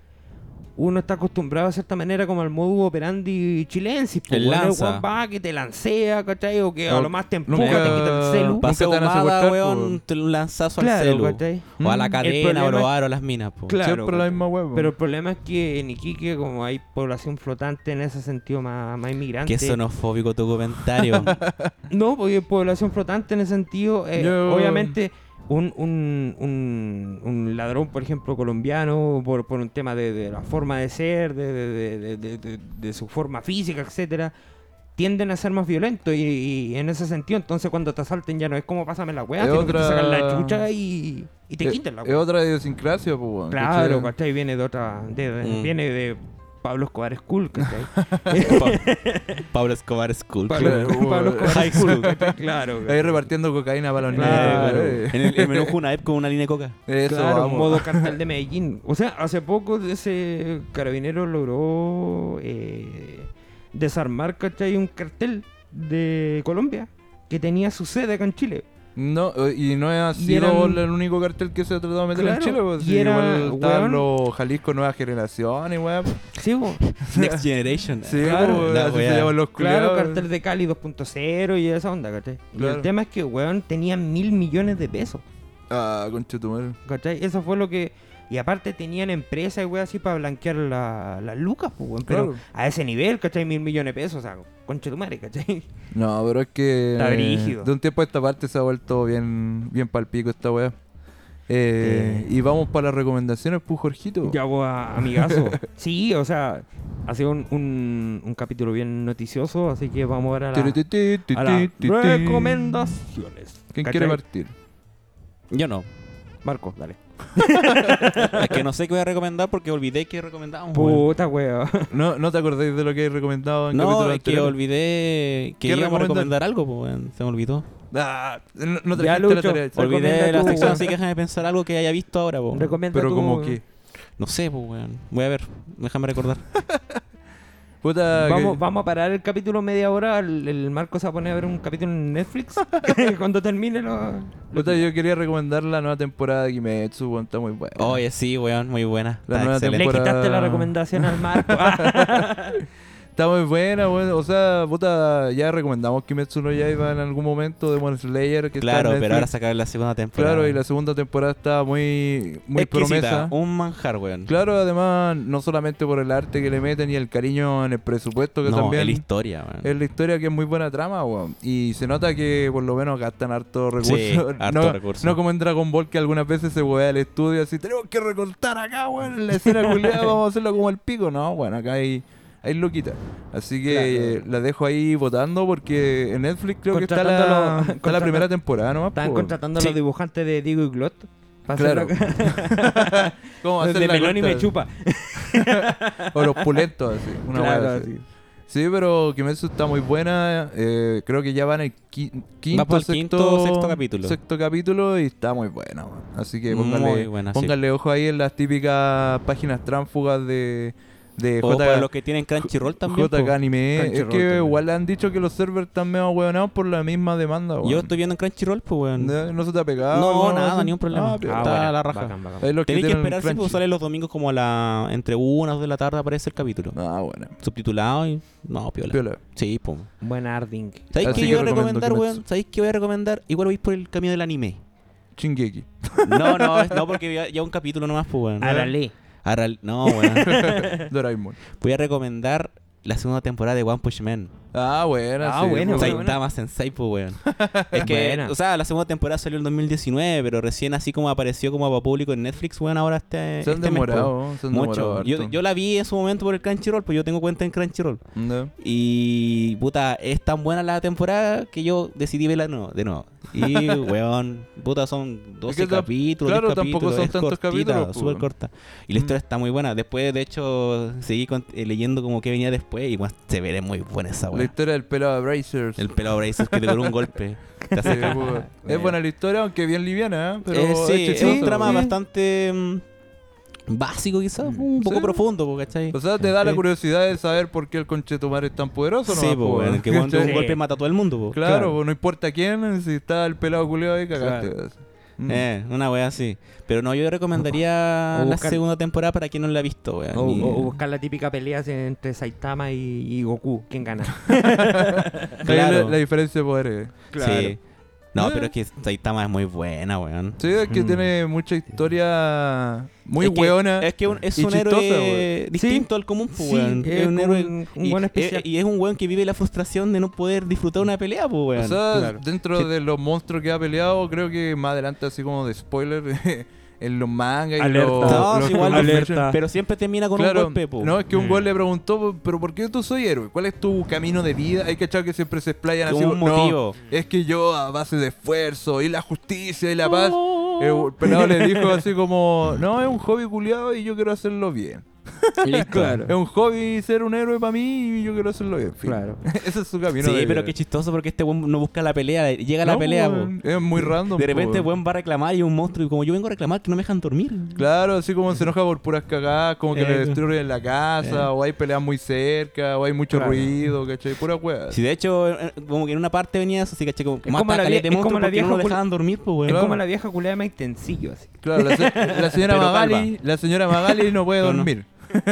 Speaker 2: uno está acostumbrado a cierta manera como al modus operandi chilensis. po,
Speaker 6: El
Speaker 2: weón.
Speaker 6: lanza.
Speaker 2: weón va, que te lancea, ¿cachai? O que a
Speaker 4: No,
Speaker 2: lo más te empuja,
Speaker 4: nunca-
Speaker 2: te quita el celu.
Speaker 4: Nunca
Speaker 6: Paseo
Speaker 4: te van a
Speaker 6: ahumada,
Speaker 4: secuestrar,
Speaker 6: weón,
Speaker 4: po.
Speaker 6: te- un lanzazo al
Speaker 2: Claro,
Speaker 6: celu.
Speaker 2: ¿cachai?
Speaker 6: O a la
Speaker 4: Mm.
Speaker 6: cadena, o a
Speaker 2: problema
Speaker 6: los
Speaker 2: es-
Speaker 6: aros, las minas, pues. po.
Speaker 2: Claro,
Speaker 4: Siempre la
Speaker 2: ¿cachai?
Speaker 4: misma wea. po.
Speaker 2: Pero el problema es que en Iquique, como hay población flotante en ese sentido más, más inmigrante...
Speaker 6: Qué xenofóbico tu comentario.
Speaker 2: No, porque población flotante en ese sentido, eh,
Speaker 4: Yo-
Speaker 2: obviamente un, un, un, un ladrón, por ejemplo, colombiano, por, por un tema de, de la forma de ser, de, de- de- de- de- de su forma física, etcétera, tienden a ser más violentos y, y en ese sentido, entonces cuando te asalten ya no es como pásame la weá,
Speaker 4: Es
Speaker 2: sino que te
Speaker 4: otra-
Speaker 2: sacan la chucha y, y te
Speaker 4: Eh,
Speaker 2: quitan la
Speaker 4: Es
Speaker 2: weá.
Speaker 4: otra idiosincrasia, po, weón.
Speaker 2: Claro,
Speaker 4: ¿cachai?
Speaker 2: ¿cachai? Viene de otra... de- de-
Speaker 6: Mm.
Speaker 2: Viene de Pablo Escobar School, ¿cachai?
Speaker 6: Pa- Pablo Escobar School.
Speaker 2: Pablo,
Speaker 4: Claro, weón.
Speaker 2: Pablo Escobar
Speaker 6: High
Speaker 2: School,
Speaker 6: school.
Speaker 2: ¿cachai? Claro.
Speaker 4: Ahí
Speaker 2: ¿cachai?
Speaker 4: repartiendo cocaína para los
Speaker 2: Claro.
Speaker 4: negros. eh.
Speaker 6: Eh, En el, el menú Junaep con una línea de coca.
Speaker 4: Eso,
Speaker 2: claro,
Speaker 4: vamos.
Speaker 2: modo cartel de Medellín. O sea, hace poco ese carabinero logró eh, desarmar, ¿cachai? Un cartel de Colombia que tenía su sede acá en Chile.
Speaker 4: No, eh, y no ha
Speaker 2: Y
Speaker 4: sido
Speaker 2: eran-
Speaker 4: el único cartel que se ha tratado de meter
Speaker 2: Claro,
Speaker 4: en Chile, pues.
Speaker 2: y
Speaker 4: sí,
Speaker 2: era,
Speaker 4: igual
Speaker 2: weón.
Speaker 4: estaban los Jalisco Nueva Generación y weón.
Speaker 2: ¿Sí, po?
Speaker 6: Next Generation.
Speaker 4: Sí,
Speaker 2: Claro,
Speaker 4: weón,
Speaker 6: la
Speaker 4: así
Speaker 6: weá.
Speaker 4: se llaman los
Speaker 2: Claro,
Speaker 4: culiados.
Speaker 2: cartel de Cali 2.0 y esa onda, ¿cachai? Y
Speaker 4: eh. Claro.
Speaker 2: el tema es que, weón, tenía mil millones de pesos,
Speaker 4: Ah, conchetumare.
Speaker 2: ¿cachai? Eso fue lo que... Y aparte tenían empresas y weón así para blanquear la- las lucas, pues, weón. Pero
Speaker 4: Claro.
Speaker 2: a ese nivel, ¿cachai? Mil millones de pesos, o sea, concha tu madre, ¿cachai?
Speaker 4: No, pero es que.
Speaker 2: Está
Speaker 4: eh,
Speaker 2: brígido.
Speaker 4: De un tiempo a esta parte se ha vuelto bien, bien palpico esta weá. Eh, Y vamos para las recomendaciones, pues, Jorgito.
Speaker 2: Ya, voy a amigazo. sí, o sea, ha sido un, un, un capítulo bien noticioso, así que vamos ahora a la-
Speaker 4: Tiri, tiri, tiri,
Speaker 2: a las
Speaker 4: tiri, tiri.
Speaker 2: recomendaciones.
Speaker 4: ¿Quién
Speaker 2: ¿Cachai?
Speaker 4: quiere partir?
Speaker 6: Yo no.
Speaker 2: Marco, dale.
Speaker 6: Es que no sé qué voy a recomendar porque olvidé que recomendábamos. weón.
Speaker 2: Puta wea.
Speaker 4: No, no te acordáis de lo que he recomendado en
Speaker 6: No,
Speaker 4: capítulos
Speaker 6: es que
Speaker 4: anteriores?
Speaker 6: olvidé que
Speaker 4: ¿Qué
Speaker 6: íbamos a
Speaker 4: recomendas?
Speaker 6: recomendar algo, po, weón. Se me olvidó.
Speaker 4: Ah, no, no
Speaker 2: Ya,
Speaker 4: trajiste
Speaker 2: Lucho,
Speaker 4: la tarea. ¿sabes?
Speaker 2: Recomienda
Speaker 6: Olvidé la
Speaker 2: tú,
Speaker 6: sección,
Speaker 2: weón.
Speaker 6: así que déjame pensar algo que haya visto ahora, po.
Speaker 2: Recomienda
Speaker 4: Oh, Pero
Speaker 2: tú,
Speaker 4: como
Speaker 2: weón.
Speaker 4: que...
Speaker 6: No sé, po, weón. Voy a ver. Déjame recordar.
Speaker 4: Puta,
Speaker 2: Vamos,
Speaker 4: ah, que-
Speaker 2: vamos a parar el capítulo media hora. El, el Marco se va a poner a ver un capítulo en Netflix. Cuando termine lo. lo-
Speaker 4: puta, yo quería recomendar la nueva temporada de Kimetsu, weón, está muy buena.
Speaker 6: Oh, Oye, sí, weón. Muy buena.
Speaker 4: La
Speaker 6: Está
Speaker 4: nueva
Speaker 6: excelente.
Speaker 2: Le
Speaker 4: temporada.
Speaker 2: quitaste la recomendación al Marco. Ah,
Speaker 4: Está muy buena, weón. O sea, puta, ya recomendamos Kimetsu no Yaiba en algún momento, Demon Slayer. Que está en
Speaker 6: Claro, pero
Speaker 4: Netflix.
Speaker 6: ahora sacaron la segunda temporada.
Speaker 4: Claro, y la segunda temporada está muy, muy
Speaker 6: Exquisita,
Speaker 4: promesa.
Speaker 6: Un manjar, weón.
Speaker 4: Claro, además, no solamente por el arte que le meten y el cariño en el presupuesto que
Speaker 6: no,
Speaker 4: también.
Speaker 6: es la historia, weón.
Speaker 4: Es la historia que es muy buena trama, weón. Y se nota que por lo menos gastan harto recursos.
Speaker 6: Sí, harto
Speaker 4: no,
Speaker 6: recurso.
Speaker 4: no como en Dragon Ball que algunas veces se weá al estudio así, tenemos que recortar acá, weón, la escena culiada, vamos a hacerlo como el pico. No, bueno, acá hay, hay loquita. Así que eh, la dejo ahí votando porque en Netflix creo que está la,
Speaker 2: Contratándolo-
Speaker 4: está la primera
Speaker 2: contratando-
Speaker 4: temporada nomás.
Speaker 2: Estaban
Speaker 4: po.
Speaker 2: contratando a
Speaker 6: Sí.
Speaker 2: los dibujantes de Diego y Glot. para
Speaker 4: Claro.
Speaker 2: hacerlo acá.
Speaker 4: ¿Cómo
Speaker 2: Los
Speaker 4: hacer
Speaker 2: de
Speaker 4: la
Speaker 2: Melón y
Speaker 4: corta?
Speaker 2: me chupa.
Speaker 4: O los pulentos, así. Una weá
Speaker 2: Claro,
Speaker 4: así.
Speaker 2: así.
Speaker 4: Sí, pero Kimetsu está muy buena. eh, creo que ya van el qui- quinto,
Speaker 6: Va por el
Speaker 4: sexto,
Speaker 6: quinto, sexto capítulo.
Speaker 4: Sexto capítulo y está muy buena. weón. Así que
Speaker 6: Muy
Speaker 4: póngale,
Speaker 6: buena, sí.
Speaker 4: póngale ojo ahí en las típicas páginas tránsfugas de, de
Speaker 6: O para los
Speaker 4: J,
Speaker 6: que tienen Crunchyroll también.
Speaker 4: JK
Speaker 6: po.
Speaker 4: Anime. eh, Es
Speaker 2: Crunchyroll
Speaker 4: que
Speaker 2: también.
Speaker 4: igual han dicho que los servers están medio hueonados por la misma demanda. weón.
Speaker 6: Yo estoy viendo en Crunchyroll, pues, weón.
Speaker 4: no, no se te ha pegado.
Speaker 6: No,
Speaker 4: alguna
Speaker 6: nada,
Speaker 4: cosa?
Speaker 6: ni un problema.
Speaker 4: Ah, pero-
Speaker 6: Está
Speaker 2: buena,
Speaker 6: la raja.
Speaker 2: bacán, bacán.
Speaker 4: ahí los
Speaker 6: Tenéis que
Speaker 4: tienen
Speaker 6: esperar, sí,
Speaker 4: Crunchy.
Speaker 6: pues sale los domingos como a la... Entre una o dos de la tarde aparece el capítulo.
Speaker 4: Ah, bueno.
Speaker 6: Subtitulado y... No, piola.
Speaker 4: Piola.
Speaker 6: Sí, pues.
Speaker 2: Buena Arding.
Speaker 6: ¿Sabéis
Speaker 4: Así
Speaker 6: qué
Speaker 4: que
Speaker 6: yo voy a
Speaker 4: recomiendo
Speaker 6: recomendar,
Speaker 4: Kimetsu.
Speaker 6: weón? ¿Sabéis qué voy a recomendar? Igual voy por el camino del anime.
Speaker 4: Chingeki.
Speaker 6: No, no, es- no, porque ya, ya un capítulo nomás, pues, weón.
Speaker 2: Arale.
Speaker 6: Arral- no, weón.
Speaker 4: Doraemon.
Speaker 6: Voy a recomendar la segunda temporada de One Punch Man.
Speaker 4: Ah, buena.
Speaker 2: Ah,
Speaker 4: sí,
Speaker 2: bueno,
Speaker 4: pues.
Speaker 2: bueno.
Speaker 6: Saitama Sensei, pues, weón. Es que,
Speaker 2: Buena.
Speaker 6: o sea, la segunda temporada salió en 2019, pero recién así como apareció como para público en Netflix, weón, ahora este,
Speaker 4: Se han
Speaker 6: este mes, pues.
Speaker 4: demorado, se han demorado
Speaker 6: Mucho. Yo,
Speaker 4: harto.
Speaker 6: yo la vi en su momento por el Crunchyroll, pues yo tengo cuenta en Crunchyroll.
Speaker 4: No.
Speaker 6: Ah, Y puta, es tan buena la temporada que yo decidí verla de nuevo. de nuevo. Y weón, puta, son 12
Speaker 4: Es que tam-
Speaker 6: capítulos.
Speaker 4: claro,
Speaker 6: 10
Speaker 4: tampoco
Speaker 6: capítulos,
Speaker 4: son
Speaker 6: es
Speaker 4: tantos
Speaker 6: cortita,
Speaker 4: capítulos, pues,
Speaker 6: Súper
Speaker 4: weón.
Speaker 6: corta. Y la
Speaker 4: Mm.
Speaker 6: historia está muy buena. Después, de hecho, seguí con- eh, leyendo como que venía después. Y weón, se veré muy buena esa
Speaker 4: La
Speaker 6: weón.
Speaker 4: historia del pelado de Brazers.
Speaker 6: El pelado Brazos que te duró un golpe. Te hace
Speaker 4: Sí,
Speaker 6: cagar.
Speaker 4: pues,
Speaker 6: Bueno.
Speaker 4: es buena la historia, aunque bien liviana, ¿eh? pero
Speaker 6: Eh, sí, es
Speaker 4: chistoso,
Speaker 6: un trama
Speaker 4: sí. Mm,
Speaker 6: bastante mm, básico, quizás. Un poco
Speaker 4: Sí.
Speaker 6: profundo, po, ¿cachai?
Speaker 4: O sea, te da la
Speaker 6: Sí.
Speaker 4: curiosidad de saber por qué el conchetumar es tan poderoso, ¿no?
Speaker 6: sí, po, weón, el que weón, de un
Speaker 4: Sí.
Speaker 6: golpe mata a todo el mundo. po.
Speaker 4: Claro, pues, no importa quién, si está el pelado culiado ahí, cagaste. Mm.
Speaker 6: Eh, una wea así. Pero no, yo recomendaría
Speaker 2: O
Speaker 6: la
Speaker 2: buscar-
Speaker 6: segunda temporada para quien no la ha visto, weón.
Speaker 2: O,
Speaker 6: Y-
Speaker 2: o- o buscar la típica pelea entre Saitama y, y Goku. ¿Quién gana?
Speaker 4: Ahí
Speaker 6: claro.
Speaker 4: la, la diferencia de poderes.
Speaker 6: Sí. No,
Speaker 4: Eh.
Speaker 6: pero es que Saitama es muy buena, weón.
Speaker 4: Sí, es que
Speaker 2: Mm.
Speaker 4: tiene mucha historia muy
Speaker 6: es que-
Speaker 4: hueona.
Speaker 6: es que un- es
Speaker 4: y
Speaker 6: un
Speaker 4: chistosa,
Speaker 6: héroe
Speaker 2: weón.
Speaker 6: distinto al común, pues, weón.
Speaker 2: Sí,
Speaker 6: es un
Speaker 2: como
Speaker 6: héroe.
Speaker 2: un, un
Speaker 6: y,
Speaker 2: buen
Speaker 6: eh,
Speaker 2: especial.
Speaker 6: y es un weón que vive la frustración de no poder disfrutar una pelea, pues, weón.
Speaker 4: O sea,
Speaker 2: claro.
Speaker 4: dentro de los monstruos que ha peleado, creo que más adelante, así como de spoiler, en los mangas y
Speaker 2: Alerta.
Speaker 4: los-
Speaker 6: no,
Speaker 4: los
Speaker 6: sí, igual,
Speaker 2: alerta.
Speaker 6: pero siempre termina con un
Speaker 4: Claro,
Speaker 6: golpe, pues.
Speaker 4: no, es que un gol le preguntó, pero ¿por qué tú soy héroe? ¿Cuál es tu camino de vida? Hay cachado que siempre se explayan
Speaker 6: Como
Speaker 4: así.
Speaker 6: un
Speaker 4: "No,
Speaker 6: motivo".
Speaker 4: es que yo a base de esfuerzo y la justicia y
Speaker 6: Oh.
Speaker 4: la paz. eh, El pelado le dijo así como, no, es un hobby culiado y yo quiero hacerlo bien.
Speaker 6: Listo.
Speaker 4: Es un hobby ser un héroe para mí y yo quiero hacerlo bien. Fin.
Speaker 2: Claro.
Speaker 4: Ese es su camino.
Speaker 6: Sí,
Speaker 4: de
Speaker 6: pero
Speaker 4: vida.
Speaker 6: qué chistoso porque este weón no busca la pelea, llega a la
Speaker 4: No,
Speaker 6: pelea, po.
Speaker 4: weón, Es muy random.
Speaker 6: De
Speaker 4: po,
Speaker 6: repente,
Speaker 4: weón.
Speaker 6: weón va a reclamar y un monstruo. Y como yo vengo a reclamar, que no me dejan dormir.
Speaker 4: Claro, así como se enoja por puras cagadas, como que
Speaker 6: Eh,
Speaker 4: le destruyen la casa, o hay peleas muy cerca, o hay mucho
Speaker 2: Claro.
Speaker 4: ruido, ¿cachai? Pura hueá.
Speaker 6: Si de hecho, eh, como que en una parte venía eso, así caché como
Speaker 2: Es como la vie-
Speaker 6: caleta de
Speaker 2: es como
Speaker 6: monstruos
Speaker 2: la
Speaker 6: porque no
Speaker 2: vieja
Speaker 6: lo
Speaker 2: cul-
Speaker 6: dejaban dormir, pues, weón.
Speaker 2: Es
Speaker 4: Claro.
Speaker 2: como la vieja culea de Mike Tencillo, así.
Speaker 4: Claro, la, se- la señora
Speaker 6: Pero
Speaker 4: Magali, la señora Magali no puede
Speaker 6: Pero no.
Speaker 4: dormir.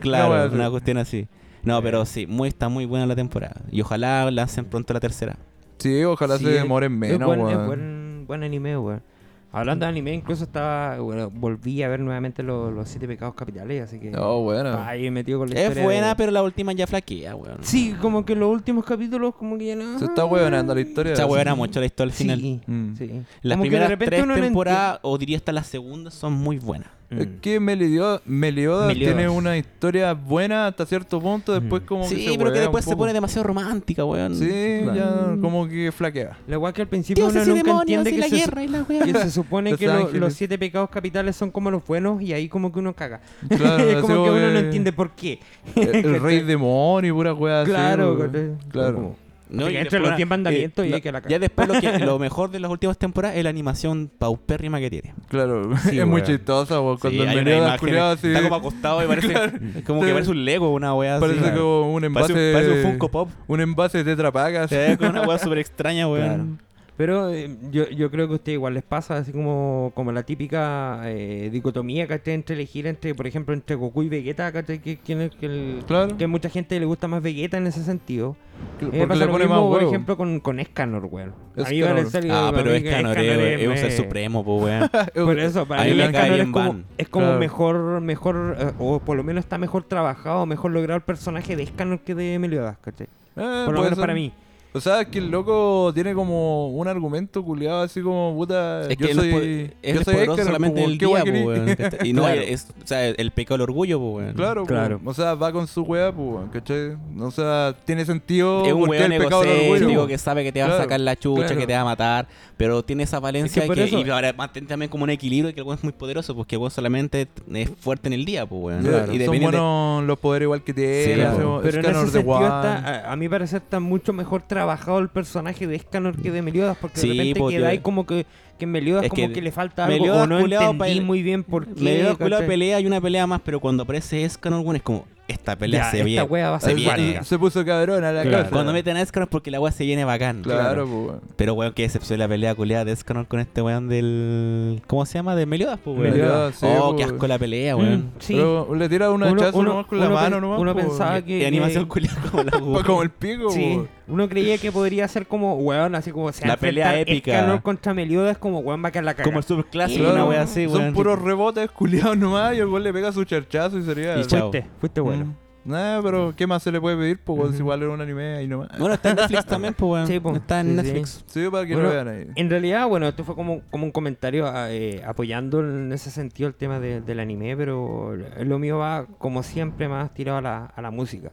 Speaker 6: Claro,
Speaker 4: No, weón, sí.
Speaker 6: una cuestión así.
Speaker 2: Eh.
Speaker 6: No, pero sí, muy, está muy buena la temporada. Y ojalá lancen pronto la tercera.
Speaker 4: Sí, ojalá
Speaker 2: Sí,
Speaker 4: se
Speaker 2: es-
Speaker 4: demoren
Speaker 2: es
Speaker 4: menos,
Speaker 2: buen,
Speaker 4: weón.
Speaker 2: es buen, buen anime, weón. Hablando de anime, incluso estaba. Bueno, volví a ver nuevamente lo- los Siete Pecados Capitales, así que.
Speaker 4: No, bueno.
Speaker 2: Estaba ahí metido con la
Speaker 6: Es
Speaker 2: historia
Speaker 6: buena,
Speaker 2: de-
Speaker 6: pero la última ya flaquea, weón.
Speaker 2: Sí, como que los últimos capítulos, como que ya no.
Speaker 4: Se está hueonando la historia.
Speaker 6: Esa
Speaker 4: así.
Speaker 6: weón era mucho la historia al
Speaker 2: Sí,
Speaker 6: final.
Speaker 4: Mm.
Speaker 2: sí. Como que de
Speaker 6: Las primeras
Speaker 2: repente
Speaker 6: tres
Speaker 2: uno no
Speaker 6: temporadas, o diría hasta la segunda, son muy buenas.
Speaker 2: entiende. Eh,
Speaker 4: Es que Meliodas, Meliodas
Speaker 2: Meliodas.
Speaker 4: tiene una historia buena hasta cierto punto, después como que
Speaker 6: Sí,
Speaker 4: se
Speaker 6: pero que
Speaker 4: huevea
Speaker 6: después
Speaker 4: un
Speaker 6: se
Speaker 4: poco.
Speaker 6: pone demasiado romántica, weón.
Speaker 4: Sí, ya como que flaquea.
Speaker 2: La igual que al principio uno
Speaker 6: Dioses y
Speaker 2: nunca
Speaker 6: demonios
Speaker 2: entiende
Speaker 6: y
Speaker 2: que
Speaker 6: la
Speaker 2: se,
Speaker 6: guerra y la weá.
Speaker 2: que se supone
Speaker 4: Los
Speaker 2: que lo-
Speaker 4: ángeles.
Speaker 2: los siete pecados capitales son como los buenos y ahí como que uno caga.
Speaker 4: Claro,
Speaker 2: es
Speaker 4: así
Speaker 2: como que uno no
Speaker 4: que-
Speaker 2: entiende por qué.
Speaker 4: El, el rey
Speaker 2: ¿Cachai?
Speaker 4: demonio y pura weá así,
Speaker 2: Claro,
Speaker 4: weón.
Speaker 2: ¿cachai?
Speaker 4: claro.
Speaker 2: Como-
Speaker 6: No,
Speaker 2: Porque
Speaker 6: y
Speaker 2: entre
Speaker 6: después
Speaker 2: los
Speaker 6: la-
Speaker 2: 10 mandamientos y
Speaker 6: lo-
Speaker 2: ahí que la caga.
Speaker 6: Ya después lo, que, lo mejor de las últimas temporadas es la animación paupérrima que tiene.
Speaker 4: Claro, es
Speaker 2: weón.
Speaker 4: muy chistosa, weón. Cuando
Speaker 6: Sí,
Speaker 4: el
Speaker 6: hay una
Speaker 4: Meliodas
Speaker 6: imagen,
Speaker 4: culiado así.
Speaker 6: Está como acostado y parece. es como que
Speaker 4: Sí.
Speaker 6: parece un Lego, una wea así.
Speaker 4: Parece como un
Speaker 6: Parece
Speaker 4: envase.
Speaker 6: un, parece un Funko Pop.
Speaker 4: un envase de Tetra Pak, así.
Speaker 6: Es como una wea súper extraña, weón.
Speaker 2: Pero eh, yo, yo creo que a ustedes igual les pasa, así como, como la típica eh, dicotomía que hay entre elegir entre, por ejemplo, entre Goku y Vegeta, ¿cachai? que, que, no- que el-
Speaker 4: Claro.
Speaker 2: que mucha gente le gusta más Vegeta en ese sentido. Eh,
Speaker 4: Porque
Speaker 2: pasa
Speaker 4: le
Speaker 2: lo
Speaker 4: pone
Speaker 2: mismo,
Speaker 4: más
Speaker 2: por
Speaker 4: huevo.
Speaker 2: ejemplo, con, con Escanor, weón. A mí
Speaker 4: Escanor.
Speaker 2: me parece que-
Speaker 6: Ah,
Speaker 2: a
Speaker 6: pero
Speaker 2: mí
Speaker 6: es
Speaker 2: que
Speaker 6: Canor,
Speaker 2: Escanor
Speaker 6: es, es un ser
Speaker 2: me-
Speaker 6: supremo, pues, weón.
Speaker 2: Por eso, para
Speaker 6: A mí
Speaker 2: mí
Speaker 6: me
Speaker 2: Escanor
Speaker 6: cae
Speaker 2: es
Speaker 6: bien
Speaker 2: como,
Speaker 6: Van.
Speaker 2: es como
Speaker 4: Claro.
Speaker 2: mejor, mejor eh, o por lo menos está mejor trabajado, mejor logrado el personaje de Escanor que de Meliodas, ¿cachai?
Speaker 6: Ah,
Speaker 4: Eh,
Speaker 2: Por lo
Speaker 4: puede
Speaker 2: menos
Speaker 4: ser.
Speaker 2: para mí.
Speaker 4: O sea, es que el loco tiene como un argumento culiado así como puta.
Speaker 6: Es
Speaker 4: yo
Speaker 6: que él es
Speaker 4: soy,
Speaker 6: po- él
Speaker 4: yo soy
Speaker 6: es poderoso
Speaker 4: Héctor,
Speaker 6: solamente
Speaker 4: como,
Speaker 6: en el
Speaker 4: ¿qué
Speaker 6: día,
Speaker 4: guay
Speaker 6: pues,
Speaker 4: querí?
Speaker 6: weón. ¿cachai? Y no,
Speaker 4: Claro.
Speaker 6: es, o sea, el pecado del orgullo, pues, weón.
Speaker 4: Claro, pues,
Speaker 2: Claro.
Speaker 4: O sea, va con su weá, pues, weón, ¿cachai? O sea, tiene sentido.
Speaker 6: Es un
Speaker 4: porque
Speaker 6: weón
Speaker 4: el pecado del
Speaker 6: egocéntrico
Speaker 4: orgullo.
Speaker 6: que sabe que te va a
Speaker 4: Claro,
Speaker 6: sacar la chucha,
Speaker 4: claro.
Speaker 6: que te va a matar, pero tiene esa valencia
Speaker 2: por
Speaker 6: que,
Speaker 2: eso-
Speaker 6: y ahora mantén también como un equilibrio que el weón es muy poderoso, porque el weón solamente es fuerte en el día, pues, weón.
Speaker 4: Claro,
Speaker 6: Y
Speaker 4: Son
Speaker 6: depende
Speaker 4: buenos los poderes igual que tiene.
Speaker 6: Sí,
Speaker 4: hace-
Speaker 6: po.
Speaker 2: Pero en
Speaker 4: Escanor
Speaker 2: ese
Speaker 4: de
Speaker 2: sentido
Speaker 4: Guan.
Speaker 2: está, a, a mi parecer está mucho mejor trabajado el personaje de Escanor que de Meliodas, porque
Speaker 6: Sí,
Speaker 2: de repente
Speaker 6: porque-
Speaker 2: queda ahí como que, que en Meliodas
Speaker 6: Es
Speaker 2: como que,
Speaker 6: que
Speaker 2: le falta algo,
Speaker 6: Meliodas
Speaker 2: o no
Speaker 6: culeado
Speaker 2: entendí
Speaker 6: pa-
Speaker 2: muy bien por qué.
Speaker 6: de... Meliodas culo
Speaker 2: ¿cachai?
Speaker 6: pelea y una pelea más, pero cuando aparece Escanor, weón, es como, esta pelea
Speaker 2: Ya,
Speaker 6: se
Speaker 2: esta
Speaker 6: viene.
Speaker 2: wea va a
Speaker 6: se
Speaker 2: ser
Speaker 4: Eh,
Speaker 6: viene.
Speaker 2: válida.
Speaker 4: Se puso cabrón a la
Speaker 2: Claro.
Speaker 4: casa.
Speaker 6: Cuando meten a Escanor es porque la weá se viene bacán.
Speaker 4: Claro, pues, weón.
Speaker 6: Pero weón, qué decepción la pelea culeada de Escanor con este weón del. ¿Cómo se llama? De Meliodas, pues, weón.
Speaker 4: Meliodas, sí,
Speaker 6: oh, qué
Speaker 4: pues.
Speaker 6: asco la pelea,
Speaker 2: Mm,
Speaker 6: weón.
Speaker 2: sí.
Speaker 4: Pero le tira un
Speaker 2: Uno-
Speaker 4: hachazo
Speaker 2: uno-
Speaker 4: nomás con la
Speaker 2: uno
Speaker 4: mano
Speaker 2: pe-
Speaker 4: nomás.
Speaker 2: uno
Speaker 4: po, weón.
Speaker 2: pensaba que-
Speaker 6: Y animación culiada como la
Speaker 4: Pa'
Speaker 6: weón.
Speaker 4: como el pico,
Speaker 2: Sí,
Speaker 4: po.
Speaker 2: uno creía que podría ser como, weón, así como se
Speaker 6: La pelea épica.
Speaker 2: Escanor este contra Meliodas, como weón va a caer la cara.
Speaker 6: Como el subclásico,
Speaker 4: Claro,
Speaker 6: una wea así,
Speaker 4: Son
Speaker 6: weón.
Speaker 4: puros rebotes culiados nomás y el gol le pega su charchazo y sería.
Speaker 6: Y chao.
Speaker 2: fuiste, fuiste bueno.
Speaker 4: Mm. Nah, pero ¿qué más se le puede pedir? Pues weón, si igual era un anime ahí nomás.
Speaker 6: Bueno, está en Netflix también, pues, weón.
Speaker 2: Sí, po.
Speaker 6: Está en
Speaker 2: Sí, sí.
Speaker 6: Netflix.
Speaker 4: Sí, para que
Speaker 2: Bueno,
Speaker 4: lo vean ahí.
Speaker 2: En realidad, bueno, esto fue como, como un comentario a- eh, apoyando en ese sentido el tema de- del anime, pero lo mío va, como siempre, más tirado a la, a la música.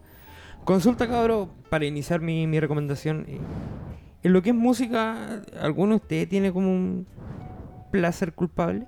Speaker 2: Consulta, cabrón, para iniciar mi, mi recomendación. eh, En lo que es música, ¿alguno de ustedes tiene como un placer culpable?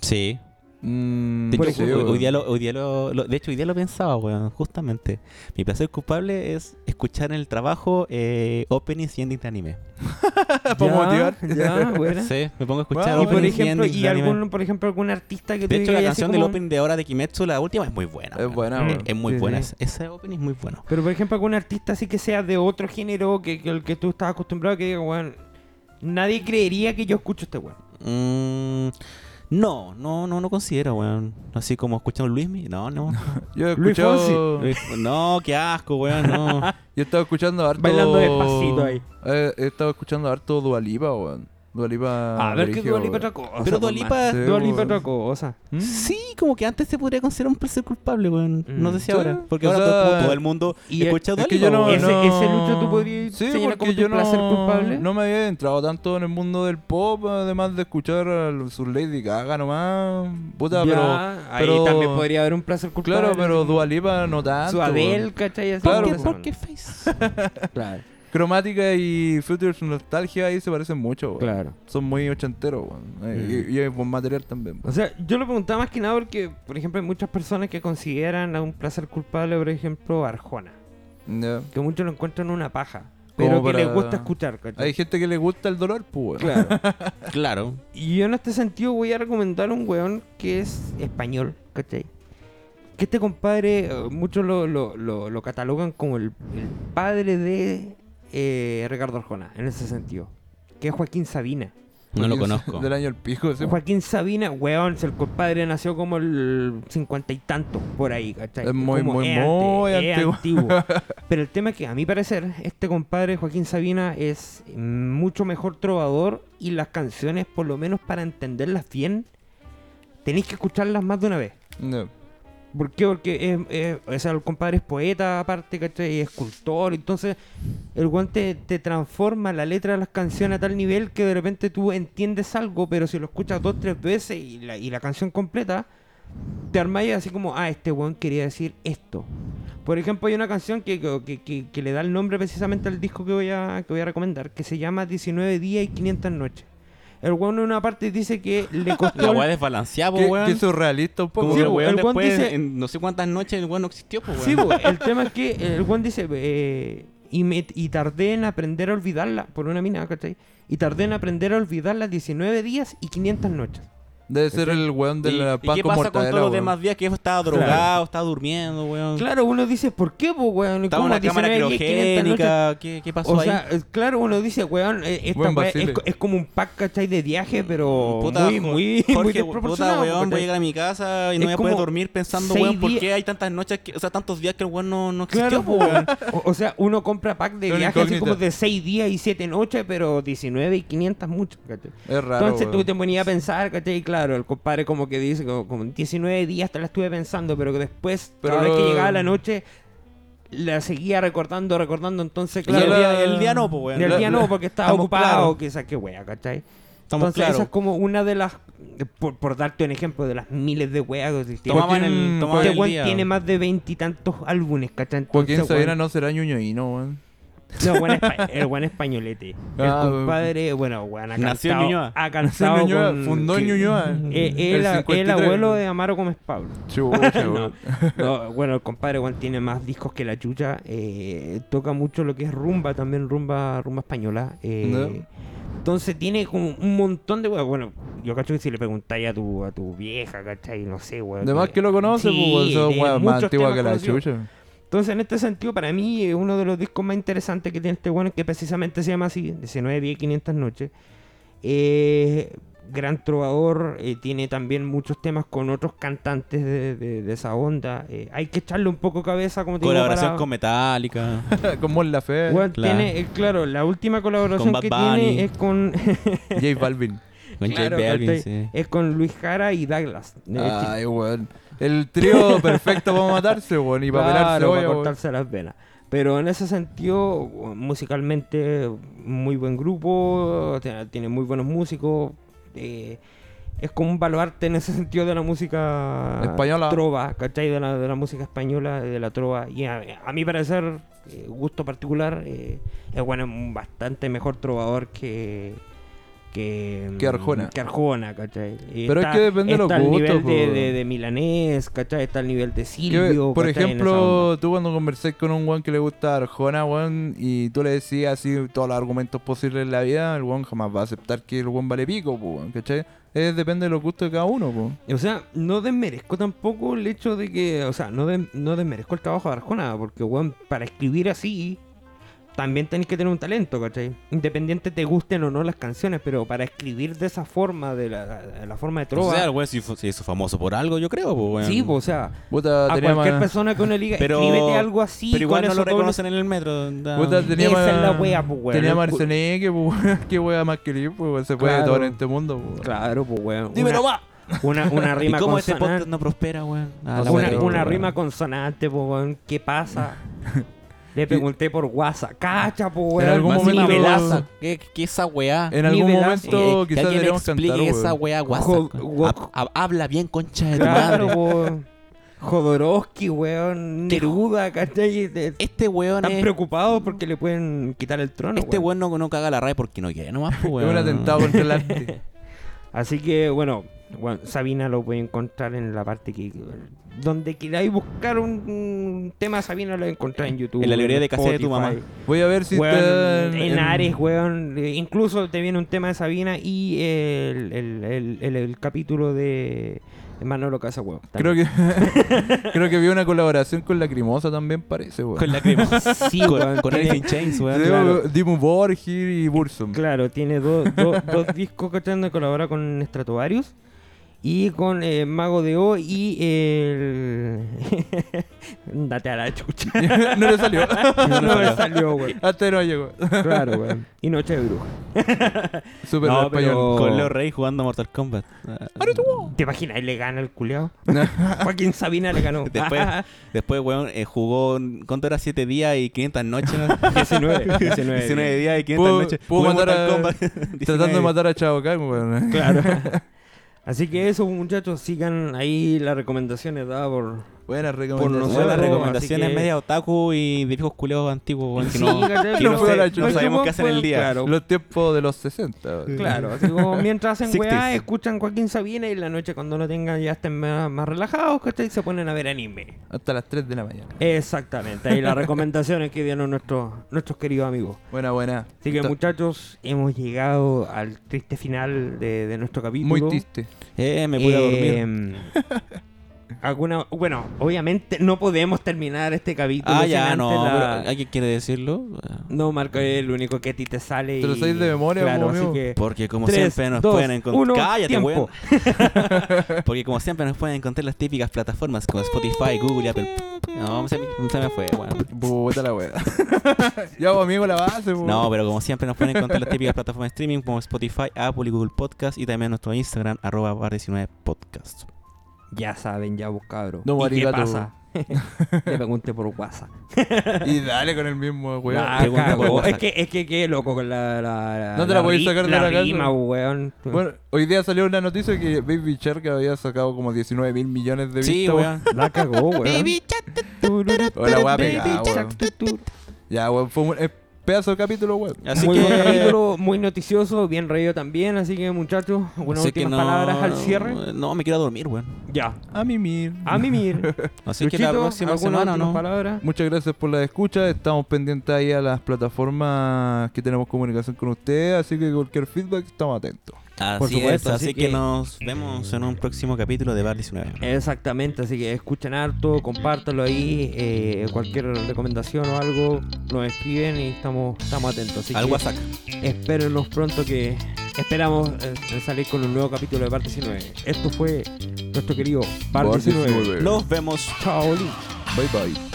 Speaker 6: Sí.
Speaker 4: Mm,
Speaker 6: De
Speaker 2: Por
Speaker 6: hecho,
Speaker 2: ejemplo.
Speaker 6: hoy, hoy día, lo, hoy día lo- lo- de hecho, hoy día lo pensaba, weón, justamente. Mi placer culpable es escuchar en el trabajo eh, openings y endings de anime.
Speaker 2: Ya,
Speaker 4: ¿Para motivar?
Speaker 2: Ya, buena.
Speaker 6: Sí, me pongo a escuchar
Speaker 4: Wow.
Speaker 2: Y por
Speaker 6: openings
Speaker 2: ejemplo,
Speaker 6: endings
Speaker 2: y
Speaker 6: de anime.
Speaker 2: algún, por ejemplo, algún artista que tú
Speaker 6: De hecho, la
Speaker 2: digas así
Speaker 6: canción del
Speaker 2: como-
Speaker 6: opening de ahora de Kimetsu, la última, es muy buena.
Speaker 4: Es
Speaker 6: weón.
Speaker 4: buena,
Speaker 2: Mm.
Speaker 4: weón.
Speaker 6: Es muy
Speaker 2: Sí,
Speaker 6: buena.
Speaker 2: sí.
Speaker 6: es- Ese opening es muy bueno.
Speaker 2: Pero por ejemplo, algún artista así que sea de otro género que, que el que tú estás acostumbrado, que diga, weón, nadie creería que yo escucho este weón.
Speaker 6: Mm, no, no, no, no considero, weón. Así como escuchando Luismi. No, no.
Speaker 4: Yo he
Speaker 2: Luis
Speaker 4: escuchado.
Speaker 6: Luis- no, qué asco, weón, no.
Speaker 4: Yo estaba escuchando harto.
Speaker 2: Bailando despacito ahí.
Speaker 4: Eh, he estado escuchando harto Dualipa, weón. Dualipa.
Speaker 2: a ver qué
Speaker 4: Brigio,
Speaker 2: Dualipa otra
Speaker 4: Ah, weón.
Speaker 2: cosa.
Speaker 6: Pero
Speaker 2: pues,
Speaker 6: Dualipa-
Speaker 2: man.
Speaker 4: Sí,
Speaker 2: Dualipa
Speaker 4: weón.
Speaker 2: otra cosa.
Speaker 4: ¿Mm?
Speaker 6: Sí, como que antes se podría considerar un placer culpable, weón. No sé
Speaker 4: Mm,
Speaker 6: si
Speaker 4: Sí,
Speaker 6: ahora. Porque
Speaker 4: o
Speaker 6: ahora
Speaker 4: sea,
Speaker 6: todo, todo el mundo
Speaker 2: y el-
Speaker 6: escucha
Speaker 4: es
Speaker 6: Dua
Speaker 4: que
Speaker 6: Lipa,
Speaker 4: yo no-
Speaker 6: weón.
Speaker 2: Ese-
Speaker 4: no-
Speaker 2: ese lucho tú podrías
Speaker 4: sí,
Speaker 2: señalar como
Speaker 4: porque
Speaker 2: tu
Speaker 4: yo no,
Speaker 2: placer culpable.
Speaker 4: No me había entrado tanto en el mundo del pop, además de escuchar a los- sus Lady Gaga nomás. Puta, pero.
Speaker 2: Ya, ahí
Speaker 4: pero-
Speaker 2: también podría haber un placer culpable.
Speaker 4: Claro, pero Dualipa no tanto.
Speaker 2: Su Adele, ¿cachai? Así
Speaker 4: Claro, pues,
Speaker 2: como-
Speaker 4: po.
Speaker 6: ¿Por qué Face?
Speaker 2: Claro,
Speaker 4: weón. Cromática y Future Nostalgia ahí se parecen mucho,
Speaker 6: pues.
Speaker 4: weón.
Speaker 2: claro.
Speaker 4: Son muy ochenteros, weón.
Speaker 6: Mm.
Speaker 4: Eh, Y, y hay buen material también.
Speaker 2: O
Speaker 4: weón.
Speaker 2: sea, yo lo preguntaba más que nada porque, por ejemplo, hay muchas personas que consideran a un placer culpable, por ejemplo, Arjona.
Speaker 4: Ya.
Speaker 2: Que muchos lo encuentran una paja.
Speaker 4: Como
Speaker 2: Pero que
Speaker 4: para-
Speaker 2: les gusta escuchar, ¿cachai?
Speaker 4: Hay gente que le gusta el dolor, pues, weón.
Speaker 2: Claro.
Speaker 6: claro.
Speaker 2: Y yo en este sentido voy a recomendar un weón que es español, ¿cachai? Que este compadre, eh, muchos lo, lo- lo- lo catalogan como el, el padre de eh, Ricardo Arjona, en ese sentido. Que es Joaquín Sabina.
Speaker 6: No lo
Speaker 4: Porque
Speaker 6: conozco.
Speaker 4: Del año el pico, sí.
Speaker 2: Joaquín Sabina, weón, si el compadre nació como el cincuenta y tantos por ahí, ¿cachai?
Speaker 4: Es muy,
Speaker 2: Como
Speaker 4: muy,
Speaker 2: es ante-
Speaker 4: muy
Speaker 2: es
Speaker 4: antiguo.
Speaker 2: Pero el tema es que, a mi parecer, este compadre Joaquín Sabina es mucho mejor trovador y las canciones, por lo menos para entenderlas bien, tenéis que escucharlas más de una vez.
Speaker 4: Ya.
Speaker 2: ¿Por qué? Porque es, es- o sea, el compadre es poeta, aparte, ¿cachai? Y escultor, entonces el guante te transforma la letra de las canciones a tal nivel que de repente tú entiendes algo, pero si lo escuchas dos, tres veces y la, y la canción completa, te armáis así como, ah, este guan quería decir esto. Por ejemplo, hay una canción que, que- que- que le da el nombre precisamente al disco que voy a, que voy a recomendar, que se llama 19 días y 500 noches. El guan en una parte dice que le costó...
Speaker 6: La
Speaker 2: el-
Speaker 6: weá desbalanceada, po,
Speaker 4: Que, que
Speaker 6: weón.
Speaker 4: es surrealista un poco.
Speaker 6: Como
Speaker 2: Sí,
Speaker 6: que el
Speaker 2: po,
Speaker 6: weón
Speaker 2: el weón
Speaker 6: después,
Speaker 2: dice-
Speaker 6: en no sé cuántas noches el weón no existió, po, weón.
Speaker 2: Sí,
Speaker 4: pues,
Speaker 2: po, el tema es que el Juan dice, eh, y, me- y tardé en aprender a olvidarla, por una mina, ¿cachai? Y tardé en aprender a olvidarla 19 días y 500 noches.
Speaker 4: Debe ser el weón de
Speaker 6: ¿Y,
Speaker 4: la
Speaker 6: y
Speaker 4: Paco
Speaker 6: qué pasa con
Speaker 4: Mortadela,
Speaker 6: todos los
Speaker 4: weón.
Speaker 6: demás días que estaba drogado, estaba durmiendo, weón?
Speaker 2: Claro, uno dice, ¿por qué, pues, weón?
Speaker 6: Estaba en una
Speaker 2: ¿Cómo
Speaker 6: cámara
Speaker 2: 19, 500 noches?
Speaker 6: criogénica, ¿qué, qué pasó
Speaker 2: O
Speaker 6: ahí?
Speaker 2: sea, eh, claro, uno dice, weón, eh, esta
Speaker 4: Buen
Speaker 2: weá
Speaker 4: vacile.
Speaker 2: es, co- es como un pack, ¿cachai? De viaje, pero
Speaker 6: Puta,
Speaker 2: muy,
Speaker 6: Jo-
Speaker 2: muy, muy
Speaker 6: Jorge,
Speaker 2: desproporcionado.
Speaker 6: puta, weón, voy a
Speaker 2: ¿cachai?
Speaker 6: llegar a mi casa y no
Speaker 2: Es
Speaker 6: voy a poder
Speaker 2: como
Speaker 6: dormir pensando,
Speaker 2: seis
Speaker 6: weón, ¿por
Speaker 2: días-
Speaker 6: qué hay tantas noches, que- o sea, tantos días que el weón no, no existió,
Speaker 2: Claro,
Speaker 6: po,
Speaker 2: pues,
Speaker 6: weón?
Speaker 2: weón. O, o sea, uno compra pack de
Speaker 4: Una
Speaker 2: viaje así
Speaker 4: incógnita.
Speaker 2: como de 6 días y 7 noches, pero 19 y 500 mucho, ¿cachai?
Speaker 4: Es raro,
Speaker 2: Entonces tú
Speaker 4: weón.
Speaker 2: te ponías a pensar, ¿cachai? Y claro, el compadre como que dice, como, como 19 días te la estuve pensando, pero que después,
Speaker 4: Pero
Speaker 2: cada vez que
Speaker 4: lo-
Speaker 2: llegaba la noche, la seguía recordando, recordando, entonces,
Speaker 6: Y el,
Speaker 2: claro...
Speaker 6: día, el día no, pues,
Speaker 2: En
Speaker 6: weón.
Speaker 2: el
Speaker 4: La-
Speaker 2: día
Speaker 4: la-
Speaker 2: no, porque estaba
Speaker 6: estamos
Speaker 2: ocupado,
Speaker 6: claros.
Speaker 2: quizás que wea, ¿cachai?
Speaker 6: Estamos
Speaker 2: Entonces,
Speaker 6: claros.
Speaker 2: esa es como una de las. de- Por, por darte un ejemplo de las miles de weas que existían.
Speaker 6: Tomaban el,
Speaker 4: Joaquín-
Speaker 6: tomaban
Speaker 2: Este
Speaker 6: el
Speaker 2: weón
Speaker 6: día.
Speaker 2: tiene más de veintitantos álbumes, ¿cachai? Entonces,
Speaker 4: Joaquín Sabina
Speaker 2: weón-
Speaker 4: no será ñoñoíno, weón.
Speaker 2: no, weón espa- el buen españolete. El
Speaker 4: Ah,
Speaker 2: compadre, bueno, weón, ha
Speaker 6: Nació en
Speaker 2: cantado-
Speaker 6: Ñuñoa.
Speaker 2: Ha
Speaker 4: Nació en
Speaker 2: cantado
Speaker 4: Ñuñoa,
Speaker 2: con-
Speaker 4: fundó en
Speaker 2: que-
Speaker 4: Ñuñoa.
Speaker 2: Eh, el, a- el
Speaker 4: 53.
Speaker 2: abuelo de Amaro Gómez Pablo.
Speaker 4: Chucha,
Speaker 2: No.
Speaker 4: weón.
Speaker 2: No, bueno, el compadre weón, tiene más discos que la chucha. eh, toca mucho lo que es rumba también, rumba rumba española. eh, Entonces tiene como un montón de weas. Bueno, yo cacho que si le preguntáis a tu, a tu vieja, ¿cachai? No sé, weón.
Speaker 4: Además que lo conoce,
Speaker 2: Sí,
Speaker 4: pues, weón,
Speaker 2: de
Speaker 4: esa weá más
Speaker 2: muchos
Speaker 4: antigua
Speaker 2: temas
Speaker 4: que la
Speaker 2: conocidos.
Speaker 4: chucha.
Speaker 2: Entonces, en este sentido, para mí, eh, uno de los discos más interesantes que tiene este bueno, que precisamente se llama así, 19, 10, 500 noches. Eh, gran trovador, eh, tiene también muchos temas con otros cantantes de, de- de esa onda. Eh, hay que echarle un poco cabeza, como te digo,
Speaker 6: Colaboración
Speaker 2: para-
Speaker 6: con Metallica.
Speaker 4: Con Mon Laferte,
Speaker 2: Weón,
Speaker 6: Claro.
Speaker 2: tiene, eh, claro, la última colaboración
Speaker 6: Bad
Speaker 2: que
Speaker 6: Bunny.
Speaker 2: tiene es con,
Speaker 4: J Balvin.
Speaker 6: Con J
Speaker 2: Claro,
Speaker 6: Balvin,
Speaker 2: ¿cachai?
Speaker 6: sí.
Speaker 2: es con Luis Jara y Douglas. eh, chi-
Speaker 4: Ay, weón. El trío perfecto para matarse, weón, y para pelarse
Speaker 2: Claro, para
Speaker 4: olla, eh, weón.
Speaker 2: cortarse las venas. Pero en ese sentido, musicalmente, muy buen grupo, te- tiene muy buenos músicos. eh, es como un baluarte en ese sentido de la música
Speaker 4: Española.
Speaker 2: Trova, ¿cachai? De la, de la música española, de la trova. Y a, a mi parecer, eh, gusto particular, eh, es bueno, un bastante mejor trovador que. Que,
Speaker 4: Que Arjona.
Speaker 2: Que Arjona, ¿cachai? Y
Speaker 4: Pero es que depende de los
Speaker 2: está al
Speaker 4: gustos,
Speaker 2: nivel de,
Speaker 4: po.
Speaker 2: de- de Milanés, ¿cachai? Está al nivel de
Speaker 4: Que,
Speaker 2: Silvio.
Speaker 4: por
Speaker 2: ¿cachai? En esa onda.
Speaker 4: ejemplo, tú cuando conversás con un weón que le gusta Arjona, weón, y tú le decís así todos los argumentos posibles en la vida, el weón jamás va a aceptar que el weón vale pico, po, weón, ¿cachai? Es, depende de los gustos de cada uno, pues. po.
Speaker 2: O sea, no desmerezco tampoco el hecho de que. O sea, no, des- no desmerezco el trabajo de Arjona, porque, weón, para escribir así, también tenés que tener un talento, ¿cachai? Independiente te gusten o no las canciones, pero para escribir de esa forma, de la, de la forma de trova.
Speaker 6: O sea, el weón se hizo, se hizo famoso por algo, yo creo, pues, weón.
Speaker 2: sí, po, o sea,
Speaker 4: Puta,
Speaker 2: a
Speaker 4: tenía
Speaker 2: cualquier
Speaker 4: más-
Speaker 2: persona que uno le diga,
Speaker 6: Pero-
Speaker 2: escríbete algo así,
Speaker 6: Pero
Speaker 2: con
Speaker 6: igual no lo
Speaker 2: esos dobles-
Speaker 6: reconocen en el metro. da-
Speaker 4: Puta, tenía
Speaker 2: Esa es
Speaker 4: más-
Speaker 2: la wea, po, weón.
Speaker 4: Tenía
Speaker 2: El cu-
Speaker 4: Marceneque, po, weón. Qué wea más querida, po, weón. Se puede
Speaker 2: Claro.
Speaker 4: todo en este mundo, po, weón.
Speaker 2: Claro, pues, weón.
Speaker 6: Dímelo,
Speaker 2: una,
Speaker 6: va.
Speaker 2: una, una
Speaker 6: ¿Y
Speaker 2: rima
Speaker 6: cómo este ese podcast
Speaker 2: consonante.
Speaker 6: no prospera, weón? Ah, la
Speaker 4: No
Speaker 6: weá
Speaker 2: Una,
Speaker 4: sé,
Speaker 6: triste,
Speaker 2: una
Speaker 4: weón.
Speaker 6: weón.
Speaker 2: rima consonante, po, weón. ¿Qué pasa? Le pregunté por WhatsApp. Cacha, po, weón.
Speaker 4: En algún
Speaker 6: Más
Speaker 4: momento-
Speaker 6: nivelaza. ¿Qué, qué esa weá?
Speaker 4: En algún
Speaker 2: Nivelazo.
Speaker 4: momento
Speaker 6: Eh, que
Speaker 4: quizás
Speaker 6: alguien
Speaker 4: deberíamos
Speaker 6: explique
Speaker 4: cantar,
Speaker 6: esa
Speaker 4: weón.
Speaker 6: weá,
Speaker 2: Jo-
Speaker 6: WhatsApp.
Speaker 2: wo-
Speaker 6: Hab- hab- Habla bien, concha de tu
Speaker 2: Claro,
Speaker 6: madre.
Speaker 2: po. Jodorowsky, weón.
Speaker 6: Qué
Speaker 2: Neruda, ¿cachai? De-
Speaker 6: Este weón
Speaker 2: Están
Speaker 6: es...
Speaker 2: preocupados porque le pueden quitar el trono.
Speaker 6: Este weón no, no caga la raya porque no quiere nomás, pues,
Speaker 4: Es
Speaker 6: weón.
Speaker 4: un atentado contra el arte.
Speaker 2: Así que, bueno, bueno, Sabina lo puede encontrar en la parte que. Donde queráis buscar un, un tema, Sabina lo encontráis en YouTube.
Speaker 6: En la librería de
Speaker 2: casa
Speaker 6: cassette de tu mamá.
Speaker 4: Voy a ver si está
Speaker 2: Weón, en Ares, weón. eh, Incluso te viene un tema de Sabina y el, el, el, el- el capítulo de Manolo Casa, weón.
Speaker 4: Creo que creo que vi una colaboración con Lacrimosa también parece, weón.
Speaker 6: Con lágrimas.
Speaker 2: Sí,
Speaker 6: con
Speaker 2: weón,
Speaker 6: con
Speaker 2: tiene-
Speaker 6: Alice in Chains, weón.
Speaker 4: Creo
Speaker 6: Claro.
Speaker 4: que Dimmu Borgir y Bursum.
Speaker 2: Claro, tiene do- do- dos discos que están colabora con Stratovarius y con eh, Mago de O y el. Date a la chucha.
Speaker 4: no le salió.
Speaker 2: No me salió, weón.
Speaker 4: Hasta ahí no llegó.
Speaker 2: Claro, weón. Y Noche de Bruja.
Speaker 4: Super
Speaker 2: No,
Speaker 4: español.
Speaker 2: pero-
Speaker 6: Con Leo Rey jugando Mortal Kombat. Ah,
Speaker 2: ¿Te imaginas? Él le gana el culeado. Joaquín Sabina le ganó.
Speaker 6: Después, después weón, eh, jugó. ¿Cuánto era? 7 días y 500 noches. ¿no?
Speaker 2: 19, 19.
Speaker 6: 19 días y 500
Speaker 4: Puedo-
Speaker 6: noches.
Speaker 4: puedo
Speaker 6: Jugó
Speaker 4: matar
Speaker 6: Mortal
Speaker 4: a-
Speaker 6: Kombat. 19.
Speaker 4: Tratando de matar a Chavo Kahn, weón.
Speaker 2: Claro. Así que eso, muchachos, sigan ahí las recomendaciones dadas por
Speaker 4: Buenas
Speaker 2: Por
Speaker 4: recomendaciones.
Speaker 6: Son las
Speaker 2: nosotros,
Speaker 6: recomendaciones
Speaker 2: así que-
Speaker 6: media otaku y de viejos culeos antiguos, weón, que
Speaker 2: Sí,
Speaker 6: no,
Speaker 2: ¿cachai?
Speaker 6: que no
Speaker 4: No
Speaker 6: sé-
Speaker 4: puedo la chupa.
Speaker 6: no sabemos qué hacen el día.
Speaker 2: Claro,
Speaker 4: Los tiempos de los 60.
Speaker 2: Claro, así como mientras hacen
Speaker 6: 60s.
Speaker 2: weá, escuchan Joaquín Sabina y en la noche cuando lo tengan ya estén más, más relajados, ¿cachai? Se ponen a ver anime.
Speaker 4: Hasta las 3 de la mañana.
Speaker 2: Exactamente, ahí las recomendaciones que dieron nuestros, nuestros queridos amigos.
Speaker 4: Buena, buena.
Speaker 2: Así que
Speaker 4: Está
Speaker 2: muchachos, hemos llegado al triste final de, de nuestro capítulo.
Speaker 4: Muy triste.
Speaker 6: Eh, me pude dormir.
Speaker 2: Eh, alguna, bueno, obviamente no podemos terminar este capítulo.
Speaker 6: Ah,
Speaker 2: sin
Speaker 6: ya,
Speaker 2: antes
Speaker 6: no.
Speaker 2: la-
Speaker 6: pero ¿Alguien quiere decirlo?
Speaker 2: No, Marco, es el único que a ti te sale.
Speaker 4: Te lo
Speaker 2: y-
Speaker 4: sabes de memoria,
Speaker 2: claro,
Speaker 4: amigo.
Speaker 2: así que...
Speaker 6: Porque como
Speaker 2: Eh, Tres,
Speaker 6: siempre nos
Speaker 2: dos,
Speaker 6: pueden encontrar...
Speaker 2: uno,
Speaker 6: ¡Cállate,
Speaker 2: tiempo.
Speaker 6: weón! Porque como siempre nos pueden encontrar las típicas plataformas como Spotify, Google, Apple... No, se me, se me fue, weón.
Speaker 4: Puta la wea. ya, pues, amigo, la base. pues.
Speaker 6: No, pero como siempre nos pueden encontrar las típicas plataformas de streaming como Spotify, Apple y Google Podcast y también nuestro Instagram, arroba bar19podcast.
Speaker 2: Ya saben, ya vos cabros.
Speaker 4: No,
Speaker 2: ¿Y qué
Speaker 4: arigato.
Speaker 2: pasa? Le pregunté por WhatsApp.
Speaker 4: Y dale con el mismo weón.
Speaker 2: Ah,
Speaker 6: qué bueno
Speaker 2: cago.
Speaker 6: por WhatsApp.
Speaker 2: Es que, es que qué loco con la, la,
Speaker 4: No te la podéis
Speaker 2: ri-
Speaker 4: sacar de la cabeza.
Speaker 2: rima, weón.
Speaker 4: Bueno, hoy día salió una noticia que Baby Shark había sacado como 19 mil millones de vistas.
Speaker 6: Sí, weón.
Speaker 2: La cagó, weón.
Speaker 4: Hola, weá,
Speaker 2: Baby
Speaker 4: pegada, weón.
Speaker 2: Shark, tu, tu.
Speaker 4: Ya, weón, fue un eh, pedazo de capítulo, weón.
Speaker 6: Así
Speaker 2: muy buen
Speaker 6: que...
Speaker 2: capítulo, muy noticioso, bien reído también. Así que, muchachos, unas
Speaker 6: así que
Speaker 2: últimas
Speaker 6: no-
Speaker 2: palabras al cierre.
Speaker 6: No, me quiero dormir, weón.
Speaker 2: Ya,
Speaker 4: A mimir.
Speaker 2: a mimir.
Speaker 6: Así que la
Speaker 2: Luchito,
Speaker 6: próxima
Speaker 2: ¿alguna
Speaker 6: semana,
Speaker 2: última
Speaker 6: ¿no?
Speaker 2: palabra?
Speaker 4: Muchas gracias por la escucha. Estamos pendientes ahí a las plataformas que tenemos comunicación con ustedes. Así que cualquier feedback, estamos atentos.
Speaker 6: Así
Speaker 2: Por supuesto,
Speaker 6: es,
Speaker 2: así
Speaker 6: así que...
Speaker 2: que-
Speaker 6: nos vemos en un próximo capítulo de Bar 19.
Speaker 2: Exactamente, así que escuchen harto, compártalo ahí, eh, cualquier recomendación o algo, nos escriben y estamos, estamos atentos. Así
Speaker 6: Al
Speaker 2: que
Speaker 6: WhatsApp.
Speaker 2: espérenos pronto que esperamos eh, salir con un nuevo capítulo de Parte 19. Esto fue nuestro querido Parte
Speaker 4: Bar
Speaker 2: 19.
Speaker 4: 19.
Speaker 6: Nos vemos.
Speaker 2: Chao, Lin.
Speaker 4: Bye bye.